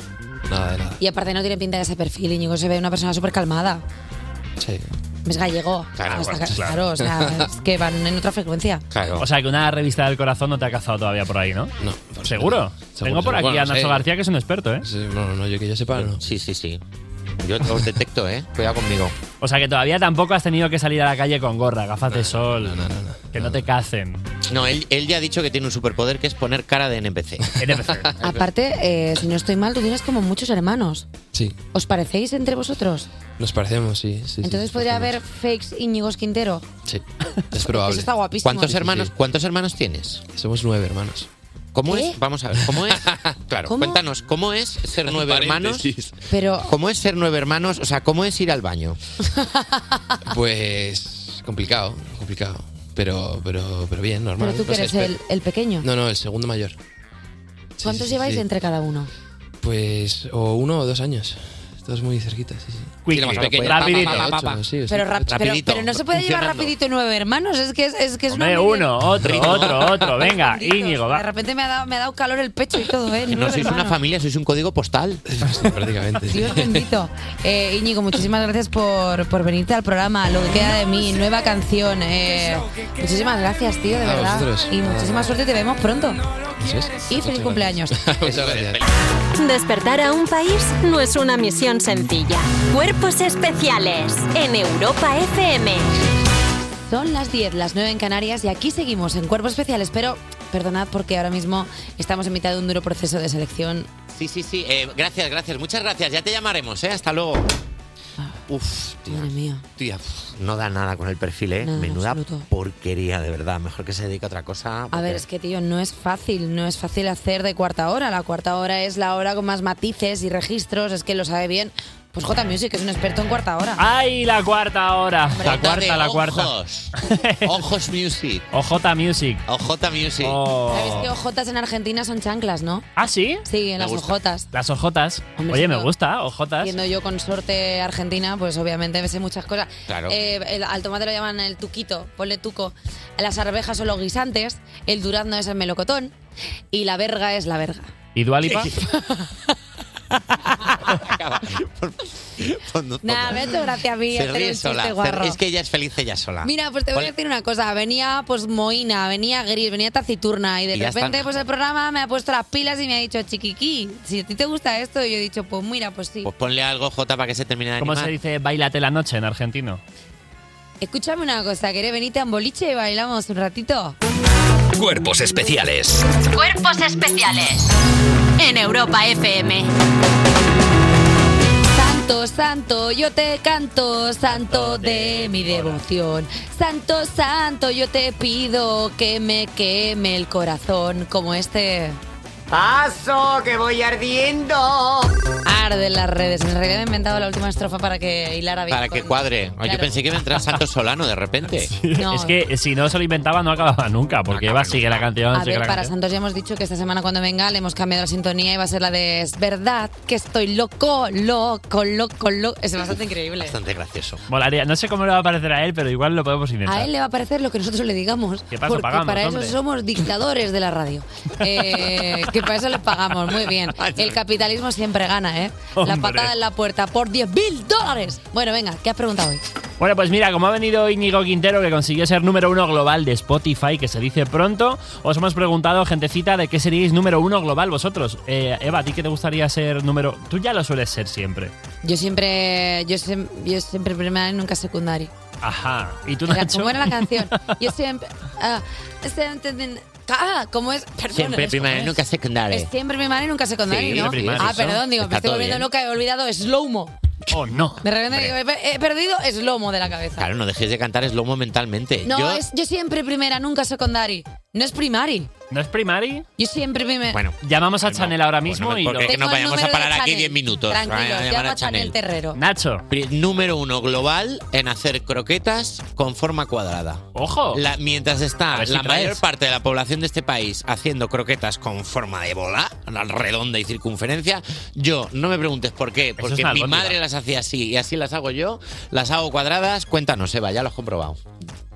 nada de nada. Y aparte no tiene pinta de ese perfil, Íñigo se ve una persona súper calmada. Sí. Es gallego. Claro, Está bueno, ca- claro. claro, o sea, es que van en otra frecuencia. O sea, que una revista del corazón no te ha cazado todavía por ahí, ¿no? No. ¿Seguro? Tengo por aquí Bueno, a Nacho sí. García, que es un experto, ¿eh? Sí, no, no, yo que yo sepa, no. Sí, sí, sí. Yo os detecto, ¿eh? Cuidado conmigo. O sea, que todavía tampoco has tenido que salir a la calle con gorra, gafas de sol. que no, te cacen. No, él, él ya ha dicho que tiene un superpoder que es poner cara de NPC. NPC. Aparte, eh, si no estoy mal, tú tienes como muchos hermanos. Sí, ¿Os parecéis entre vosotros? nos parecemos, sí. sí sí, Entonces nos podría parecemos. haber fakes Íñigos Quintero. Sí, es probable. Eso está guapísimo. ¿Cuántos Sí, sí, hermanos, ¿Cuántos hermanos tienes? Somos nueve hermanos. ¿Cómo ¿Qué? es? Vamos a ver, ¿cómo es? Claro, ¿Cómo? cuéntanos, ¿cómo es ser nueve hermanos? Pero ¿Cómo es ser nueve hermanos? O sea, ¿cómo es ir al baño? Pues complicado, complicado. Pero, pero, pero bien, normal. Pero tú No que sé, eres espe- el, el pequeño. No, no, el segundo mayor. Sí, ¿Cuántos sí, sí, lleváis sí. entre cada uno? Pues o uno o dos años. Todos muy cerquita, sí, sí. Quick, Era más claro, pequeño. pues, rapidito. Ocho, Papá. eh, sí, sí. Pero, rap- pero- pero no se puede llevar rapidito nueve hermanos, es que es, es que es una Hombre, medida- uno, otro, otro, otro. Venga, Íñigo, De va. repente me ha dado, me ha dado calor el pecho y todo, ¿eh? Que no Nueve sois una hermanos. familia, sois un código postal. prácticamente. Dios bendito. Eh, Íñigo, muchísimas gracias por, por venirte al programa. Lo que queda de mí, nueva canción. eh, muchísimas gracias, tío, de A verdad. vosotros. Y muchísima suerte, te vemos pronto. Eso es. Y feliz cumpleaños. Muchas gracias. Despertar a un país no es una misión sencilla. Cuerpos especiales en Europa FM. Son las 10, las 9 en Canarias y aquí seguimos en Cuerpos Especiales, pero perdonad porque ahora mismo estamos en mitad de un duro proceso de selección. Sí, sí, sí. Eh, gracias, gracias. Muchas gracias. Ya te llamaremos, ¿eh? Hasta luego. Ah. Uf, tía. Madre mía. Tía, pf, no da nada con el perfil, ¿eh? Nada en Menuda absoluto. porquería, de verdad. Mejor que se dedique a otra cosa. A ver, es que tío, no es fácil, no es fácil hacer de cuarta hora. La cuarta hora es la hora con más matices y registros, es que lo sabe bien. Pues J Music es un experto en cuarta hora. ¡Ay, la cuarta hora! La cuarta, la cuarta. Ojos. Ojos Music. OJ Music. Oh. OJ Music. Sabéis que ojotas en Argentina son chanclas, ¿no? ¿Ah, sí? Sí, en Me las gusta. ojotas. Las ojotas. Hombre, Oye, si me no- gusta, ojotas. Siendo yo consorte argentina, pues obviamente me sé muchas cosas. Claro. Eh, el- al tomate lo llaman el tuquito, ponle tuco. Las arvejas son los guisantes, el durazno es el melocotón y la verga es la verga. ¿Y Dualipa? Nada, me ha hecho gracia a mí Se hacer ríe un chiste sola. Se- guarro. Es que ella es feliz ella sola. Mira, pues te voy a Ponle- decir una cosa. Venía pues moina, venía gris, venía taciturna y de Y ya repente está. pues el programa me ha puesto las pilas y me ha dicho chiquiqui, si a ti te gusta esto, y yo he dicho pues mira, pues sí. Oh. Pues ponle algo, J, para que se termine de ¿Cómo animar. se dice bailate la noche en argentino? Escúchame una cosa, ¿querés venirte a un boliche y bailamos un ratito? Cuerpos especiales. Cuerpos especiales en Europa FM. Santo, santo, yo te canto, Oh, santo de mi devoción. Santo, santo, yo te pido que me queme el corazón como este. Paso, que voy ardiendo. Arde en las redes. En realidad me he inventado la última estrofa para que hilara bien. Para que con- cuadre. Ay, Yo Claro. pensé que iba a entrar Santos Solano de repente. No. Es que si no se lo inventaba no acababa nunca, porque Eva sigue la canción, A sigue ver, la para canción. Santos ya hemos dicho que esta semana cuando venga le hemos cambiado la sintonía y va a ser la de Es verdad que estoy loco, loco, loco, loco. Es bastante increíble. Bastante gracioso. Molaría. No sé cómo le va a parecer a él, pero igual lo podemos intentar. A él le va a parecer lo que nosotros le digamos. ¿Qué paso porque pagamos, para hombre? eso somos dictadores de la radio. Eh, que para eso le pagamos, muy bien. El capitalismo siempre gana, ¿eh? La Hombre. patada en la puerta por 10 mil dólares. Bueno, venga, ¿qué has preguntado hoy? Bueno, pues mira, como ha venido Íñigo Quintero, que consiguió ser número uno global de Spotify, que se dice pronto, os hemos preguntado, gentecita, de qué seríais número uno global vosotros. Eh, Eva, ¿a ti qué te gustaría ser número...? Tú ya lo sueles ser siempre. Yo siempre, yo, siem- yo siempre primaria y nunca secundaria. Ajá. ¿Y tú, Era, Nacho? ¿Cómo era la canción? Yo siempre... ah, siempre- Ah, ¿cómo es? Perdón, Siempre es como primaria, es. nunca secundaria. Es siempre primaria y nunca secundaria, Sí, ¿no? primaria, Ah, eso. ¿eh? perdón, digo, me Está estoy todo volviendo bien. loca, he olvidado slow-mo. Oh, no. De repente digo, he, he perdido slow-mo de la cabeza. Claro, no dejéis de cantar slomo mentalmente. No, Eh, Yo- es yo siempre primera, nunca secundaria. No es primari. ¿No es primary? Yo siempre primera. Bueno, llamamos a Chanel ahora mismo Bueno, y porque lo... que no Tengo el vayamos a número de parar aquí Chanel. 10 minutos. Tranquilos, Vayan a llamo llamar a Chanel Terrero. Nacho. Número uno global en hacer croquetas con forma cuadrada. ¡Ojo! La- mientras A está ver si la traes. mayor parte de la población de este país haciendo croquetas con forma de bola, redonda y circunferencia, yo no me preguntes por qué, es porque una mi albóndiga. madre las hacía así y así las hago yo, las hago cuadradas, cuéntanos, Eva, ya lo has comprobado.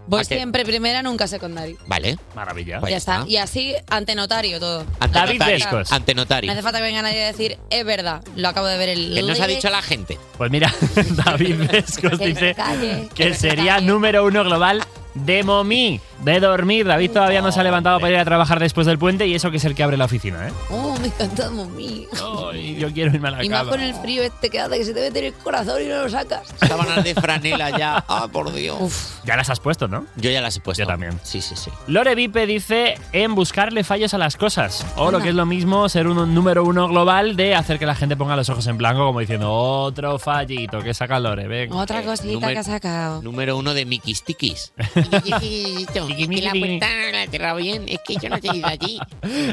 Voy ¿A qué? siempre primera, nunca secundaria. Vale. Pues Maravilla. Ya está. Y así, ante notario todo. Ante David notari, Vescos. Ante notari. No hace falta que venga nadie a decir, es verdad, lo acabo de ver el. Que nos ha dicho la gente. Pues mira, David Vescos Que me dice calle, que que me sería número uno global de momí, de dormir. David todavía no se ha levantado para ir a trabajar después del puente y eso que es el que abre la oficina, ¿eh? Oh, me encanta mí. Yo quiero irme a la Y más cama. con el frío este que hace que se te mete en el corazón y no lo sacas. Sábanas de franela ya. Ah, por Dios. Ya las has puesto, ¿no? Yo ya las he puesto. Yo también. Sí, sí, sí. Lore Vipe dice en buscarle fallos a las cosas. O lo que es lo mismo, ser un número uno global de hacer que la gente ponga los ojos en blanco, como diciendo otro fallito que saca Lore. Venga. Otra cosita Eh, número- que ha sacado. Número uno de Mikistiquis. Es que la puerta no la he cerrado bien. Es que yo no te he ido allí.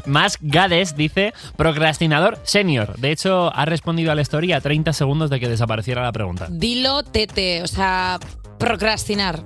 Más Gades dice procrastinador senior. De hecho, ha respondido a la historia a 30 segundos de que desapareciera la pregunta. Dilo, tete. O sea, procrastinar.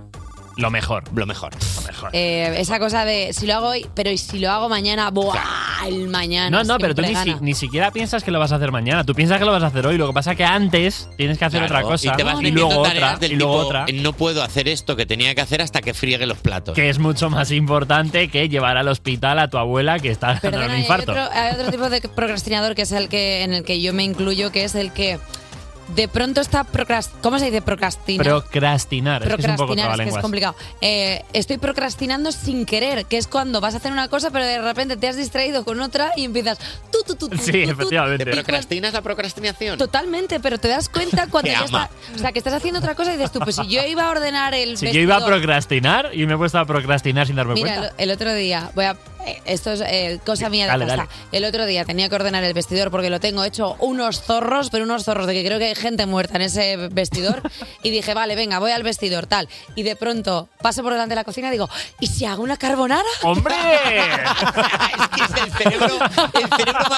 Lo mejor. Lo mejor. Lo mejor. Eh, esa cosa de si lo hago hoy, pero y si lo hago mañana, ¡buah! El mañana. No, no, pero tú Ah, siempre ni, si- gana. ni siquiera piensas que lo vas a hacer mañana. Tú piensas que lo vas a hacer hoy. Lo que pasa que antes tienes que hacer Claro, otra cosa. Y te vas metiendo luego tareas otra. del Y luego tipo, "Eh, otra. No puedo hacer esto que tenía que hacer hasta que friegue los platos. Que es mucho más importante que llevar al hospital a tu abuela que está dejando un Perdona, y infarto. Hay otro, hay otro tipo de procrastinador que es el que en el que yo me incluyo, que es el que de pronto está procrast... ¿Cómo se dice procrastinar? Procrastinar. Es que es un poco Procrastinar, es que es trabalenguas. complicado. Eh, estoy procrastinando sin querer, que es cuando vas a hacer una cosa, pero de repente te has distraído con otra y empiezas. Tú, tú, tú, tú, Sí, tú, tú, efectivamente. y cuan- ¿Procrastinas la procrastinación? Totalmente, pero te das cuenta cuando Te ya ama. está. O sea, que estás haciendo otra cosa y dices tú, pues si yo iba a ordenar el. Si yo iba a vestidor- procrastinar y me he puesto a procrastinar sin darme Mira, cuenta. el, el otro día, voy a. eh, Esto es eh, cosa mía de dale, casa. dale. El otro día tenía que ordenar el vestidor porque lo tengo hecho unos zorros, pero unos zorros de que creo que hay gente muerta en ese vestidor. y dije, vale, venga, voy al vestidor, tal. Y de pronto paso por delante de la cocina y digo, ¿y si hago una carbonara? ¡Hombre!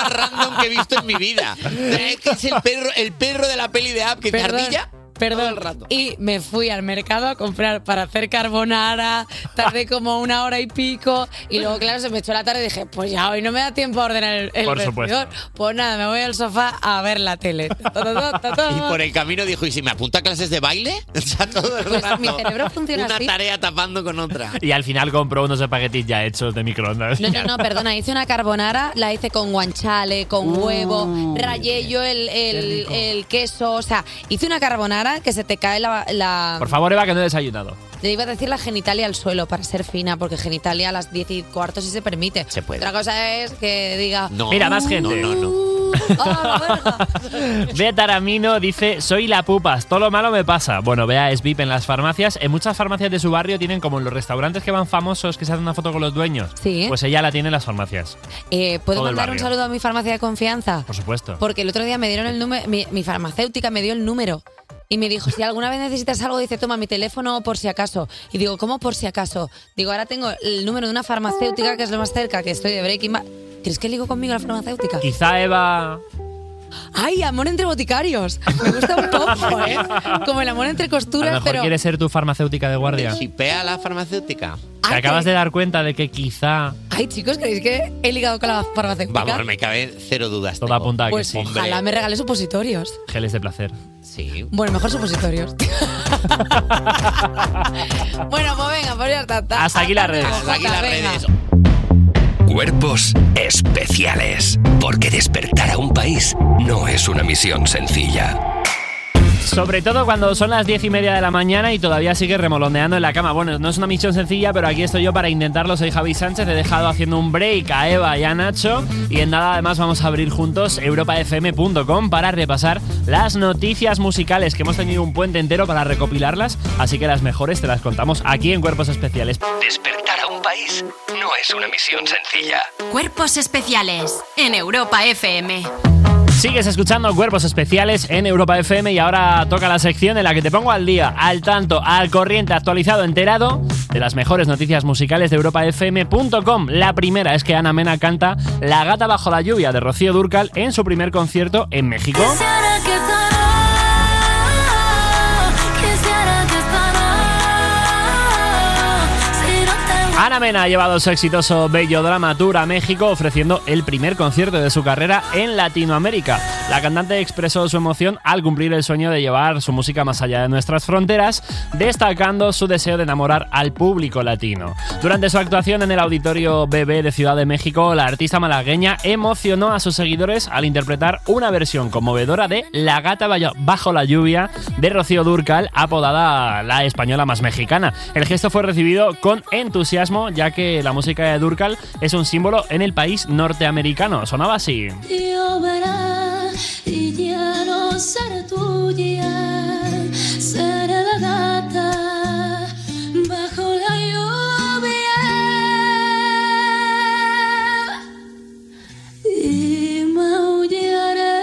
random que he visto en mi vida. Es que es el perro, el perro de la peli de App que te Perdón, ardilla. Perdón. Y me fui al mercado a comprar para hacer carbonara. Tardé como una hora y pico. Y luego, claro, se me echó la tarde y dije, pues ya hoy no me da tiempo a ordenar el, el Por supuesto. vestidor. Pues nada, me voy al sofá a ver la tele. Ta, ta, ta, ta, ta. Y por el camino dijo, ¿y si me apunta a clases de baile? O sea, todo el Pues rato. mi cerebro funciona Una así. tarea tapando con otra. Y al final compró unos espaguetis ya hechos de microondas. No, no, no, perdona, hice una carbonara, la hice con guanchale, con Oh. huevo, rayé yo el, el- el queso, o sea, hice una carbonara que se te cae la... la- Por favor, Eva, que no he desayunado. Le iba a decir la genitalia al suelo para ser fina, porque genitalia a las 10 y cuarto sí se permite. Se puede. Otra cosa es que diga... Mira, más gente. No, Oh, Bea Taramino dice, soy la pupas, todo lo malo me pasa. Bueno, Bea es VIP en las farmacias. En muchas farmacias de su barrio tienen como en los restaurantes que van famosos que se hacen una foto con los dueños. Sí. Pues ella la tiene en las farmacias, Eh, ¿Puedo Todo el mandar un barrio. saludo a mi farmacia de confianza? por supuesto. Porque el otro día me dieron el número, mi, mi farmacéutica me dio el número y me dijo, si alguna vez necesitas algo, dice, toma mi teléfono por si acaso. Y digo, ¿cómo por si acaso? Digo, ahora tengo el número de una farmacéutica que es lo más cerca, que estoy de Breaking Bad. ¿Crees que ligo conmigo a la farmacéutica? Quizá Eva... ¡Ay, amor entre boticarios! Me gusta un poco, ¿eh? Como el amor entre A lo costuras, mejor pero... quiere ser tu farmacéutica de guardia. a la farmacéutica? Ah, ¿Te acabas de dar cuenta de que quizá... Ay, chicos, ¿creéis que he ligado con la farmacéutica? Vamos, me cabe cero dudas. Toda apunta a que pues sí. ojalá me regale supositorios. Geles de placer. Sí. Bueno, mejor supositorios. bueno, pues venga, pues ya está. está. Hasta aquí las redes. Hasta aquí las Venga. redes. Cuerpos especiales. Porque despertar a un país no es una misión sencilla. Sobre todo cuando son las diez y media de la mañana y todavía sigue remolondeando en la cama. Bueno, no es una misión sencilla, pero aquí estoy yo para intentarlo. Soy Javi Sánchez, he dejado haciendo un break a Eva y a Nacho. Y en nada, además, vamos a abrir juntos europafm.com para repasar las noticias musicales, que hemos tenido un puente entero para recopilarlas. Así que las mejores te las contamos aquí en Cuerpos Especiales. Despertar a un país no es una misión sencilla. Cuerpos especiales en Europa FM. Sigues escuchando Cuerpos Especiales en Europa FM y ahora toca la sección en la que te pongo al día, al tanto, al corriente, actualizado, enterado de las mejores noticias musicales de europafm.com. La primera es que Ana Mena canta La gata bajo la lluvia de Rocío Durcal en su primer concierto en México. Ana Mena ha llevado su exitoso Bello Drama Tour a México ofreciendo el primer concierto de su carrera en Latinoamérica. La cantante expresó su emoción al cumplir el sueño de llevar su música más allá de nuestras fronteras, destacando su deseo de enamorar al público latino. Durante su actuación en el Auditorio BB de Ciudad de México, la artista malagueña emocionó a sus seguidores al interpretar una versión conmovedora de La gata Baya- bajo la lluvia de Rocío Durcal, apodada la española más mexicana. El gesto fue recibido con entusiasmo, ya que la música de Durcal es un símbolo en el país norteamericano. Sonaba así. Lloverá y ya no seré tuya, seré la gata bajo la lluvia y maullaré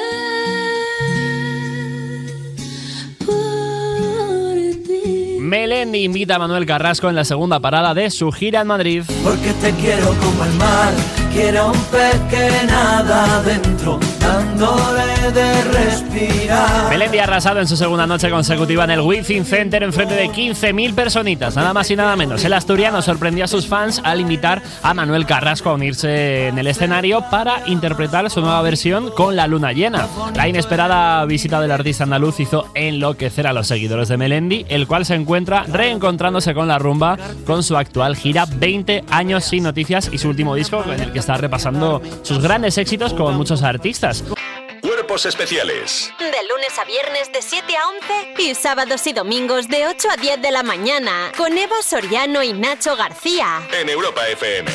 por ti. Melendi invita a Manuel Carrasco en la segunda parada de su gira en Madrid. Porque te quiero como el mar, quiero un pez que nada adentro, Dándole de respirar. Belén Díaz Rasado en su segunda noche consecutiva en el Within Center en frente de 15.000 personitas, nada más y nada menos. El asturiano sorprendió a sus fans al invitar a Manuel Carrasco a unirse en el escenario para interpretar su nueva versión con la luna llena. La inesperada visita del artista andaluz hizo enloquecer a los seguidores de Melendi, el cual se encuentra reencontrándose con la rumba con su actual gira 20 años sin noticias y su último disco en el que está repasando sus grandes éxitos con muchos artistas. Cuerpos especiales De lunes a viernes de 7 a 11 y sábados y domingos de 8 a 10 de la mañana con Eva Soriano y Nacho García. en Europa FM.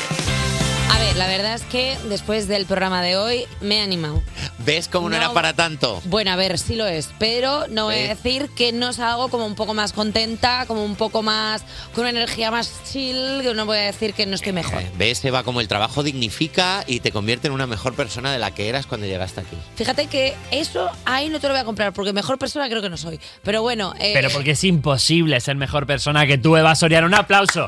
A ver, la verdad es que después del programa de hoy me he animado. ¿Ves cómo no, No. era para tanto? Bueno, a ver, sí lo es, pero no voy a decir que no salgo como un poco más contenta, como un poco más, con una energía más chill, que no voy a decir que no estoy mejor. Eh. ¿Ves, Eva, como el trabajo dignifica y te convierte en una mejor persona de la que eras cuando llegaste aquí? Fíjate que eso ahí no te lo voy a comprar, porque mejor persona creo que no soy. Pero bueno, eh, Pero porque es imposible ser mejor persona que tú, Eva Soriano. Un aplauso.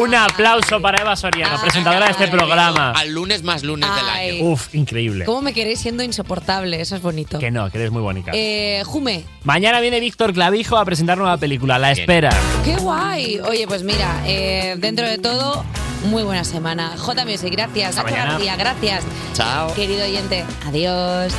Un aplauso, Ah, para Eva Soriano, presentadora de este programa. Al lunes más lunes del año. ay, Uf, increíble. ¿Cómo me queréis siendo insoportable? Eso es bonito. Que no, que eres muy bonita. Eh, Jume, Mañana viene Víctor Clavijo a presentar nueva película, La Espera. qué guay. Oye, pues mira, eh, dentro de todo, muy buena semana. J Music, gracias. Hasta Nacho mañana. García, gracias. Chao. Querido oyente, adiós.